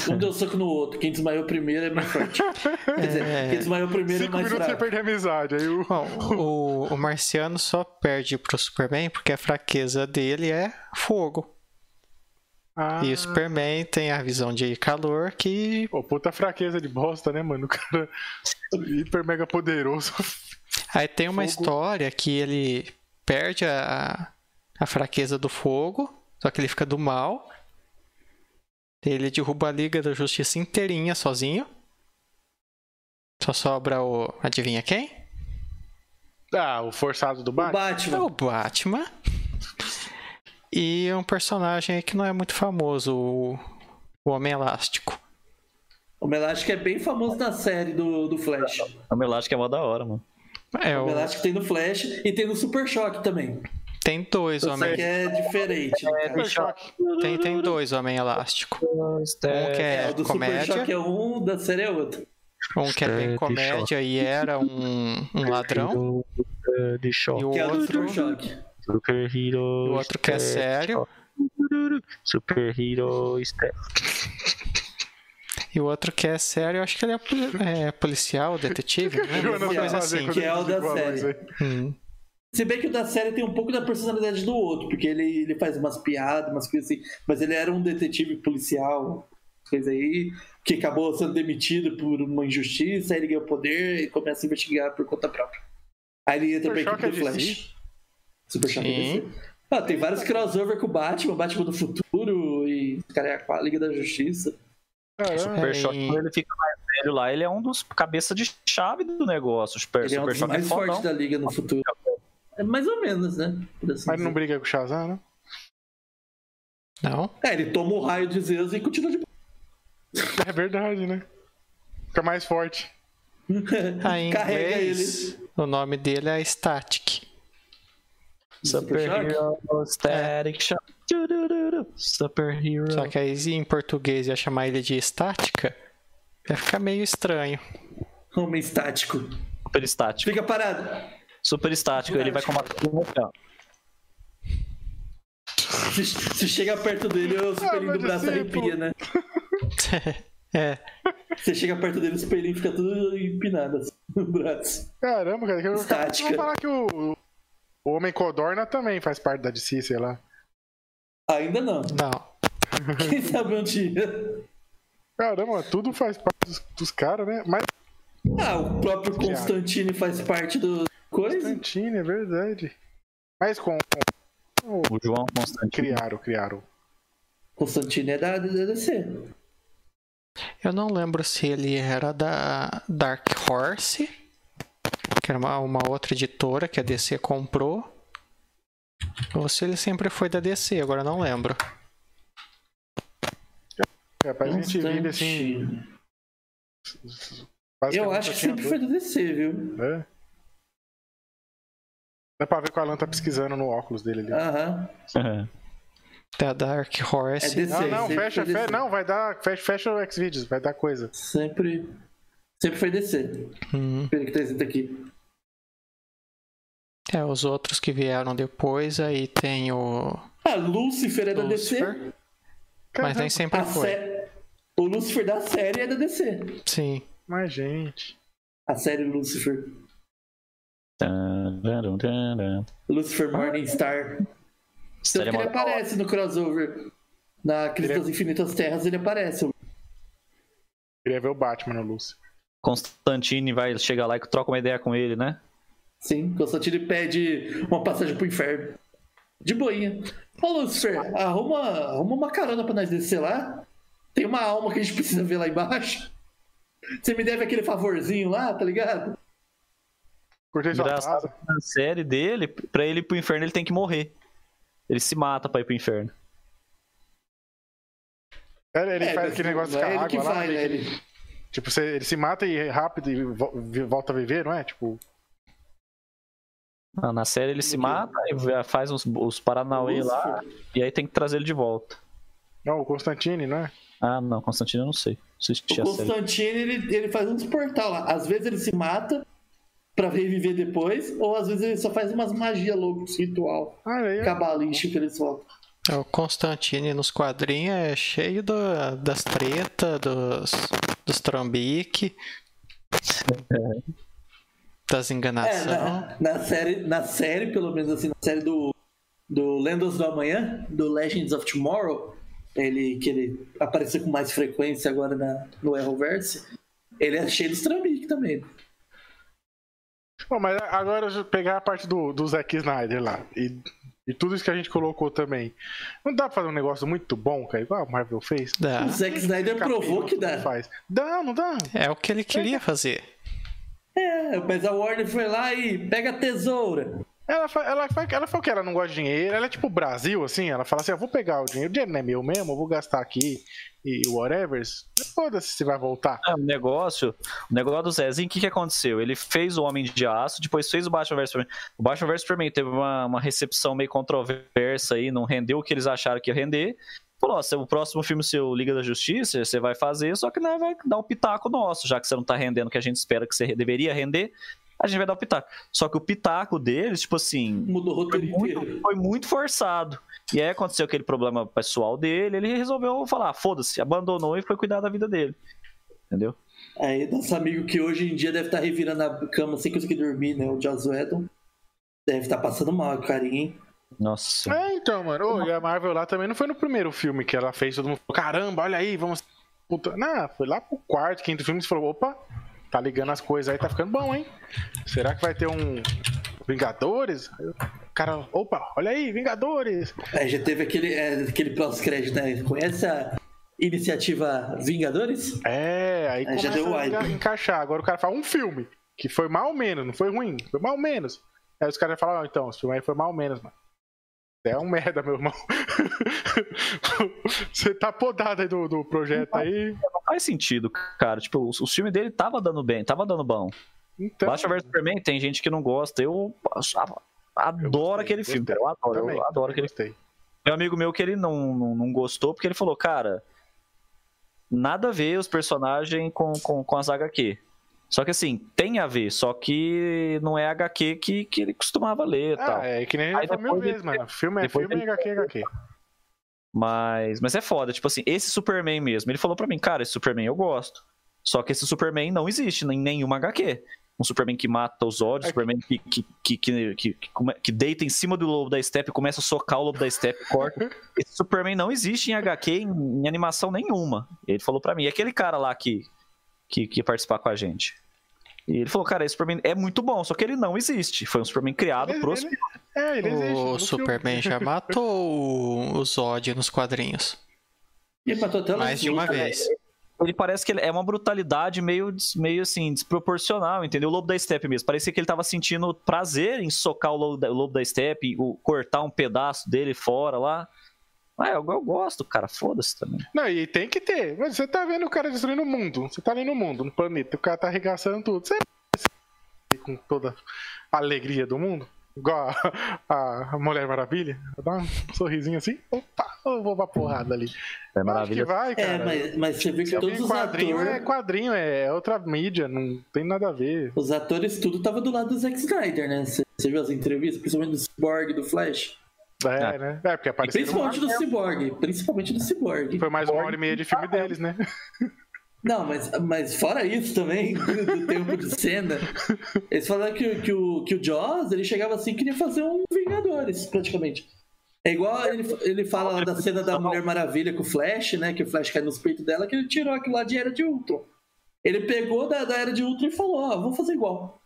Speaker 3: Um deu soco no outro. Quem desmaiou primeiro é mais forte. Quer dizer,
Speaker 4: É.
Speaker 3: quem desmaiou primeiro é
Speaker 1: Cinco
Speaker 3: mais
Speaker 1: minutos você
Speaker 3: fraco.
Speaker 1: perde a amizade. Aí o...
Speaker 4: Bom, o, o marciano só perde pro Superman porque a fraqueza dele é fogo.
Speaker 1: Ah,
Speaker 4: E o Superman tem a visão de calor que.
Speaker 1: Pô, puta fraqueza de bosta, né, mano? O cara *laughs* hiper mega poderoso. *laughs*
Speaker 4: Aí tem uma
Speaker 1: Fogo.
Speaker 4: história que ele perde a, a fraqueza do fogo, só que ele fica do mal. Ele derruba a Liga da Justiça inteirinha sozinho. Só sobra o. Adivinha quem?
Speaker 1: Ah, o forçado do
Speaker 3: O
Speaker 1: Batman.
Speaker 4: É
Speaker 3: Batman.
Speaker 4: o Batman. E um personagem aí que não é muito famoso, o, o Homem Elástico.
Speaker 3: O Melástico é bem famoso na série do, do Flash.
Speaker 2: O meu acho que é mó da hora, mano.
Speaker 4: É,
Speaker 3: O
Speaker 4: o-
Speaker 3: Melástico tem no Flash e tem no Super Choque também.
Speaker 4: tem dois
Speaker 3: Só
Speaker 4: homens.
Speaker 3: que é diferente. né, cara?
Speaker 1: Super choque.
Speaker 4: Tem, tem dois Homem Elástico.
Speaker 5: é,
Speaker 4: Um que
Speaker 3: É, o
Speaker 4: é
Speaker 3: do Super
Speaker 4: comédia,
Speaker 3: Choque é um, da série é outro.
Speaker 4: um que é bem comédia e era um, um ladrão.
Speaker 5: de
Speaker 4: E
Speaker 5: choque.
Speaker 4: o
Speaker 3: Que é o do Super
Speaker 4: outro,
Speaker 3: Choque.
Speaker 5: Super Hero.
Speaker 4: o outro que é sério.
Speaker 5: Super Hero Step.
Speaker 4: E o outro que é sério, eu acho que ele é poli- é, policial, detetive,
Speaker 3: *laughs*
Speaker 1: *laughs*
Speaker 4: né?
Speaker 1: Jonas
Speaker 4: Uma
Speaker 1: vai
Speaker 4: coisa
Speaker 1: fazer
Speaker 4: assim.
Speaker 1: quando
Speaker 3: que é o
Speaker 1: ele
Speaker 3: da
Speaker 1: desigual,
Speaker 3: série.
Speaker 1: mas aí-
Speaker 4: Hum.
Speaker 3: Se bem que o da série tem um pouco da personalidade do outro, porque ele, ele faz umas piadas, umas coisas assim. Mas ele era um detetive policial, coisa aí, que acabou sendo demitido por uma injustiça, aí ele ganha o poder e começa a investigar por conta própria. Aí ele entra
Speaker 1: Super
Speaker 3: pra
Speaker 1: Choque
Speaker 3: equipe do
Speaker 1: é DC?
Speaker 3: Flash. Super Choque é
Speaker 4: Sim.
Speaker 3: DC. Ah, tem vários crossover com o Batman, Batman do Futuro e cara, é a Liga da Justiça.
Speaker 1: Caramba.
Speaker 2: Super
Speaker 4: É,
Speaker 2: Choque,
Speaker 4: e-
Speaker 2: quando ele fica mais velho lá, ele é um dos cabeça de chave do negócio. O Super,
Speaker 3: Ele é um
Speaker 2: Super
Speaker 3: dos
Speaker 2: Choque é
Speaker 3: mais fortes
Speaker 2: fodão.
Speaker 3: da Liga no futuro. É mais ou menos, né? Por assim
Speaker 1: Mas ele não
Speaker 3: dizer.
Speaker 1: briga com o
Speaker 5: *laughs*
Speaker 1: Shazam, né?
Speaker 4: Não.
Speaker 3: É, ele toma o raio de Zeus e continua de
Speaker 1: É verdade, né? Fica mais forte.
Speaker 4: Aí, Tá Ah, em
Speaker 3: Carrega
Speaker 4: inglês, o nome dele é Static.
Speaker 2: Super
Speaker 3: Choque?
Speaker 2: Hero Static Shock. Turururu. Super Hero.
Speaker 3: É.
Speaker 4: Só que aí em português ia chamar ele de estática. Ia ficar meio estranho.
Speaker 3: Homem estático.
Speaker 2: Super estático.
Speaker 3: Fica parado.
Speaker 2: Super estático, ele vai combater com o Rafael.
Speaker 3: Se, se chega perto dele, é o espelhinho
Speaker 1: meu
Speaker 3: do braço
Speaker 1: discípulo.
Speaker 3: arrepia, né?
Speaker 4: *laughs* é.
Speaker 3: Você chega perto dele, o espelhinho fica tudo empinado assim, no braço.
Speaker 1: Caramba, cara. que Eu,
Speaker 3: Estática.
Speaker 1: Vou falar que o, o Homem Codorna também faz parte da DC, sei lá. *laughs*
Speaker 3: Ainda não.
Speaker 4: Não.
Speaker 3: Quem sabe um dia.
Speaker 1: Caramba, tudo faz parte dos, dos caras, né? Mas
Speaker 3: Ah, o próprio Constantine faz parte do coisa.
Speaker 1: Constantine, é verdade. Mas com.
Speaker 2: O João Constantino.
Speaker 1: Criaram, criaram.
Speaker 3: Constantine é da da DC.
Speaker 4: Eu não lembro se ele era da Dark Horse, que era uma, uma outra editora que a DC comprou. Ou se ele sempre foi da DC, agora eu não lembro.
Speaker 1: É, parece que a gente vive assim.
Speaker 3: Constantine.
Speaker 1: basicamente assim,
Speaker 3: Eu acho
Speaker 1: só
Speaker 3: que
Speaker 1: tinha
Speaker 3: sempre
Speaker 1: dois.
Speaker 3: foi do DC, viu?
Speaker 1: É. Dá pra ver que o Alan tá pesquisando no óculos dele
Speaker 3: Ah,
Speaker 1: ali.
Speaker 3: Aham.
Speaker 2: *laughs*
Speaker 4: da Dark
Speaker 3: É
Speaker 4: Horse.
Speaker 3: DC.
Speaker 1: não, não,
Speaker 3: sempre
Speaker 1: fecha,
Speaker 3: foi
Speaker 1: fecha.
Speaker 3: DC.
Speaker 1: Não, vai dar. Fecha, fecha o Xvideos, vai dar coisa.
Speaker 3: Sempre. Sempre foi DC.
Speaker 4: Hum.
Speaker 3: Pelo que tá escrito aqui.
Speaker 4: É, os outros que vieram depois, aí tem o.
Speaker 3: Ah, Lucifer é da DC.
Speaker 4: Lucifer. Mas nem sempre
Speaker 3: A
Speaker 4: foi.
Speaker 3: sé- O Lucifer da série é da DC.
Speaker 4: Sim.
Speaker 1: Mas, gente.
Speaker 3: A série Lucifer.
Speaker 1: Ah.
Speaker 3: Lucifer Morningstar. Tanto que ele aparece no crossover. Na Crise
Speaker 1: Ele é-
Speaker 3: das Infinitas Terras ele aparece.
Speaker 1: Queria ver o Batman no Lúcio.
Speaker 2: Constantine vai chegar lá e troca uma ideia com ele, né?
Speaker 3: Sim, Constantine pede uma passagem pro inferno. De boinha. Ô Lucifer, arruma, arruma uma carona pra nós descer lá. Tem uma alma que a gente precisa ver lá embaixo. Você me deve aquele favorzinho lá, tá ligado?
Speaker 1: Cortei sua
Speaker 2: Engraçado
Speaker 1: casa.
Speaker 2: que na série dele, pra ele ir pro inferno, ele tem que morrer. Ele se mata pra ir pro inferno.
Speaker 1: Ele, ele
Speaker 3: É,
Speaker 1: faz aquele negócio de
Speaker 3: não é
Speaker 1: ficar
Speaker 3: ele
Speaker 1: água
Speaker 3: que
Speaker 1: lá.
Speaker 3: vai,
Speaker 1: ele-
Speaker 3: né? Ele-
Speaker 1: Tipo, você- ele se mata e rápido e vo- vi- volta a viver, não é? Tipo,
Speaker 2: Na- Na série ele se mata e vai- faz uns, os Paranauê lá. E aí tem que trazer ele de volta.
Speaker 1: não, o Constantine, não é?
Speaker 2: Ah, não, Constantino eu não sei. Não
Speaker 3: O
Speaker 2: Assisti a série.
Speaker 3: Constantine, ele, ele faz uns portal lá. Às vezes ele se mata pra reviver depois, ou às vezes ele só faz umas magias loucas, ritual,
Speaker 1: Ah, ele é.
Speaker 3: cabalístico, ele só.
Speaker 4: É, O Constantine nos quadrinhos é cheio da- das tretas, dos, dos trambique, das
Speaker 2: Ah,
Speaker 3: É,
Speaker 4: enganação.
Speaker 3: na, na série, na série, pelo menos assim, na série do, do Lendas do Amanhã, do Legends of Tomorrow, ele, que ele apareceu com mais frequência agora na, no Arrowverse, ele é cheio de trambique também.
Speaker 1: Bom, mas agora eu pegar a parte do, do Zack Snyder lá e, e tudo isso que a gente colocou também. Não dá pra fazer um negócio muito bom, cara, igual a Marvel fez?
Speaker 4: Dá.
Speaker 2: Ah,
Speaker 3: O
Speaker 2: né?
Speaker 3: Zack Snyder
Speaker 1: Fica
Speaker 3: provou
Speaker 1: feio,
Speaker 3: que
Speaker 1: não
Speaker 3: dá.
Speaker 1: Faz. Dá, não dá?
Speaker 4: É o que ele queria fazer.
Speaker 3: É, mas a Warner foi lá e pega a tesoura.
Speaker 1: Ela, fa- ela, fa- ela falou que ela não gosta de dinheiro, ela é tipo o Brasil, assim, ela fala assim, eu vou pegar o dinheiro, o dinheiro não é meu mesmo, eu vou gastar aqui e whatever. Foda-se se vai voltar.
Speaker 2: Ah, o negócio, o negócio do Zezinho, o que, que aconteceu? Ele fez o Homem de Aço, depois fez o Batman vs Superman. O Batman vs Superman teve uma, uma recepção meio controversa aí, não rendeu o que eles acharam que ia render. Falou, ó, seu- o próximo filme seu, Liga da Justiça, você vai fazer, só que nós vai dar um pitaco nosso, já que você não tá rendendo o que a gente espera que você deveria render, a gente vai dar o pitaco. Só que o pitaco deles, tipo assim,
Speaker 3: Mudou o
Speaker 2: foi
Speaker 3: roteiro
Speaker 2: muito,
Speaker 3: inteiro.
Speaker 2: foi muito forçado. E aí aconteceu aquele problema pessoal dele, ele resolveu falar, "Ah, foda-se, abandonou e foi cuidar da vida dele. Entendeu?
Speaker 3: Aí, nosso amigo que hoje em dia deve estar revirando a cama sem conseguir dormir, né? O Joss Whedon. Deve estar passando mal, carinha, hein?
Speaker 2: Nossa.
Speaker 1: É, então, mano. Ô, e a Marvel lá também não foi no primeiro filme que ela fez, todo mundo falou, caramba, olha aí, vamos. Puta... Não, foi lá pro quarto, quinto filme, você falou, opa, tá ligando as coisas aí, tá ficando bom, hein? Será que vai ter um Vingadores? Aí o Cara, opa, olha aí, Vingadores!
Speaker 3: É, já teve aquele, é, aquele pós-crédito, né? Conhece a iniciativa Vingadores?
Speaker 1: É, aí
Speaker 3: Aí já
Speaker 1: começa
Speaker 3: deu
Speaker 1: a
Speaker 3: hype.
Speaker 1: encaixar. Agora o cara fala um filme, que foi mal menos, não foi ruim, foi mal menos. Aí os caras falam, ah, então, esse filme aí foi mal menos, mano. É um merda, meu irmão. *laughs* Você tá podado aí do, do projeto aí.
Speaker 2: Não faz sentido, cara. Tipo, o, o filme dele tava dando bem, tava dando bom.
Speaker 1: Então,
Speaker 2: Batman vs Superman tem gente que não gosta. Eu a- adoro
Speaker 1: gostei,
Speaker 2: aquele filme.
Speaker 1: gostei.
Speaker 2: Eu adoro,
Speaker 1: também,
Speaker 2: eu adoro aquele
Speaker 1: gostei.
Speaker 2: Tem um amigo meu que ele não, não, não gostou, porque ele falou, cara, nada a ver os personagens com, com, com as HQ. Só que assim, tem a ver, só que não é HQ que, que ele costumava ler e tal.
Speaker 1: Ah, é que nem a
Speaker 2: Aí
Speaker 1: gente falou mil
Speaker 2: depois
Speaker 1: vezes,
Speaker 2: ele-
Speaker 1: mano. Filme é
Speaker 2: depois
Speaker 1: filme,
Speaker 2: ele-
Speaker 1: HQ é HQ.
Speaker 2: Mas, mas é foda, tipo assim, esse Superman mesmo, ele falou pra mim, cara, esse Superman eu gosto. Só que esse Superman não existe em nenhuma HQ. Um Superman que mata os ódios,
Speaker 1: É que-
Speaker 2: Superman que, que, que, que, que, que come- que deita em cima do lobo da steppe, começa a socar o lobo da steppe,
Speaker 1: *laughs*
Speaker 2: corta. Esse Superman não existe em HQ, em, em animação nenhuma. Ele falou pra mim, e aquele cara lá que, que, que ia participar com a gente. E ele falou, cara, esse Superman é muito bom, só que ele não existe. Foi um Superman criado
Speaker 1: Ele-
Speaker 2: pro
Speaker 1: ele- É, ele existe. no
Speaker 4: o
Speaker 1: filme.
Speaker 4: Superman já matou o, o Zod nos quadrinhos.
Speaker 3: E matou até o
Speaker 4: mais de uma
Speaker 3: Lex Luthor.
Speaker 4: vez.
Speaker 2: ele parece que ele- é uma brutalidade meio, des- meio assim, desproporcional, entendeu? O Lobo da Steppe mesmo. Parecia que ele tava sentindo prazer em socar o Lobo da, o Lobo da Steppe, o- cortar um pedaço dele fora lá. Ah, eu, eu gosto, cara, foda-se também.
Speaker 1: Não, e tem que ter. Mas você tá vendo o cara destruindo o mundo. Você tá ali no mundo, no planeta. O cara tá arregaçando tudo. Você com toda a alegria do mundo. Igual a, a Mulher Maravilha. Dá um sorrisinho assim. Opa, eu vou pra porrada ali.
Speaker 2: É
Speaker 1: Eu Acho que
Speaker 2: maravilha.
Speaker 1: vai,
Speaker 3: É,
Speaker 1: cara.
Speaker 3: mas, mas você vê que
Speaker 1: Se eu
Speaker 3: todos
Speaker 1: vi
Speaker 3: os
Speaker 1: quadrinho, é
Speaker 3: atores,
Speaker 1: quadrinho, é outra mídia, não tem nada a ver.
Speaker 3: os atores tudo tava do lado do Zack Snyder, né? Você, você viu as entrevistas, principalmente do Cyborg, do Flash?
Speaker 1: É, né? É, porque apareceu.
Speaker 3: Principalmente do Cyborg, principalmente do Cyborg.
Speaker 1: Foi mais uma hora e meia de filme deles, né?
Speaker 3: Não, mas, mas fora isso também, *laughs* do tempo de cena, eles falaram que, o- que, o, que o Jaws, ele chegava assim e queria fazer um Vingadores, praticamente. É igual ele, ele fala lá da cena da Mulher Maravilha com o Flash, né? Que o Flash cai nos peitos dela, que ele tirou aquilo lá de Era de Ultron. Ele pegou da, da Era de Ultron e falou, ó, vamos fazer igual.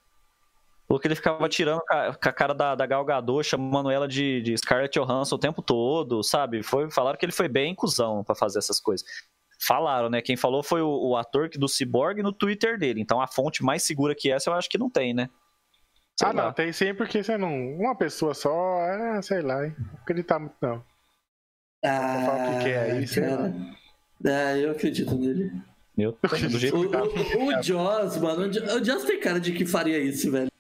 Speaker 2: Falou que ele ficava tirando ca- com a cara da, da Gal Gadot, chamando ela de, de Scarlett Johansson o tempo todo, sabe? Foi, falaram que ele foi bem cuzão pra fazer essas coisas. Falaram, né? Quem falou foi o, o ator que- do Cyborg no Twitter dele. Então a fonte mais segura que essa eu acho que não tem, né? Sei
Speaker 1: ah, não,
Speaker 2: lá.
Speaker 1: tem sempre porque você não. Uma pessoa só, é, sei lá, hein? Não acreditar muito, não.
Speaker 3: Ah,
Speaker 1: falar o que que é aí, sei lá.
Speaker 3: cara. Ah, eu acredito nele.
Speaker 2: Meu, do jeito
Speaker 3: O, o, o Jaws, mano, o Jaws- o Jaws tem cara de que faria isso, velho.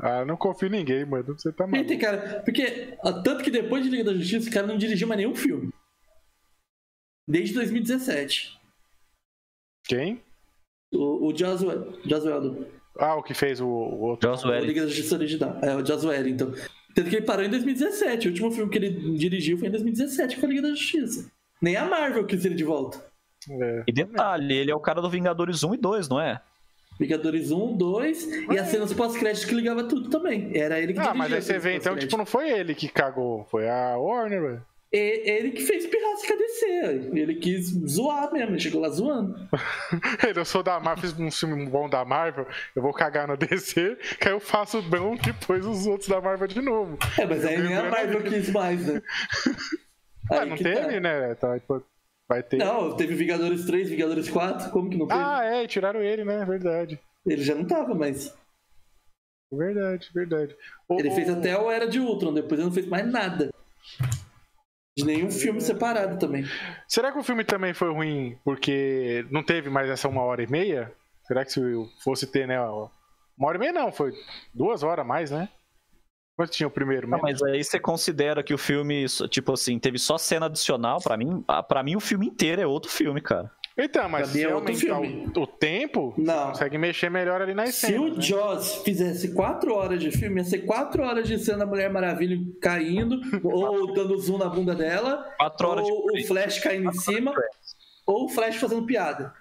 Speaker 1: Ah, eu não confio em ninguém, mano. Você tá
Speaker 3: Ele *laughs*
Speaker 1: maluco.
Speaker 3: tem cara. Porque, ó, tanto que depois de Liga da Justiça, o cara não dirigiu mais nenhum filme. Desde 2017.
Speaker 1: Quem?
Speaker 3: O, o Joss Whe- Joss Whedon.
Speaker 1: Ah, o que fez o, o outro.
Speaker 2: Joss
Speaker 3: O
Speaker 2: Whedon.
Speaker 3: Liga da Justiça original. É, o Joss Whedon, então. Tanto que ele parou em 2017. O último filme que ele dirigiu foi em 2017, com a Liga da Justiça. Nem a Marvel quis ele de volta.
Speaker 1: É.
Speaker 2: E detalhe, ele é o cara do Vingadores 1 e 2, não é?
Speaker 3: Vingadores 1, 2 e as cenas pós-crédito que ligava tudo também. Era ele que
Speaker 1: Ah,
Speaker 3: dirigia.
Speaker 1: mas aí
Speaker 3: as
Speaker 1: você
Speaker 3: cenas
Speaker 1: vê, então,
Speaker 3: pós-crédito.
Speaker 1: tipo, não foi ele que cagou, foi a Warner, velho. *laughs*
Speaker 3: E- Ele que fez pirraça descer. Ele quis zoar mesmo, ele chegou lá zoando.
Speaker 1: Eu sou da Marvel, fiz um filme bom da Marvel, eu vou cagar *laughs* na DC, que aí eu faço bom depois os outros da Marvel de novo.
Speaker 3: É, mas aí nem a Marvel quis
Speaker 1: *laughs*
Speaker 3: mais, né?
Speaker 1: Ah,
Speaker 3: Aí
Speaker 1: um não
Speaker 3: que
Speaker 1: teve,
Speaker 3: tá.
Speaker 1: né? Tá, tipo, vai ter.
Speaker 3: Não, teve Vingadores 3, Vingadores 4, como que não teve?
Speaker 1: Ah, é, e tiraram ele, né? Verdade.
Speaker 3: Ele já não tava, mas.
Speaker 1: Verdade, verdade. O-
Speaker 3: Ele fez
Speaker 1: o-
Speaker 3: até o Era de Ultron, depois ele não fez mais nada. De nenhum filme separado também.
Speaker 1: Será que o filme também foi ruim porque não teve mais essa uma hora e meia? Será que se fosse ter, né? ó, Uma hora e meia não, foi duas horas a mais, né? Quanto tinha o primeiro
Speaker 2: Ah,
Speaker 1: mesmo?
Speaker 2: mas aí você considera que o filme, só- tipo assim, teve só cena adicional? Pra mim, ah, pra mim o filme inteiro é outro filme, cara.
Speaker 1: Então, mas
Speaker 3: Cadê
Speaker 1: se
Speaker 3: outro
Speaker 1: aumentar
Speaker 3: filme?
Speaker 1: o, o tempo,
Speaker 3: Não.
Speaker 1: consegue mexer melhor ali nas
Speaker 3: Se
Speaker 1: cenas.
Speaker 3: o
Speaker 1: né?
Speaker 3: Joss fizesse 4 horas de filme, ia ser 4 horas de cena da Mulher Maravilha caindo, *laughs* ou dando zoom na bunda dela,
Speaker 2: Quatro horas
Speaker 3: ou
Speaker 2: de
Speaker 3: o Flash caindo em cima, ou o Flash fazendo piada.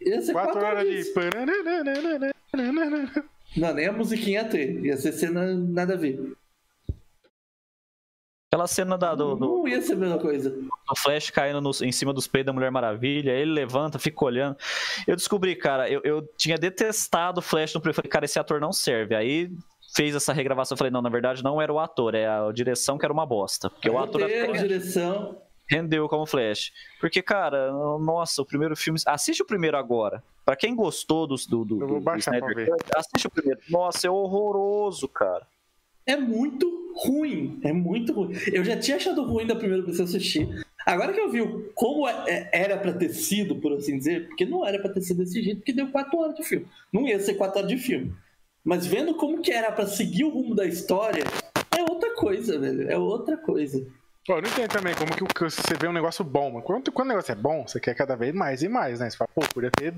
Speaker 3: Ia ser 4
Speaker 1: Quatro horas
Speaker 3: disso.
Speaker 1: de. pananana, nananana.
Speaker 3: Não, nem a musiquinha ia ter. Ia ser cena nada a ver.
Speaker 2: Aquela cena da, Ah, do, do-
Speaker 3: Não ia ser a mesma coisa.
Speaker 2: do Flash caindo no- em cima dos peitos da Mulher Maravilha, ele levanta, fica olhando. Eu descobri, cara, eu, eu tinha detestado o Flash no primeiro. Falei, cara, esse ator não serve. Aí fez essa regravação, eu falei, não, na verdade não era o ator, é a direção que era uma bosta. Porque o ator é
Speaker 3: Roteiro,
Speaker 2: até
Speaker 3: direção.
Speaker 2: rendeu como Flash. Porque, cara, nossa, o primeiro filme. Assiste o primeiro agora. Pra quem gostou dos, do, do,
Speaker 1: Eu vou
Speaker 2: do
Speaker 1: baixar pra
Speaker 2: Snyder
Speaker 1: ver.
Speaker 2: Cut, assiste o primeiro. Nossa, é horroroso, cara.
Speaker 3: É muito ruim. É muito ruim. Eu já tinha achado ruim da primeira vez que eu assisti. Agora que eu vi o- como é- é- era pra ter sido, por assim dizer, porque não era pra ter sido desse jeito, porque deu 4 horas de filme. Não ia ser 4 horas de filme. Mas vendo como que era pra seguir o rumo da história, é outra coisa, velho. É outra coisa.
Speaker 1: Pô, eu não entendo também como que o- você vê um negócio bom, mano. Quando, quando o negócio é bom, você quer cada vez mais e mais, né? Você fala, pô, podia ter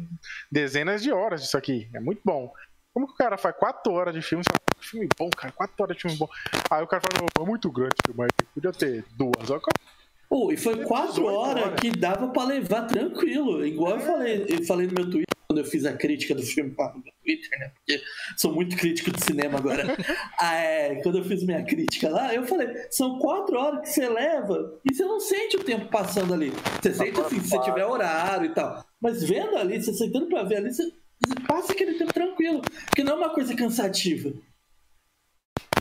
Speaker 1: dezenas de horas disso aqui. É muito bom. Como que o cara faz quatro horas de filme? Você fala, "Que filme bom, cara, quatro horas de filme bom. Aí o cara fala, "Não, é muito grande esse filme aí, podia ter duas. Olha como-
Speaker 3: Pô, e foi quatro
Speaker 1: 18
Speaker 3: horas
Speaker 1: horas.
Speaker 3: que dava pra levar tranquilo. Igual eu falei, eu falei no meu Twitter quando eu fiz a crítica do filme para o meu Twitter, né? Porque sou muito crítico de cinema agora. Ah, é, quando eu fiz minha crítica lá, eu falei, são quatro horas que você leva e você não sente o tempo passando ali. Você sente assim, se você tiver horário e tal. Mas vendo ali, você sentando pra ver ali, você você passa aquele tempo tranquilo. Porque não é uma coisa cansativa.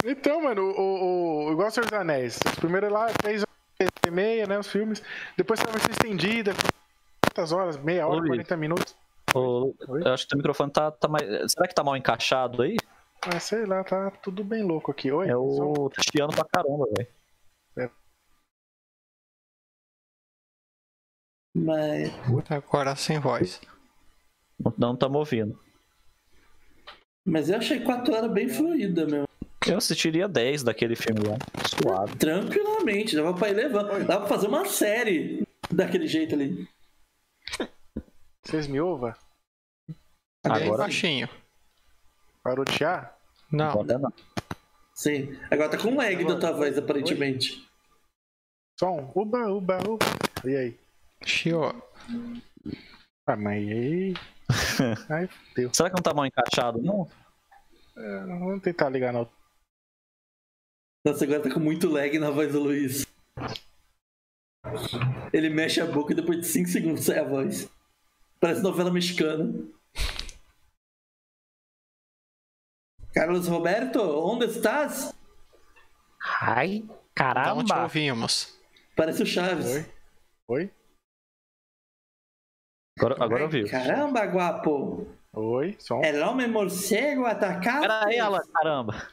Speaker 1: Então, mano, o, o, o, igual o Senhor dos Anéis. Os primeiros lá, três horas e meia, né? Os filmes. Depois você vai ser estendida, quantas horas? Meia hora,
Speaker 2: Oi.
Speaker 1: 40 minutos.
Speaker 2: Ô,
Speaker 1: Oi?
Speaker 2: eu acho que o microfone tá, tá mais. Será que tá mal encaixado aí?
Speaker 1: Ah, sei lá, tá tudo bem um louco aqui. Oi,
Speaker 2: É
Speaker 1: som?
Speaker 2: o Tiano pra caramba, velho.
Speaker 3: Mas.
Speaker 4: Agora sem voz.
Speaker 2: Não- Não estamos ouvindo.
Speaker 3: Mas eu achei 4 horas bem fluida, meu.
Speaker 2: Eu assistiria 10 daquele filme lá. Suave.
Speaker 3: Tranquilamente, dava pra ir levando. Dava pra fazer uma série daquele jeito ali.
Speaker 1: Vocês me ouvam?
Speaker 4: Bem
Speaker 2: Agora-
Speaker 4: baixinho.
Speaker 1: Parou de chiar?
Speaker 4: Não,
Speaker 2: Agora não.
Speaker 3: Sim. Agora tá com lag da tua voz, aparentemente.
Speaker 1: Som. um, Uba, uba, uba. E aí?
Speaker 4: chiou.
Speaker 1: Ah, mas e aí? Ai, fudeu.
Speaker 2: Será que não tá mal encaixado, não?
Speaker 1: É, Vamos tentar ligar na outra.
Speaker 3: Nossa, agora tá com muito lag na voz do Luiz. Ele mexe a boca e depois de 5 segundos sai a voz. Parece novela mexicana. Carlos Roberto, onde estás?
Speaker 5: Ai,
Speaker 1: um
Speaker 4: Não te
Speaker 5: caramba.
Speaker 4: ouvimos.
Speaker 3: Parece o Chaves.
Speaker 1: Oi? Oi?
Speaker 2: Agora, agora eu vi.
Speaker 3: Caramba, guapo!
Speaker 1: Oi? um. Som?
Speaker 3: É homem morcego atacado?
Speaker 2: Era ela, caramba.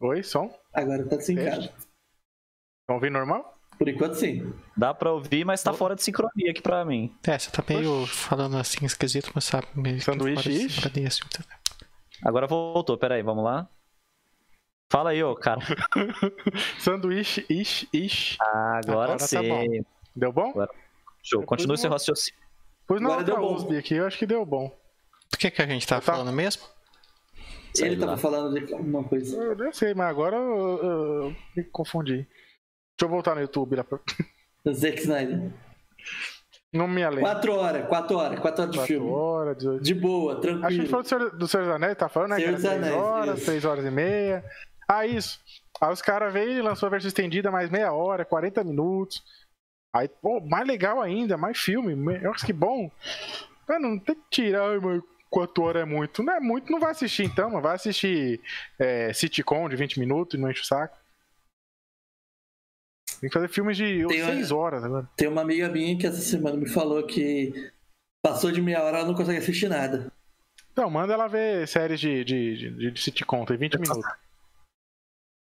Speaker 1: Oi? Som?
Speaker 3: Agora tá sem cara.
Speaker 1: Estão ouvindo normal?
Speaker 3: Por enquanto, sim.
Speaker 2: Dá pra ouvir, mas tá fora de sincronia aqui pra mim.
Speaker 4: É, você tá meio falando assim esquisito, mas sabe meio que
Speaker 1: Sanduíche,
Speaker 4: fora de
Speaker 1: ish?
Speaker 4: sincronia, assim, tá?
Speaker 2: Agora voltou, peraí, vamos lá. Fala aí, ô, cara.
Speaker 1: Sanduíche, ish, ish.
Speaker 2: Ah, agora,
Speaker 4: Agora tá
Speaker 2: sim.
Speaker 4: bom.
Speaker 1: Deu bom?
Speaker 2: Show, continua seu raciocínio.
Speaker 1: Pois na
Speaker 3: Agora
Speaker 1: outra
Speaker 3: deu bom.
Speaker 1: USB aqui, eu acho que deu bom.
Speaker 4: Do que, que a gente tava
Speaker 1: Tá.
Speaker 4: falando mesmo?
Speaker 2: Sei
Speaker 3: Ele
Speaker 2: lá.
Speaker 3: tava falando de alguma coisa.
Speaker 1: Eu não sei, mas agora eu, eu- eu me confundi. Deixa eu voltar no YouTube lá pra...
Speaker 3: Zack Snyder.
Speaker 1: Não me alento.
Speaker 3: 4 horas, 4 horas, 4 horas de
Speaker 1: 4
Speaker 3: filme.
Speaker 1: horas, 18.
Speaker 3: De boa,
Speaker 1: Acho que a gente
Speaker 3: tranquilo.
Speaker 1: falou do Senhor, do Senhor dos Anéis, tá falando, né?
Speaker 3: Senhor dos
Speaker 1: 3
Speaker 3: Anéis,
Speaker 1: horas,
Speaker 3: isso.
Speaker 1: 3 horas e meia. Ah, isso. Aí os caras veio e lançou a versão estendida mais meia hora, 40 minutos. Aí, pô, mais legal ainda, mais filme. me- Nossa, que bom. Mano, não tem que tirar, ai, mas 4 horas é muito. Não é muito, não vai assistir então, mano. Vai assistir é, sitcom de 20 minutos e não enche o saco. Tem que fazer filmes de
Speaker 3: Tem né?
Speaker 1: 6 horas né, agora.
Speaker 3: Tem uma amiga minha que essa semana me falou que passou de meia hora ela não consegue assistir nada.
Speaker 1: Então, manda ela ver séries de, de, de, de sitcom, tem 20 minutos.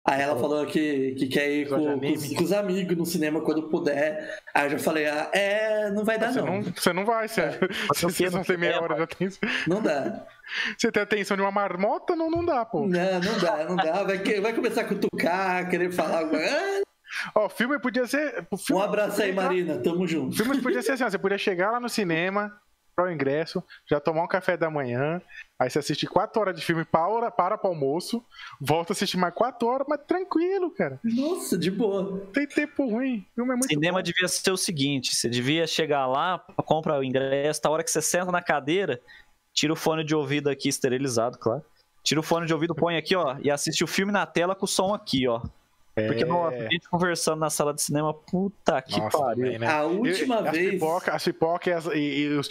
Speaker 3: Aí ela falou que, que quer ir com, com os, com os amigos no cinema quando puder. Aí eu já falei, ah, é, não vai dar
Speaker 1: Você
Speaker 3: não. É.
Speaker 1: não, você não vai, *laughs* você, você,
Speaker 2: Mas eu
Speaker 1: não
Speaker 2: quero-
Speaker 1: tem meia hora de atenção.
Speaker 3: Não dá.
Speaker 1: Você tem a atenção de uma marmota? Não, não dá, *laughs* pô.
Speaker 3: Não, não dá, não dá. Vai, que- vai começar a cutucar, querer falar alguma
Speaker 1: *laughs*
Speaker 3: ah,
Speaker 1: Ó, o filme podia ser. o
Speaker 3: Um
Speaker 1: filme-
Speaker 3: abraço aí, Marina. Tamo
Speaker 1: O
Speaker 3: junto.
Speaker 1: filme podia ser assim: ó, você podia chegar lá no cinema, comprar o ingresso, já tomar um café da manhã, aí você assiste 4 horas de filme, para, para pro almoço, volta a assistir mais 4 horas, mas tranquilo, cara.
Speaker 3: Nossa, de boa.
Speaker 1: Não tem tempo ruim. O filme é muito.
Speaker 2: Cinema devia ser o seguinte: você devia chegar lá, compra o ingresso, tá a hora que você senta na cadeira, tira o fone de ouvido aqui, esterilizado, claro. Tira o fone de ouvido, põe aqui, ó, e assiste o filme na tela com o som aqui, ó.
Speaker 1: É...
Speaker 2: Porque, ó, a gente conversando na sala de cinema, puta que
Speaker 1: Nossa,
Speaker 2: pariu.
Speaker 1: também, né?
Speaker 3: A
Speaker 1: Eu-
Speaker 3: última
Speaker 1: as
Speaker 3: vez.
Speaker 1: Pipoca, as pipocas e, as- e- e os.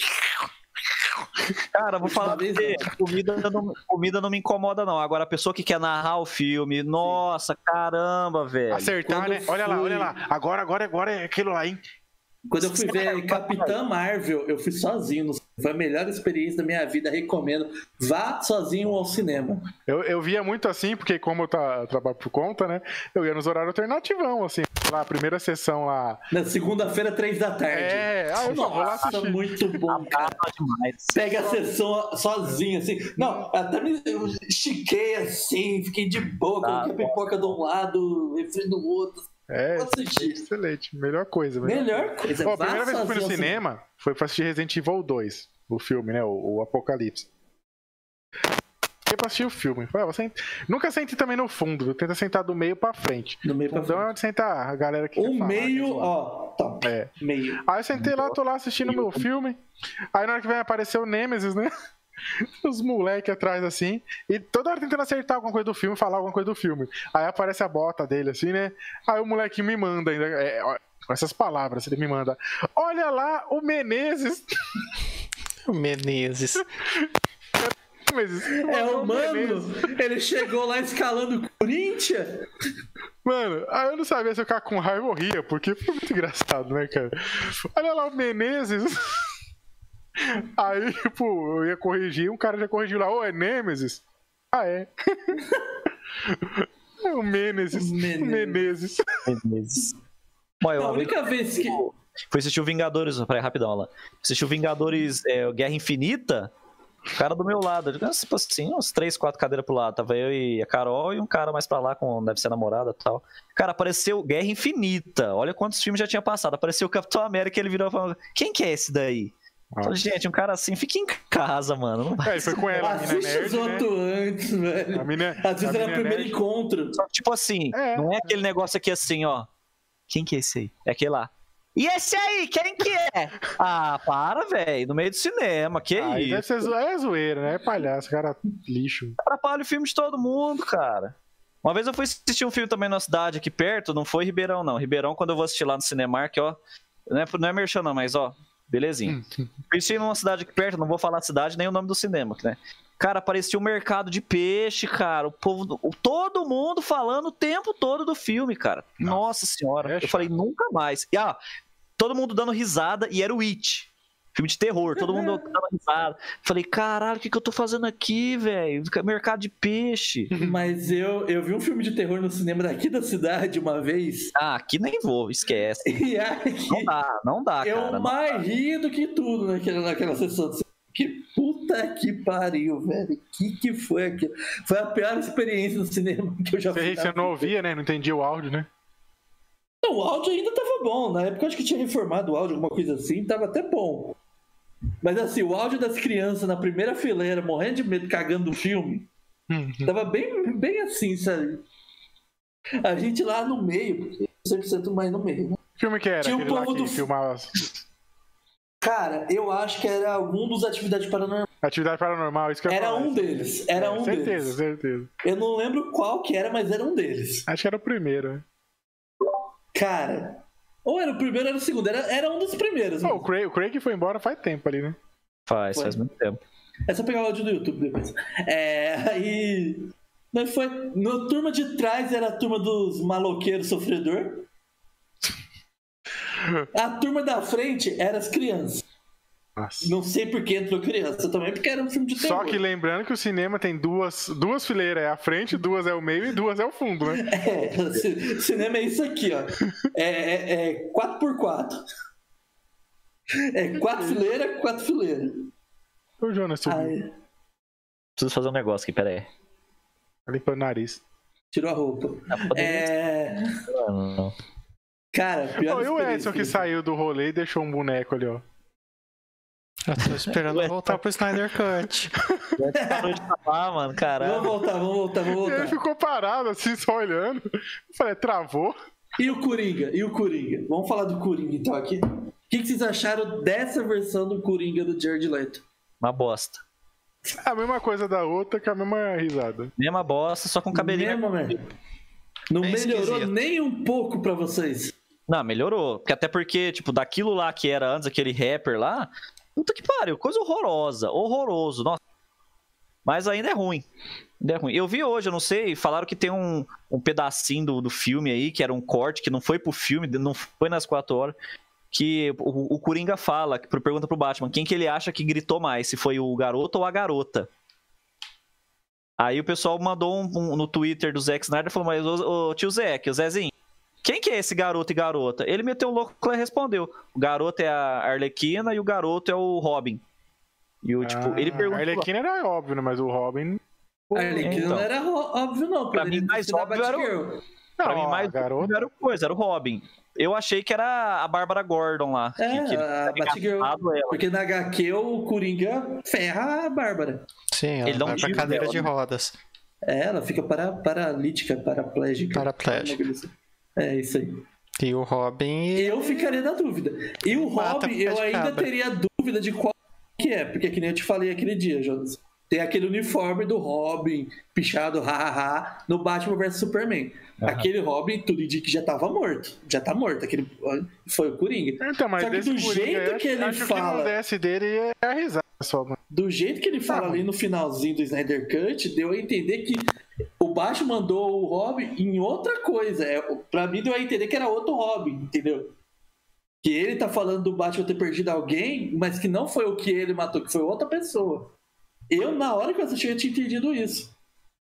Speaker 2: Cara, vou
Speaker 3: Última
Speaker 2: falar pra
Speaker 3: vez,
Speaker 2: você, comida não, comida não me incomoda, não. Agora, a pessoa que quer narrar o filme, nossa, caramba, velho.
Speaker 1: Acertar,
Speaker 3: É, quando
Speaker 1: né?
Speaker 3: eu
Speaker 1: Olha lá,
Speaker 3: fui-
Speaker 1: olha lá. Agora, agora, agora é aquilo lá, hein?
Speaker 3: Quando eu fui ver Capitã Marvel, eu fui sozinho. no cinema. Foi a melhor experiência da minha vida, recomendo. Vá sozinho ao cinema.
Speaker 1: Eu, eu via muito assim, porque como eu tá, trabalho por conta, né? Eu ia nos horários alternativão, assim. Lá, a primeira sessão lá.
Speaker 3: Na segunda-feira, três da tarde.
Speaker 1: É, ah, eu só vou lá
Speaker 3: Nossa,
Speaker 1: assistir.
Speaker 3: muito bom, cara.
Speaker 2: Caramba demais.
Speaker 3: Pega a sessão sozinho, assim. Não, até me eu estiquei assim, fiquei de boa,
Speaker 2: Ah,
Speaker 3: coloquei a pipoca de um lado, refri do outro.
Speaker 1: É,
Speaker 3: Vou assistir.
Speaker 1: excelente. Melhor coisa. Melhor.
Speaker 3: Melhor coisa.
Speaker 1: Ó, a
Speaker 3: vá
Speaker 1: primeira vez que eu fui no
Speaker 3: sozinho ao
Speaker 1: cinema foi pra assistir Resident Evil 2, o filme, né? O, o Apocalipse. Fiquei pra assistir o filme. Falei, ah, vou sent- Nunca sente também no fundo, viu? Tenta sentar do meio pra frente.
Speaker 3: No meio pra
Speaker 1: Fundão é
Speaker 3: frente.
Speaker 1: onde senta a galera que quer
Speaker 3: Um
Speaker 1: falar,
Speaker 3: meio,
Speaker 1: quer zoar.
Speaker 3: ó, top.
Speaker 1: É.
Speaker 3: Meio.
Speaker 1: Aí eu sentei lá, tô lá assistindo meu filme. Aí na hora que vem aparecer o Nemesis, né? *laughs* Os moleque atrás assim. E toda hora tentando acertar alguma coisa do filme, falar alguma coisa do filme. Aí aparece a bota dele, assim, né? Aí o moleque me manda ainda. é, ó, com essas palavras, ele me manda. Olha lá o *laughs* Menezes.
Speaker 4: O Menezes.
Speaker 1: Menezes.
Speaker 3: É
Speaker 1: Olha
Speaker 3: o mano, ele chegou lá escalando o Corinthians.
Speaker 1: Mano, aí eu não sabia se eu ficava com raiva ou ria, porque foi muito engraçado, né, cara? Olha lá o Menezes. *laughs* Aí, tipo, eu ia corrigir, um cara já corrigiu lá, ô, é Nemesis? Ah, é. *laughs* É o Menezes.
Speaker 3: Menezes.
Speaker 1: Menezes.
Speaker 2: Menezes. Bom, eu
Speaker 3: A
Speaker 2: abri-
Speaker 3: única vez que.
Speaker 2: Fui assistir o Vingadores, peraí, rapidão, Alan. Assistiu o Vingadores é, Guerra Infinita, o cara do meu lado, eu digo, "Ah, tipo assim, uns três, quatro cadeiras pro lado. Tava eu e a Carol e um cara mais pra lá, com deve ser namorada e tal. Cara, apareceu Guerra Infinita. Olha quantos filmes já tinha passado. Apareceu o Capitão América e ele virou e falou: Quem que é esse daí? Eu falei, gente, um cara assim, fica em casa, mano. Não vai
Speaker 1: É, ele foi com ela, a mina
Speaker 3: Assiste os
Speaker 1: nerd, né?
Speaker 3: outros antes, velho.
Speaker 1: A mina,
Speaker 3: Às vezes
Speaker 1: a
Speaker 3: era o
Speaker 1: mina
Speaker 3: primeiro
Speaker 1: nerd.
Speaker 3: encontro.
Speaker 2: Só que, tipo assim,
Speaker 1: É.
Speaker 2: não é aquele negócio aqui assim, ó. Quem que é esse aí? É aquele lá. E esse aí, quem que
Speaker 1: *laughs*
Speaker 2: é? Ah, para, velho. No meio do cinema, que
Speaker 1: Ah, aí deve
Speaker 2: isso?
Speaker 1: ser zo- é zoeira, né? É palhaço, cara lixo.
Speaker 2: Atrapalha o filme de todo mundo, cara. Uma vez eu fui assistir um filme também na cidade aqui perto, não foi Ribeirão, não. Ribeirão, quando eu vou assistir lá no Cinemark, ó. Não é, não é merchan, não, mas ó, belezinha. Pensei numa cidade aqui perto, não vou falar a cidade nem o nome do cinema, né? Cara, parecia um mercado de peixe, cara. O povo. do- o- todo mundo falando o tempo todo do filme, cara. Nossa, senhora.
Speaker 1: é
Speaker 2: eu
Speaker 1: chato.
Speaker 2: falei, nunca mais. E ah, todo mundo dando risada e era o It. Filme de terror, todo mundo
Speaker 3: Uhum.
Speaker 2: dando risada. Falei, caralho, o que, que eu tô fazendo aqui, velho? Mercado de peixe.
Speaker 3: Mas eu, eu vi um filme de terror no cinema daqui da cidade uma vez.
Speaker 2: Ah, aqui nem vou, esquece.
Speaker 3: E aqui
Speaker 2: Não dá, não dá,
Speaker 3: eu
Speaker 2: cara.
Speaker 3: mais ri do que tudo naquela, naquela sessão de cinema. que puta que pariu, velho. Que que foi aquilo? Foi a pior experiência no cinema que eu já
Speaker 1: Você,
Speaker 3: fiz.
Speaker 1: você não ouvia, né? Não entendia o áudio, né?
Speaker 3: Não, o áudio ainda tava bom. Na época eu acho que tinha reformado o áudio, alguma coisa assim, tava até bom. Mas assim, o áudio das crianças na primeira fileira, morrendo de medo, cagando o filme,
Speaker 1: Uhum.
Speaker 3: tava bem, bem assim, sabe? A gente lá no meio, porque 100% mais no meio, né?
Speaker 1: Que filme que era?
Speaker 3: Tinha um
Speaker 1: Aquele lá
Speaker 3: povo
Speaker 1: que
Speaker 3: do-
Speaker 1: filmava
Speaker 3: Cara, eu acho que era algum dos atividades paranormais.
Speaker 1: Atividade Paranormal, isso que eu ia
Speaker 3: Era
Speaker 1: falar. né?
Speaker 3: um deles. Era um
Speaker 1: certeza,
Speaker 3: deles.
Speaker 1: certeza.
Speaker 3: Eu não lembro qual que era, mas era um deles.
Speaker 1: Acho que era o primeiro, né?
Speaker 3: Cara. Ou era o primeiro, era o segundo. Era, era um dos primeiros.
Speaker 1: Pô,
Speaker 3: mano.
Speaker 1: o, Craig, o Craig foi embora faz tempo ali, né?
Speaker 2: Faz,
Speaker 3: Foi.
Speaker 2: faz muito tempo.
Speaker 3: É só pegar o áudio do YouTube depois. É, aí. Mas foi. No turma de trás era a turma dos maloqueiros sofredor. A turma da frente era as crianças.
Speaker 1: Nossa.
Speaker 3: Não sei por que entrou criança também, porque era um filme de terror.
Speaker 1: Só que lembrando que o cinema tem duas, duas fileiras, é a frente, duas é o meio e duas é o fundo, né?
Speaker 3: É, *laughs* ci- cinema é isso aqui, ó. É, é, é 4x4. É quatro fileira, quatro fileira.
Speaker 1: Ô, Jonas, subiu,
Speaker 3: Aí,
Speaker 2: Preciso fazer um negócio aqui, peraí.
Speaker 1: tá limpando o nariz.
Speaker 3: tirou a roupa.
Speaker 2: Ah, poderia
Speaker 3: É.
Speaker 2: ser, não.
Speaker 3: Cara, pior
Speaker 1: Ô, e o Edson
Speaker 3: experiência.
Speaker 1: que saiu do rolê e deixou um boneco ali, ó.
Speaker 4: Eu tô esperando
Speaker 3: tá.
Speaker 4: voltar pro Snyder Cut.
Speaker 2: Parou de falar, Ah, mano,
Speaker 3: Vamos
Speaker 2: caralho.
Speaker 3: voltar, vamos voltar, vamos
Speaker 1: Ele
Speaker 3: voltar.
Speaker 1: ficou parado, assim, só olhando. Eu falei, travou?
Speaker 3: E o Coringa? E o Coringa? Vamos falar do Coringa então aqui. O que, que vocês acharam dessa versão do Coringa do Jared Leto?
Speaker 2: Uma bosta.
Speaker 1: É A mesma coisa da outra, com a mesma risada.
Speaker 2: Mesma bosta, só com cabelinho. é
Speaker 3: Mesmo, né? Não
Speaker 4: Bem
Speaker 3: melhorou
Speaker 4: esquisito.
Speaker 3: nem um pouco pra vocês.
Speaker 2: Não, melhorou. Porque até porque, tipo, daquilo lá que era antes, aquele rapper lá. Puta que pariu, coisa horrorosa. Horroroso, nossa. Mas ainda é ruim. Ainda é ruim. Eu vi hoje, eu não sei, falaram que tem um, um pedacinho do, do filme aí, que era um corte, que não foi pro filme, não foi nas quatro horas. Que o, o Coringa fala, que pergunta pro Batman, quem que ele acha que gritou mais, se foi o garoto ou a garota. Aí o pessoal mandou um, um- no Twitter do Zack Snyder falou, mas ô, ô, tio Zack, o Zezinho. Quem que é esse garoto e garota? Ele meteu o louco e respondeu. O garoto é a Arlequina e o garoto é o Robin. E o, tipo, ele perguntou.
Speaker 1: A Ah, Arlequina era óbvio, né? Mas o Robin.
Speaker 3: A Arlequina
Speaker 2: então.
Speaker 3: não era ó- óbvio, não.
Speaker 2: Pra
Speaker 3: poderia
Speaker 2: mim,
Speaker 3: ter
Speaker 2: mais
Speaker 3: sido a
Speaker 2: óbvio era o-
Speaker 3: Batgirl.
Speaker 1: Não,
Speaker 2: Pra mim, mais
Speaker 1: garota.
Speaker 2: era o coisa, era o Robin. Eu achei que era a Bárbara Gordon lá.
Speaker 3: É,
Speaker 2: que, que ele tá
Speaker 3: a
Speaker 2: tinha
Speaker 3: Batgirl.
Speaker 2: engatado ela.
Speaker 3: Porque na HQ o Coringa ferra a Bárbara.
Speaker 4: Sim, ela
Speaker 2: Ele dá um
Speaker 4: vai pra
Speaker 2: tiro
Speaker 4: cadeira
Speaker 2: nela,
Speaker 4: de
Speaker 2: né?
Speaker 4: rodas.
Speaker 3: É, ela fica para, paralítica, paraplégica.
Speaker 4: Paraplégica.
Speaker 3: É isso aí.
Speaker 4: E o Robin.
Speaker 3: Eu ficaria na dúvida. E o
Speaker 4: Mata
Speaker 3: Robin,
Speaker 4: pé
Speaker 3: eu
Speaker 4: de
Speaker 3: ainda
Speaker 4: cabra.
Speaker 3: teria dúvida de qual que é, porque que nem eu te falei aquele dia, Jonas. Tem aquele uniforme do Robin, pichado, hahaha, no Batman vs Superman. Aquele Robin, tu lhe diz que já tava morto. Já tá morto. Aquele foi o Coringa.
Speaker 1: Então, mas
Speaker 3: Só que
Speaker 1: desse
Speaker 3: do
Speaker 1: Coringa
Speaker 3: jeito
Speaker 1: aí,
Speaker 3: que ele
Speaker 1: acho que
Speaker 3: fala-
Speaker 1: não desce dele é a risada só, mano.
Speaker 3: Do jeito que ele fala ali no finalzinho do Snyder Cut, deu a entender que o Batman mandou o Robin em outra coisa. É, pra mim deu a entender que era outro Robin, entendeu? Que ele tá falando do Batman ter perdido alguém, mas que não foi o que ele matou, que foi outra pessoa. Eu, na hora que eu assisti, eu tinha entendido isso.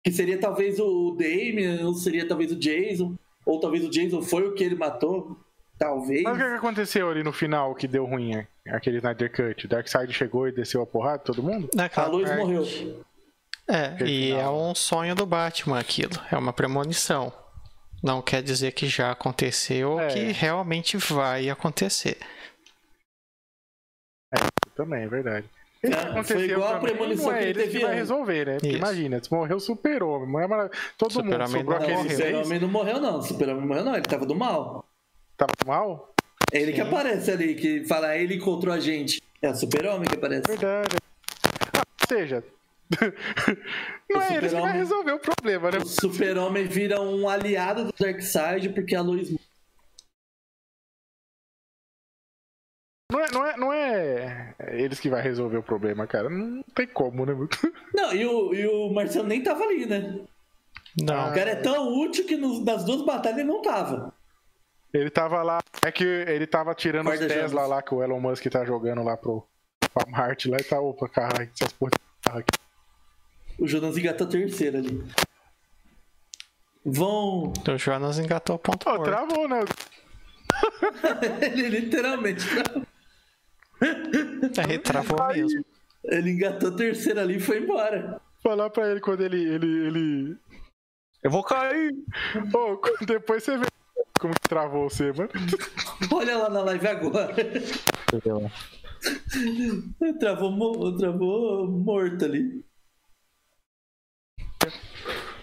Speaker 3: Que seria talvez o Damien, ou seria talvez o Jason, ou talvez o Jason foi o que ele matou. Talvez.
Speaker 1: Mas é o que, que aconteceu ali no final que deu ruim? é? Aquele Snyder Cut? O Darkseid chegou e desceu a porrada, todo mundo?
Speaker 4: Naquela
Speaker 3: A luz
Speaker 4: parte-
Speaker 3: morreu.
Speaker 4: né, É, e é
Speaker 1: final.
Speaker 4: um sonho do Batman aquilo. É uma premonição. Não quer dizer que já aconteceu ou
Speaker 1: É.
Speaker 4: que realmente vai acontecer.
Speaker 1: Também, é verdade. Isso que
Speaker 3: Foi
Speaker 1: aconteceu
Speaker 3: igual a
Speaker 1: também,
Speaker 3: premonição
Speaker 1: não é
Speaker 3: que ele
Speaker 1: eles
Speaker 3: teve
Speaker 1: que vai
Speaker 3: antes.
Speaker 1: resolver, né? Porque
Speaker 4: Isso.
Speaker 1: imagina, se morreu super-homem, Mulher Maravilha, todo mundo,
Speaker 4: Super-Homem
Speaker 1: sobrou
Speaker 4: não
Speaker 3: Não, o
Speaker 1: aquele seis,
Speaker 3: Super-Homem não morreu, não. O Super-Homem morreu, não. Ele tava do mal.
Speaker 1: tava mal?
Speaker 3: É ele que aparece ali, que fala, ele encontrou a gente. É o Super-Homem que aparece.
Speaker 1: Verdade. Ah, ou seja, *laughs* não
Speaker 3: O
Speaker 1: é eles que vai
Speaker 3: Super-Homem-
Speaker 1: resolver o problema, né?
Speaker 3: O Super-Homem vira um aliado do Darkseid porque a luz.
Speaker 1: Não é, não é, não é eles que vai resolver o problema, cara. Não tem como, né? *laughs*
Speaker 3: Não, e o, e o Marcelo nem tava ali, né?
Speaker 4: Não.
Speaker 3: O cara é tão útil que nos- nas duas batalhas ele não tava.
Speaker 1: Ele tava lá. É que ele tava tirando
Speaker 3: Corda
Speaker 1: os Tesla
Speaker 3: jogos.
Speaker 1: lá que o Elon Musk tá jogando lá pro pra Marte lá e tá, opa, caralho, essas porra de carro aqui.
Speaker 3: O Jonas engatou a terceira ali. Vão.
Speaker 4: O Jonas engatou o ponto
Speaker 1: Pô,
Speaker 4: morto.
Speaker 1: travou, né?
Speaker 3: *laughs* Ele literalmente.
Speaker 4: Aí É, travou
Speaker 1: Aí,
Speaker 4: mesmo.
Speaker 3: Ele engatou a terceira ali e foi embora.
Speaker 1: falar pra ele quando ele. ele, ele...
Speaker 2: Eu vou cair!
Speaker 1: Ô, quando- depois você vê como que travou você, mano.
Speaker 3: Olha lá na live agora. Travou, mo- travou morto ali.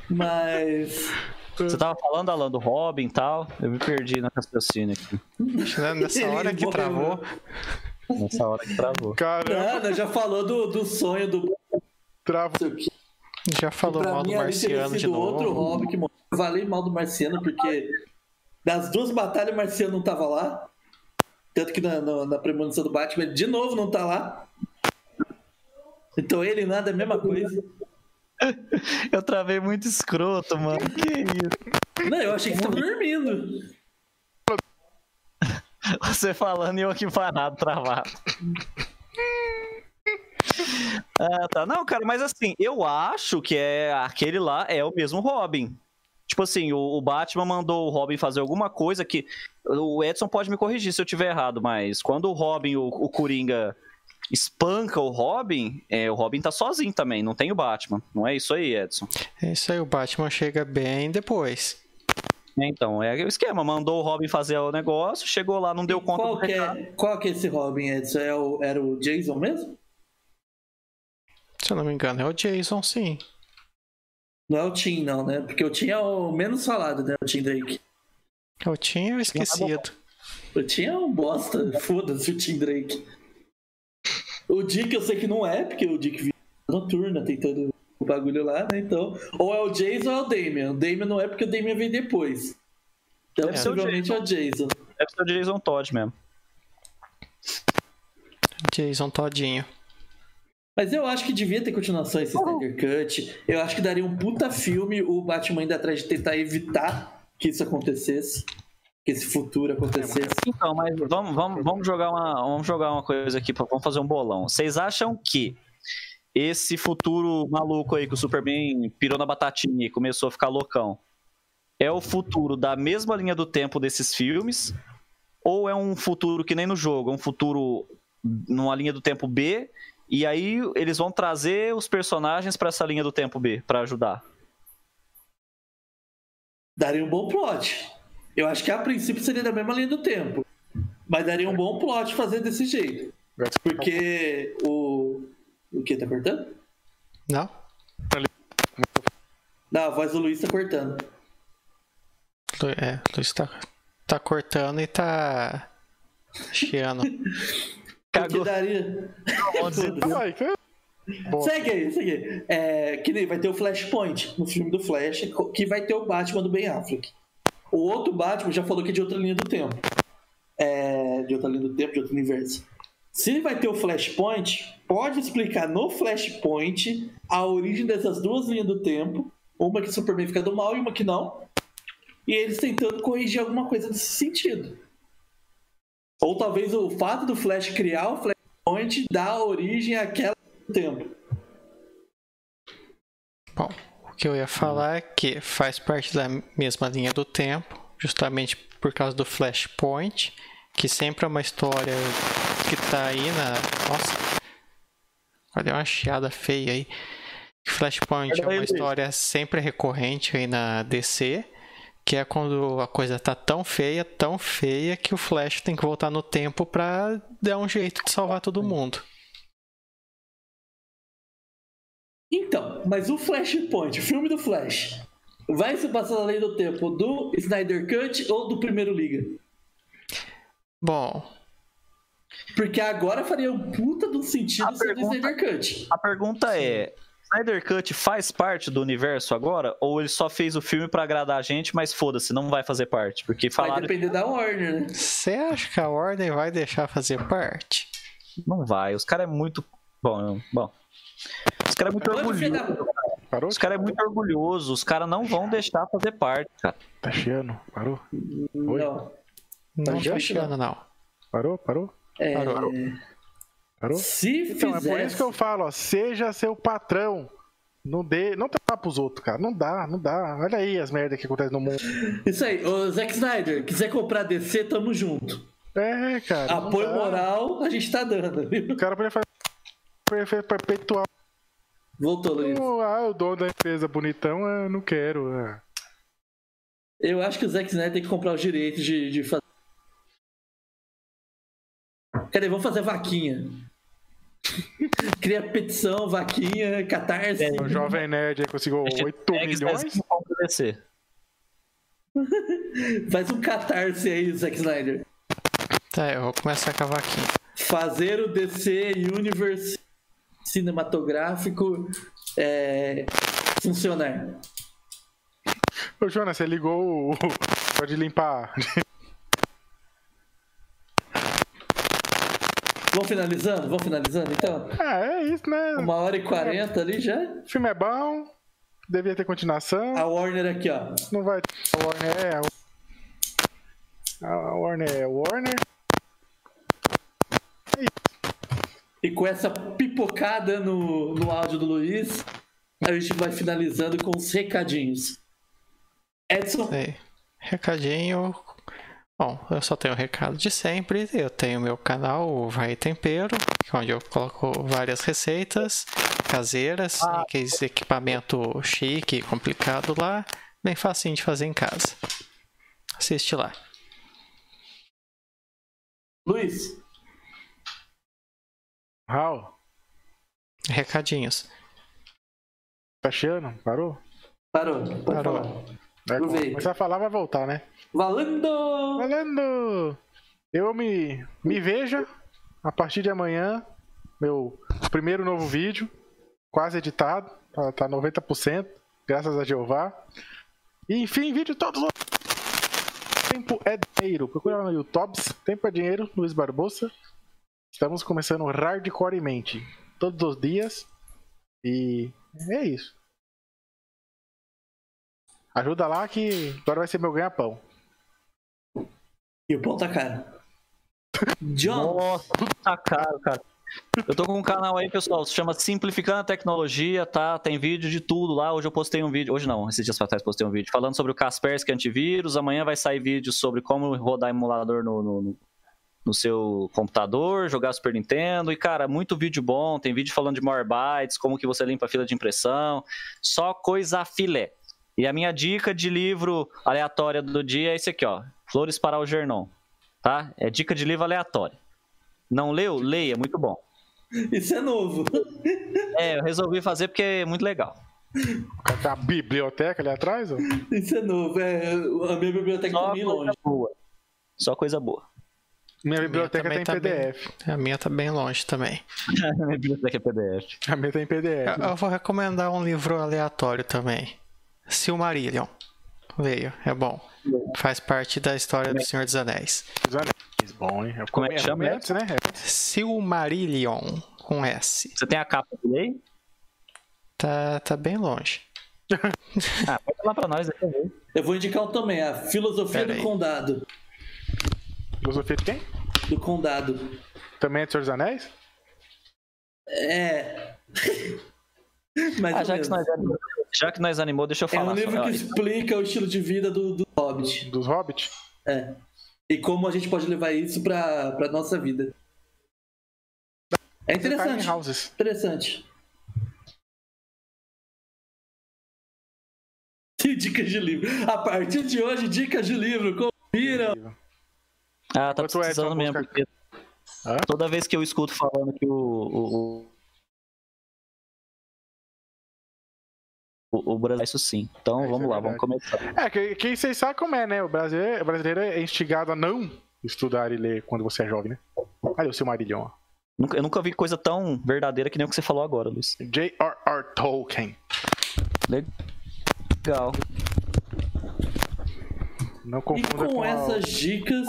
Speaker 3: Mas.
Speaker 2: Você tava falando, Alan, do Robin e tal. Eu me perdi na raciocínio aqui.
Speaker 4: Né? Nessa
Speaker 3: Ele
Speaker 4: hora que
Speaker 3: morreu.
Speaker 4: travou.
Speaker 2: Nessa hora que travou.
Speaker 1: Cara,
Speaker 3: Ana é, já falou do, do sonho do.
Speaker 1: travou.
Speaker 4: Já falou
Speaker 3: Pra
Speaker 4: mal do
Speaker 3: mim, ali teria
Speaker 4: Marciano de
Speaker 3: sido
Speaker 4: novo.
Speaker 3: outro Robin que morreu. Valei mal do Marciano, porque das duas batalhas o Marciano não tava lá. Tanto que na, na, na premonição do Batman ele de novo não tá lá. Então ele e nada é a mesma coisa.
Speaker 2: Eu travei muito escroto, mano. Que isso?
Speaker 3: Não, eu achei que você tava dormindo.
Speaker 2: Você falando e eu aqui parado, travado. Ah, tá. Não, cara, mas assim, eu acho que é aquele lá é o mesmo Robin. Tipo assim, o, o Batman mandou o Robin fazer alguma coisa que. O Edson pode me corrigir se eu tiver errado, mas quando o Robin, o, o Coringa, espanca o Robin, é, o Robin tá sozinho também, não tem o Batman. Não é isso aí, Edson.
Speaker 4: É Isso aí, o Batman chega bem depois.
Speaker 2: Então, é o esquema. Mandou o Robin fazer o negócio, chegou lá, não deu conta
Speaker 3: Qual
Speaker 2: do
Speaker 3: que,
Speaker 2: recado.
Speaker 3: é, qual que é esse Robin, Edson? É o, era o Jason mesmo?
Speaker 4: Se eu não me engano, é o Jason, sim.
Speaker 3: Não é o Tim, não, né? Porque o Tim é o menos falado, né? O Tim Drake.
Speaker 4: Eu tinha esquecido.
Speaker 3: O Tim é um bosta. *laughs* Foda-se o Tim Drake. O Dick eu sei que não é, porque o Dick vive noturna, tem todo o bagulho lá, né? Então, ou é o Jason ou é o Damien. O Damien não é porque o Damien veio depois. Então,
Speaker 2: É,
Speaker 3: possivelmente é o Jason.
Speaker 2: Deve ser o Jason Todd mesmo.
Speaker 4: Jason todinho.
Speaker 3: Mas eu acho que devia ter continuação esse Snyder Cut. Eu acho que daria um puta filme o Batman indo atrás de tentar evitar que isso acontecesse. Que esse futuro acontecesse.
Speaker 2: Então, mas vamos, vamos, vamos, jogar, uma, vamos jogar uma coisa aqui, pra- vamos fazer um bolão. Vocês acham que esse futuro maluco aí que o Superman pirou na batatinha e começou a ficar loucão é o futuro da mesma linha do tempo desses filmes? Ou é um futuro que nem no jogo, é um futuro numa linha do tempo B? E aí eles vão trazer os personagens pra essa linha do tempo B pra ajudar?
Speaker 3: Daria um bom plot. Eu acho que a princípio seria da mesma linha do tempo. Mas daria um bom plot fazer desse jeito. Porque o. O que? Tá cortando?
Speaker 4: Não?
Speaker 3: Não, a voz do Luiz tá cortando.
Speaker 4: Lu- É, Luiz tá, tá cortando e tá chiando.
Speaker 3: Porque daria.
Speaker 1: Ai, que- Bom.
Speaker 3: Segue aí, segue aí. É, que nem vai ter o Flashpoint no filme do Flash, co- que vai ter o Batman do Ben Affleck. O outro Batman já falou que é de outra linha do tempo. É, de outra linha do tempo, de outro universo. Se ele vai ter o Flashpoint, pode explicar no Flashpoint a origem dessas duas linhas do tempo. Uma que o Superman fica do mal e uma que não. E eles tentando corrigir alguma coisa nesse sentido. Ou talvez o fato do Flash criar o Flashpoint dá origem àquela do tempo.
Speaker 4: Bom, o que eu ia falar é que faz parte da mesma linha do tempo, justamente por causa do Flashpoint, que sempre é uma história que tá aí na. Nossa! Olha, uma chiada feia aí. Flashpoint é
Speaker 1: Olha aí,
Speaker 4: uma
Speaker 1: Luiz.
Speaker 4: história sempre recorrente aí na DC, que é quando a coisa tá tão feia, tão feia, que o Flash tem que voltar no tempo pra dar um jeito de salvar todo mundo.
Speaker 3: Então, mas o Flashpoint, o filme do Flash, vai se passar além do tempo do Snyder Cut ou do Primeiro Liga?
Speaker 4: Bom,
Speaker 3: Porque agora faria um puta de um sentido
Speaker 2: A
Speaker 3: ser do
Speaker 2: pergunta-
Speaker 3: Snyder Cut.
Speaker 2: A pergunta é: Snyder Cut faz parte do universo agora? Ou ele só fez o filme pra agradar a gente, mas foda-se, não vai fazer parte? Porque
Speaker 3: Vai
Speaker 2: falaram que
Speaker 3: depender da Warner, né?
Speaker 4: você acha que a Ordem vai deixar fazer parte?
Speaker 2: não vai. Os caras é muito. Bom, eu- bom. Os caras é muito
Speaker 3: Mano, filho
Speaker 2: orgulhoso.
Speaker 3: da-
Speaker 1: Parou?
Speaker 2: Os caras é muito orgulhoso. Os caras não vão deixar fazer parte, cara.
Speaker 1: Tá chiando. Parou? Oi?
Speaker 3: Não.
Speaker 4: Não
Speaker 1: Adianta,
Speaker 4: tá
Speaker 1: né?
Speaker 4: achando, não.
Speaker 1: Parou? Parou?
Speaker 3: É,
Speaker 4: Parou.
Speaker 1: Parou?
Speaker 3: Se
Speaker 1: Então, é por isso
Speaker 3: fizesse-
Speaker 1: que eu falo, ó, seja seu patrão. Não dê, não dá pros outros, cara. Não dá, não dá. Olha aí as merdas que acontecem no mundo.
Speaker 3: Isso aí, ô Zack Snyder, quiser comprar DC, tamo junto.
Speaker 1: É, cara. não
Speaker 3: Apoio
Speaker 1: dá.
Speaker 3: moral, a gente tá dando.
Speaker 1: O cara podia fazer perfe- perpetuar.
Speaker 3: Voltou, Luiz.
Speaker 1: Ah, o dono da empresa bonitão, ah, não quero. ah.
Speaker 3: Eu acho que o Zack Snyder tem que comprar os direitos de, de fazer. Cadê? Vamos fazer vaquinha. *laughs* Cria petição, vaquinha, catarse.
Speaker 1: O jovem nerd aí conseguiu 8 milhões.
Speaker 2: Descer.
Speaker 3: Faz um catarse aí, Zack Snyder.
Speaker 4: Tá, eu vou começar a cavar aqui.
Speaker 3: Fazer o DC Universe cinematográfico é, funcionar.
Speaker 1: Ô, Jonas, você ligou o. o- Pode limpar. *laughs*
Speaker 3: Vamos finalizando? Vamos finalizando? Então,
Speaker 1: Ah, é isso, né?
Speaker 3: uma hora e quarenta ali já.
Speaker 1: O filme é bom, devia ter continuação.
Speaker 3: A Warner aqui, ó.
Speaker 1: Não vai ter. A Warner é. A Warner é Warner.
Speaker 3: E com essa pipocada no, no áudio do Luiz, a gente vai finalizando com os recadinhos. Edson,
Speaker 4: Aí, Recadinho. Bom, eu só tenho o recado de sempre. Eu tenho meu canal, o Vai Tempero, é onde eu coloco várias receitas caseiras, né, aqueles equipamento chique, complicado lá, bem facinho de fazer em casa. Assiste lá.
Speaker 3: Luiz,
Speaker 1: Raul,
Speaker 4: Recadinhos.
Speaker 1: tá cheando? Parou?
Speaker 3: parou. pode
Speaker 4: Parou.
Speaker 3: falar.
Speaker 1: Vai
Speaker 3: Aproveita.
Speaker 1: começar a falar, vai voltar, né?
Speaker 3: Valendo!
Speaker 1: Falando! Eu me, me veja a partir de amanhã, meu primeiro novo vídeo, quase editado, tá, tá 90%, graças a Jeová. E enfim, vídeo todos os Tempo é dinheiro. Procura lá no YouTube. Tempo é dinheiro, Luiz Barbosa. Estamos começando hardcoremente. Todos os dias. E é isso. Ajuda lá que agora vai ser meu ganha-pão.
Speaker 3: E o pão tá caro. John,
Speaker 2: Nossa, tudo tá caro, cara. Eu tô com um canal aí, pessoal, se chama Simplificando a Tecnologia, tá? Tem vídeo de tudo lá. Hoje eu postei um vídeo, hoje não, esses dias pra trás postei um vídeo falando sobre o Kaspersky antivírus. Amanhã vai sair vídeo sobre como rodar emulador no, no- no- no seu computador, jogar Super Nintendo. E, cara, muito vídeo bom. Tem vídeo falando de more bytes, como que você limpa a fila de impressão. Só coisa filé. E a minha dica de livro aleatória do dia é esse aqui, ó. Flores para o Gernon, tá? É dica de livro aleatório. Não leu? Leia, muito bom.
Speaker 3: isso é novo. *laughs*
Speaker 2: É, eu resolvi fazer porque é muito legal.
Speaker 1: O cara tem uma biblioteca ali atrás, ó.
Speaker 3: Isso é novo. É, a minha biblioteca
Speaker 2: Só
Speaker 3: tá meio
Speaker 2: coisa
Speaker 3: longe.
Speaker 2: boa. Só coisa boa. *laughs*
Speaker 1: Minha biblioteca tem
Speaker 4: também tá bem.
Speaker 1: PDF.
Speaker 4: A minha tá bem longe também.
Speaker 2: Minha biblioteca é PDF.
Speaker 1: A minha tem PDF.
Speaker 4: Eu, eu vou recomendar um livro aleatório também. Silmarillion. Leio, é bom. Faz parte da história do Senhor dos Anéis.
Speaker 1: Anéis, bom, hein?
Speaker 2: Como é que chama?
Speaker 1: Antes, né? É.
Speaker 4: Silmarillion com S.
Speaker 2: Você tem a capa do lei?
Speaker 4: Tá, tá bem longe.
Speaker 2: Ah, pode falar pra nós dessa vez.
Speaker 3: Eu vou indicar um também, a Filosofia do
Speaker 4: Pera aí.
Speaker 3: Condado.
Speaker 1: Filosofia de quem?
Speaker 3: Do Condado.
Speaker 1: Também é de Senhor dos Anéis?
Speaker 3: É. *laughs* Mas
Speaker 2: Ah, já que, nós animou, já que nós animou, deixa eu
Speaker 3: é
Speaker 2: falar.
Speaker 3: um livro
Speaker 2: só.
Speaker 3: que explica o estilo de vida do, do Hobbit.
Speaker 1: Dos Hobbits? Tá
Speaker 3: É. E como a gente pode levar isso pra, pra nossa vida. É
Speaker 1: Tiny
Speaker 3: interessante.
Speaker 1: Houses.
Speaker 3: Interessante. *laughs* E dicas de livro. A partir de hoje, dicas de livro. Confiram.
Speaker 2: Ah, tá
Speaker 1: Enquanto o
Speaker 2: precisando
Speaker 1: Edson
Speaker 2: mesmo,
Speaker 1: busca-
Speaker 2: porque
Speaker 1: Hã?
Speaker 2: toda vez que eu escuto falando que o. O, o... O, o Brasil isso sim. Então
Speaker 1: É, isso
Speaker 2: vamos
Speaker 1: é
Speaker 2: lá, vamos começar.
Speaker 1: É, que, que vocês sabem como é, né? O brasileiro, o brasileiro é instigado a não estudar e ler quando você é jovem, né? Olha o seu marilhão, ó.
Speaker 2: Nunca- eu nunca vi coisa tão verdadeira que nem o que você falou agora, Luiz.
Speaker 1: J.R.R. Tolkien.
Speaker 2: Legal.
Speaker 1: Não
Speaker 3: E
Speaker 1: confunda com,
Speaker 3: com
Speaker 1: a-
Speaker 3: essas dicas,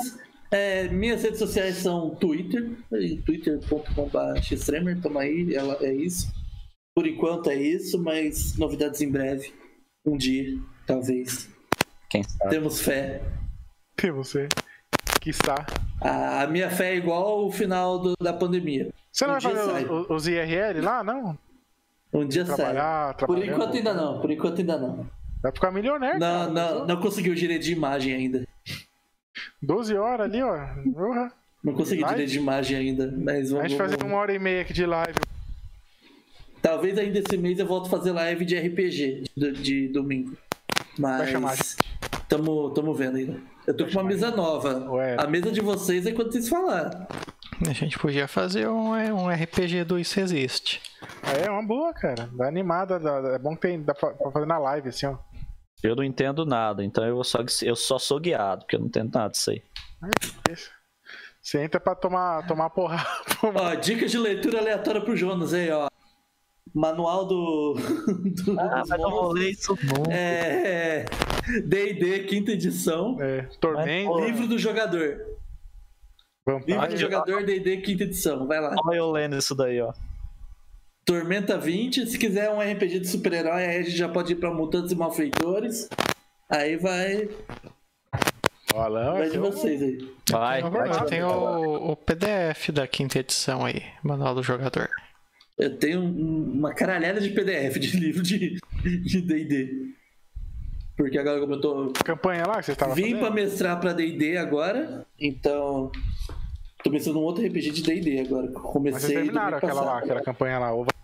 Speaker 3: é, minhas redes sociais são Twitter, e twitter.com.br xtremer, tamo aí, ela- é isso. Por enquanto é isso, mas novidades em breve. Um dia, talvez.
Speaker 2: Quem sabe?
Speaker 3: Temos fé.
Speaker 1: que você que está.
Speaker 3: A, a minha fé é igual o final do- da pandemia.
Speaker 1: Você não
Speaker 3: Um
Speaker 1: vai
Speaker 3: dia
Speaker 1: fazer
Speaker 3: sai.
Speaker 1: os, os IRL lá, não?
Speaker 3: Um dia sai.
Speaker 1: Trabalhar,
Speaker 3: Por
Speaker 1: trabalhar.
Speaker 3: enquanto ainda não, por enquanto ainda não.
Speaker 1: Vai ficar milionário.
Speaker 3: Não, não, não consegui o direito de imagem ainda.
Speaker 1: 12 horas ali, ó. Porra.
Speaker 3: Não consegui o
Speaker 1: Imagem?
Speaker 3: direito de imagem ainda, mas
Speaker 1: A
Speaker 3: vamos.
Speaker 1: gente um- fazer uma hora e meia aqui de live.
Speaker 3: Talvez ainda esse mês eu volto a fazer live de RPG de, de domingo.
Speaker 1: Vai chamar a
Speaker 3: Mas
Speaker 1: gente.
Speaker 3: tamo, tamo vendo ainda. Eu tô com uma mesa nova.
Speaker 1: Ué.
Speaker 3: A mesa de vocês é quando vocês falar.
Speaker 4: A gente podia fazer um, um RPG do Isso Existe.
Speaker 1: Ah, É uma boa, cara. Dá animada. dá- dá- é bom que tem, dá pra, pra fazer na live, assim, ó.
Speaker 2: Eu não entendo nada, então eu só, eu só sou guiado, porque eu não entendo nada disso aí.
Speaker 1: Você entra pra tomar, tomar porrada. *laughs*
Speaker 3: Ó, dicas de leitura aleatória pro Jonas aí, ó. Manual do. *laughs* do- dos
Speaker 2: Ah, mas eu
Speaker 3: monstros.
Speaker 2: rolei isso não.
Speaker 3: É. é, DD, quinta edição.
Speaker 1: É, tormento.
Speaker 3: Livro do jogador. Livro
Speaker 1: Vampire.
Speaker 3: do jogador, DD, quinta edição. Vai lá.
Speaker 2: Olha eu lendo isso daí, ó.
Speaker 3: Tormenta 20. Se quiser um RPG de super-herói, aí a gente já pode ir pra Mutantes e Malfeitores. Aí vai,
Speaker 1: Olha,
Speaker 3: vai de vocês aí.
Speaker 2: Vai.
Speaker 4: Na
Speaker 2: vai.
Speaker 4: verdade, tem o, o PDF da quinta edição aí, Manual do Jogador.
Speaker 3: Eu tenho um- uma caralhada de PDF de *laughs* livro de de DD. Porque agora como eu tô.
Speaker 1: campanha Tá lá que vocês estavam
Speaker 3: Vim pra
Speaker 1: fazendo.
Speaker 3: mestrar pra DD agora, então. Tô pensando num outro RPG de DD agora. que eu
Speaker 1: Mas vocês
Speaker 3: Comecei. domingo
Speaker 1: terminaram aquela lá,
Speaker 3: passado.
Speaker 1: aquela campanha lá. Ou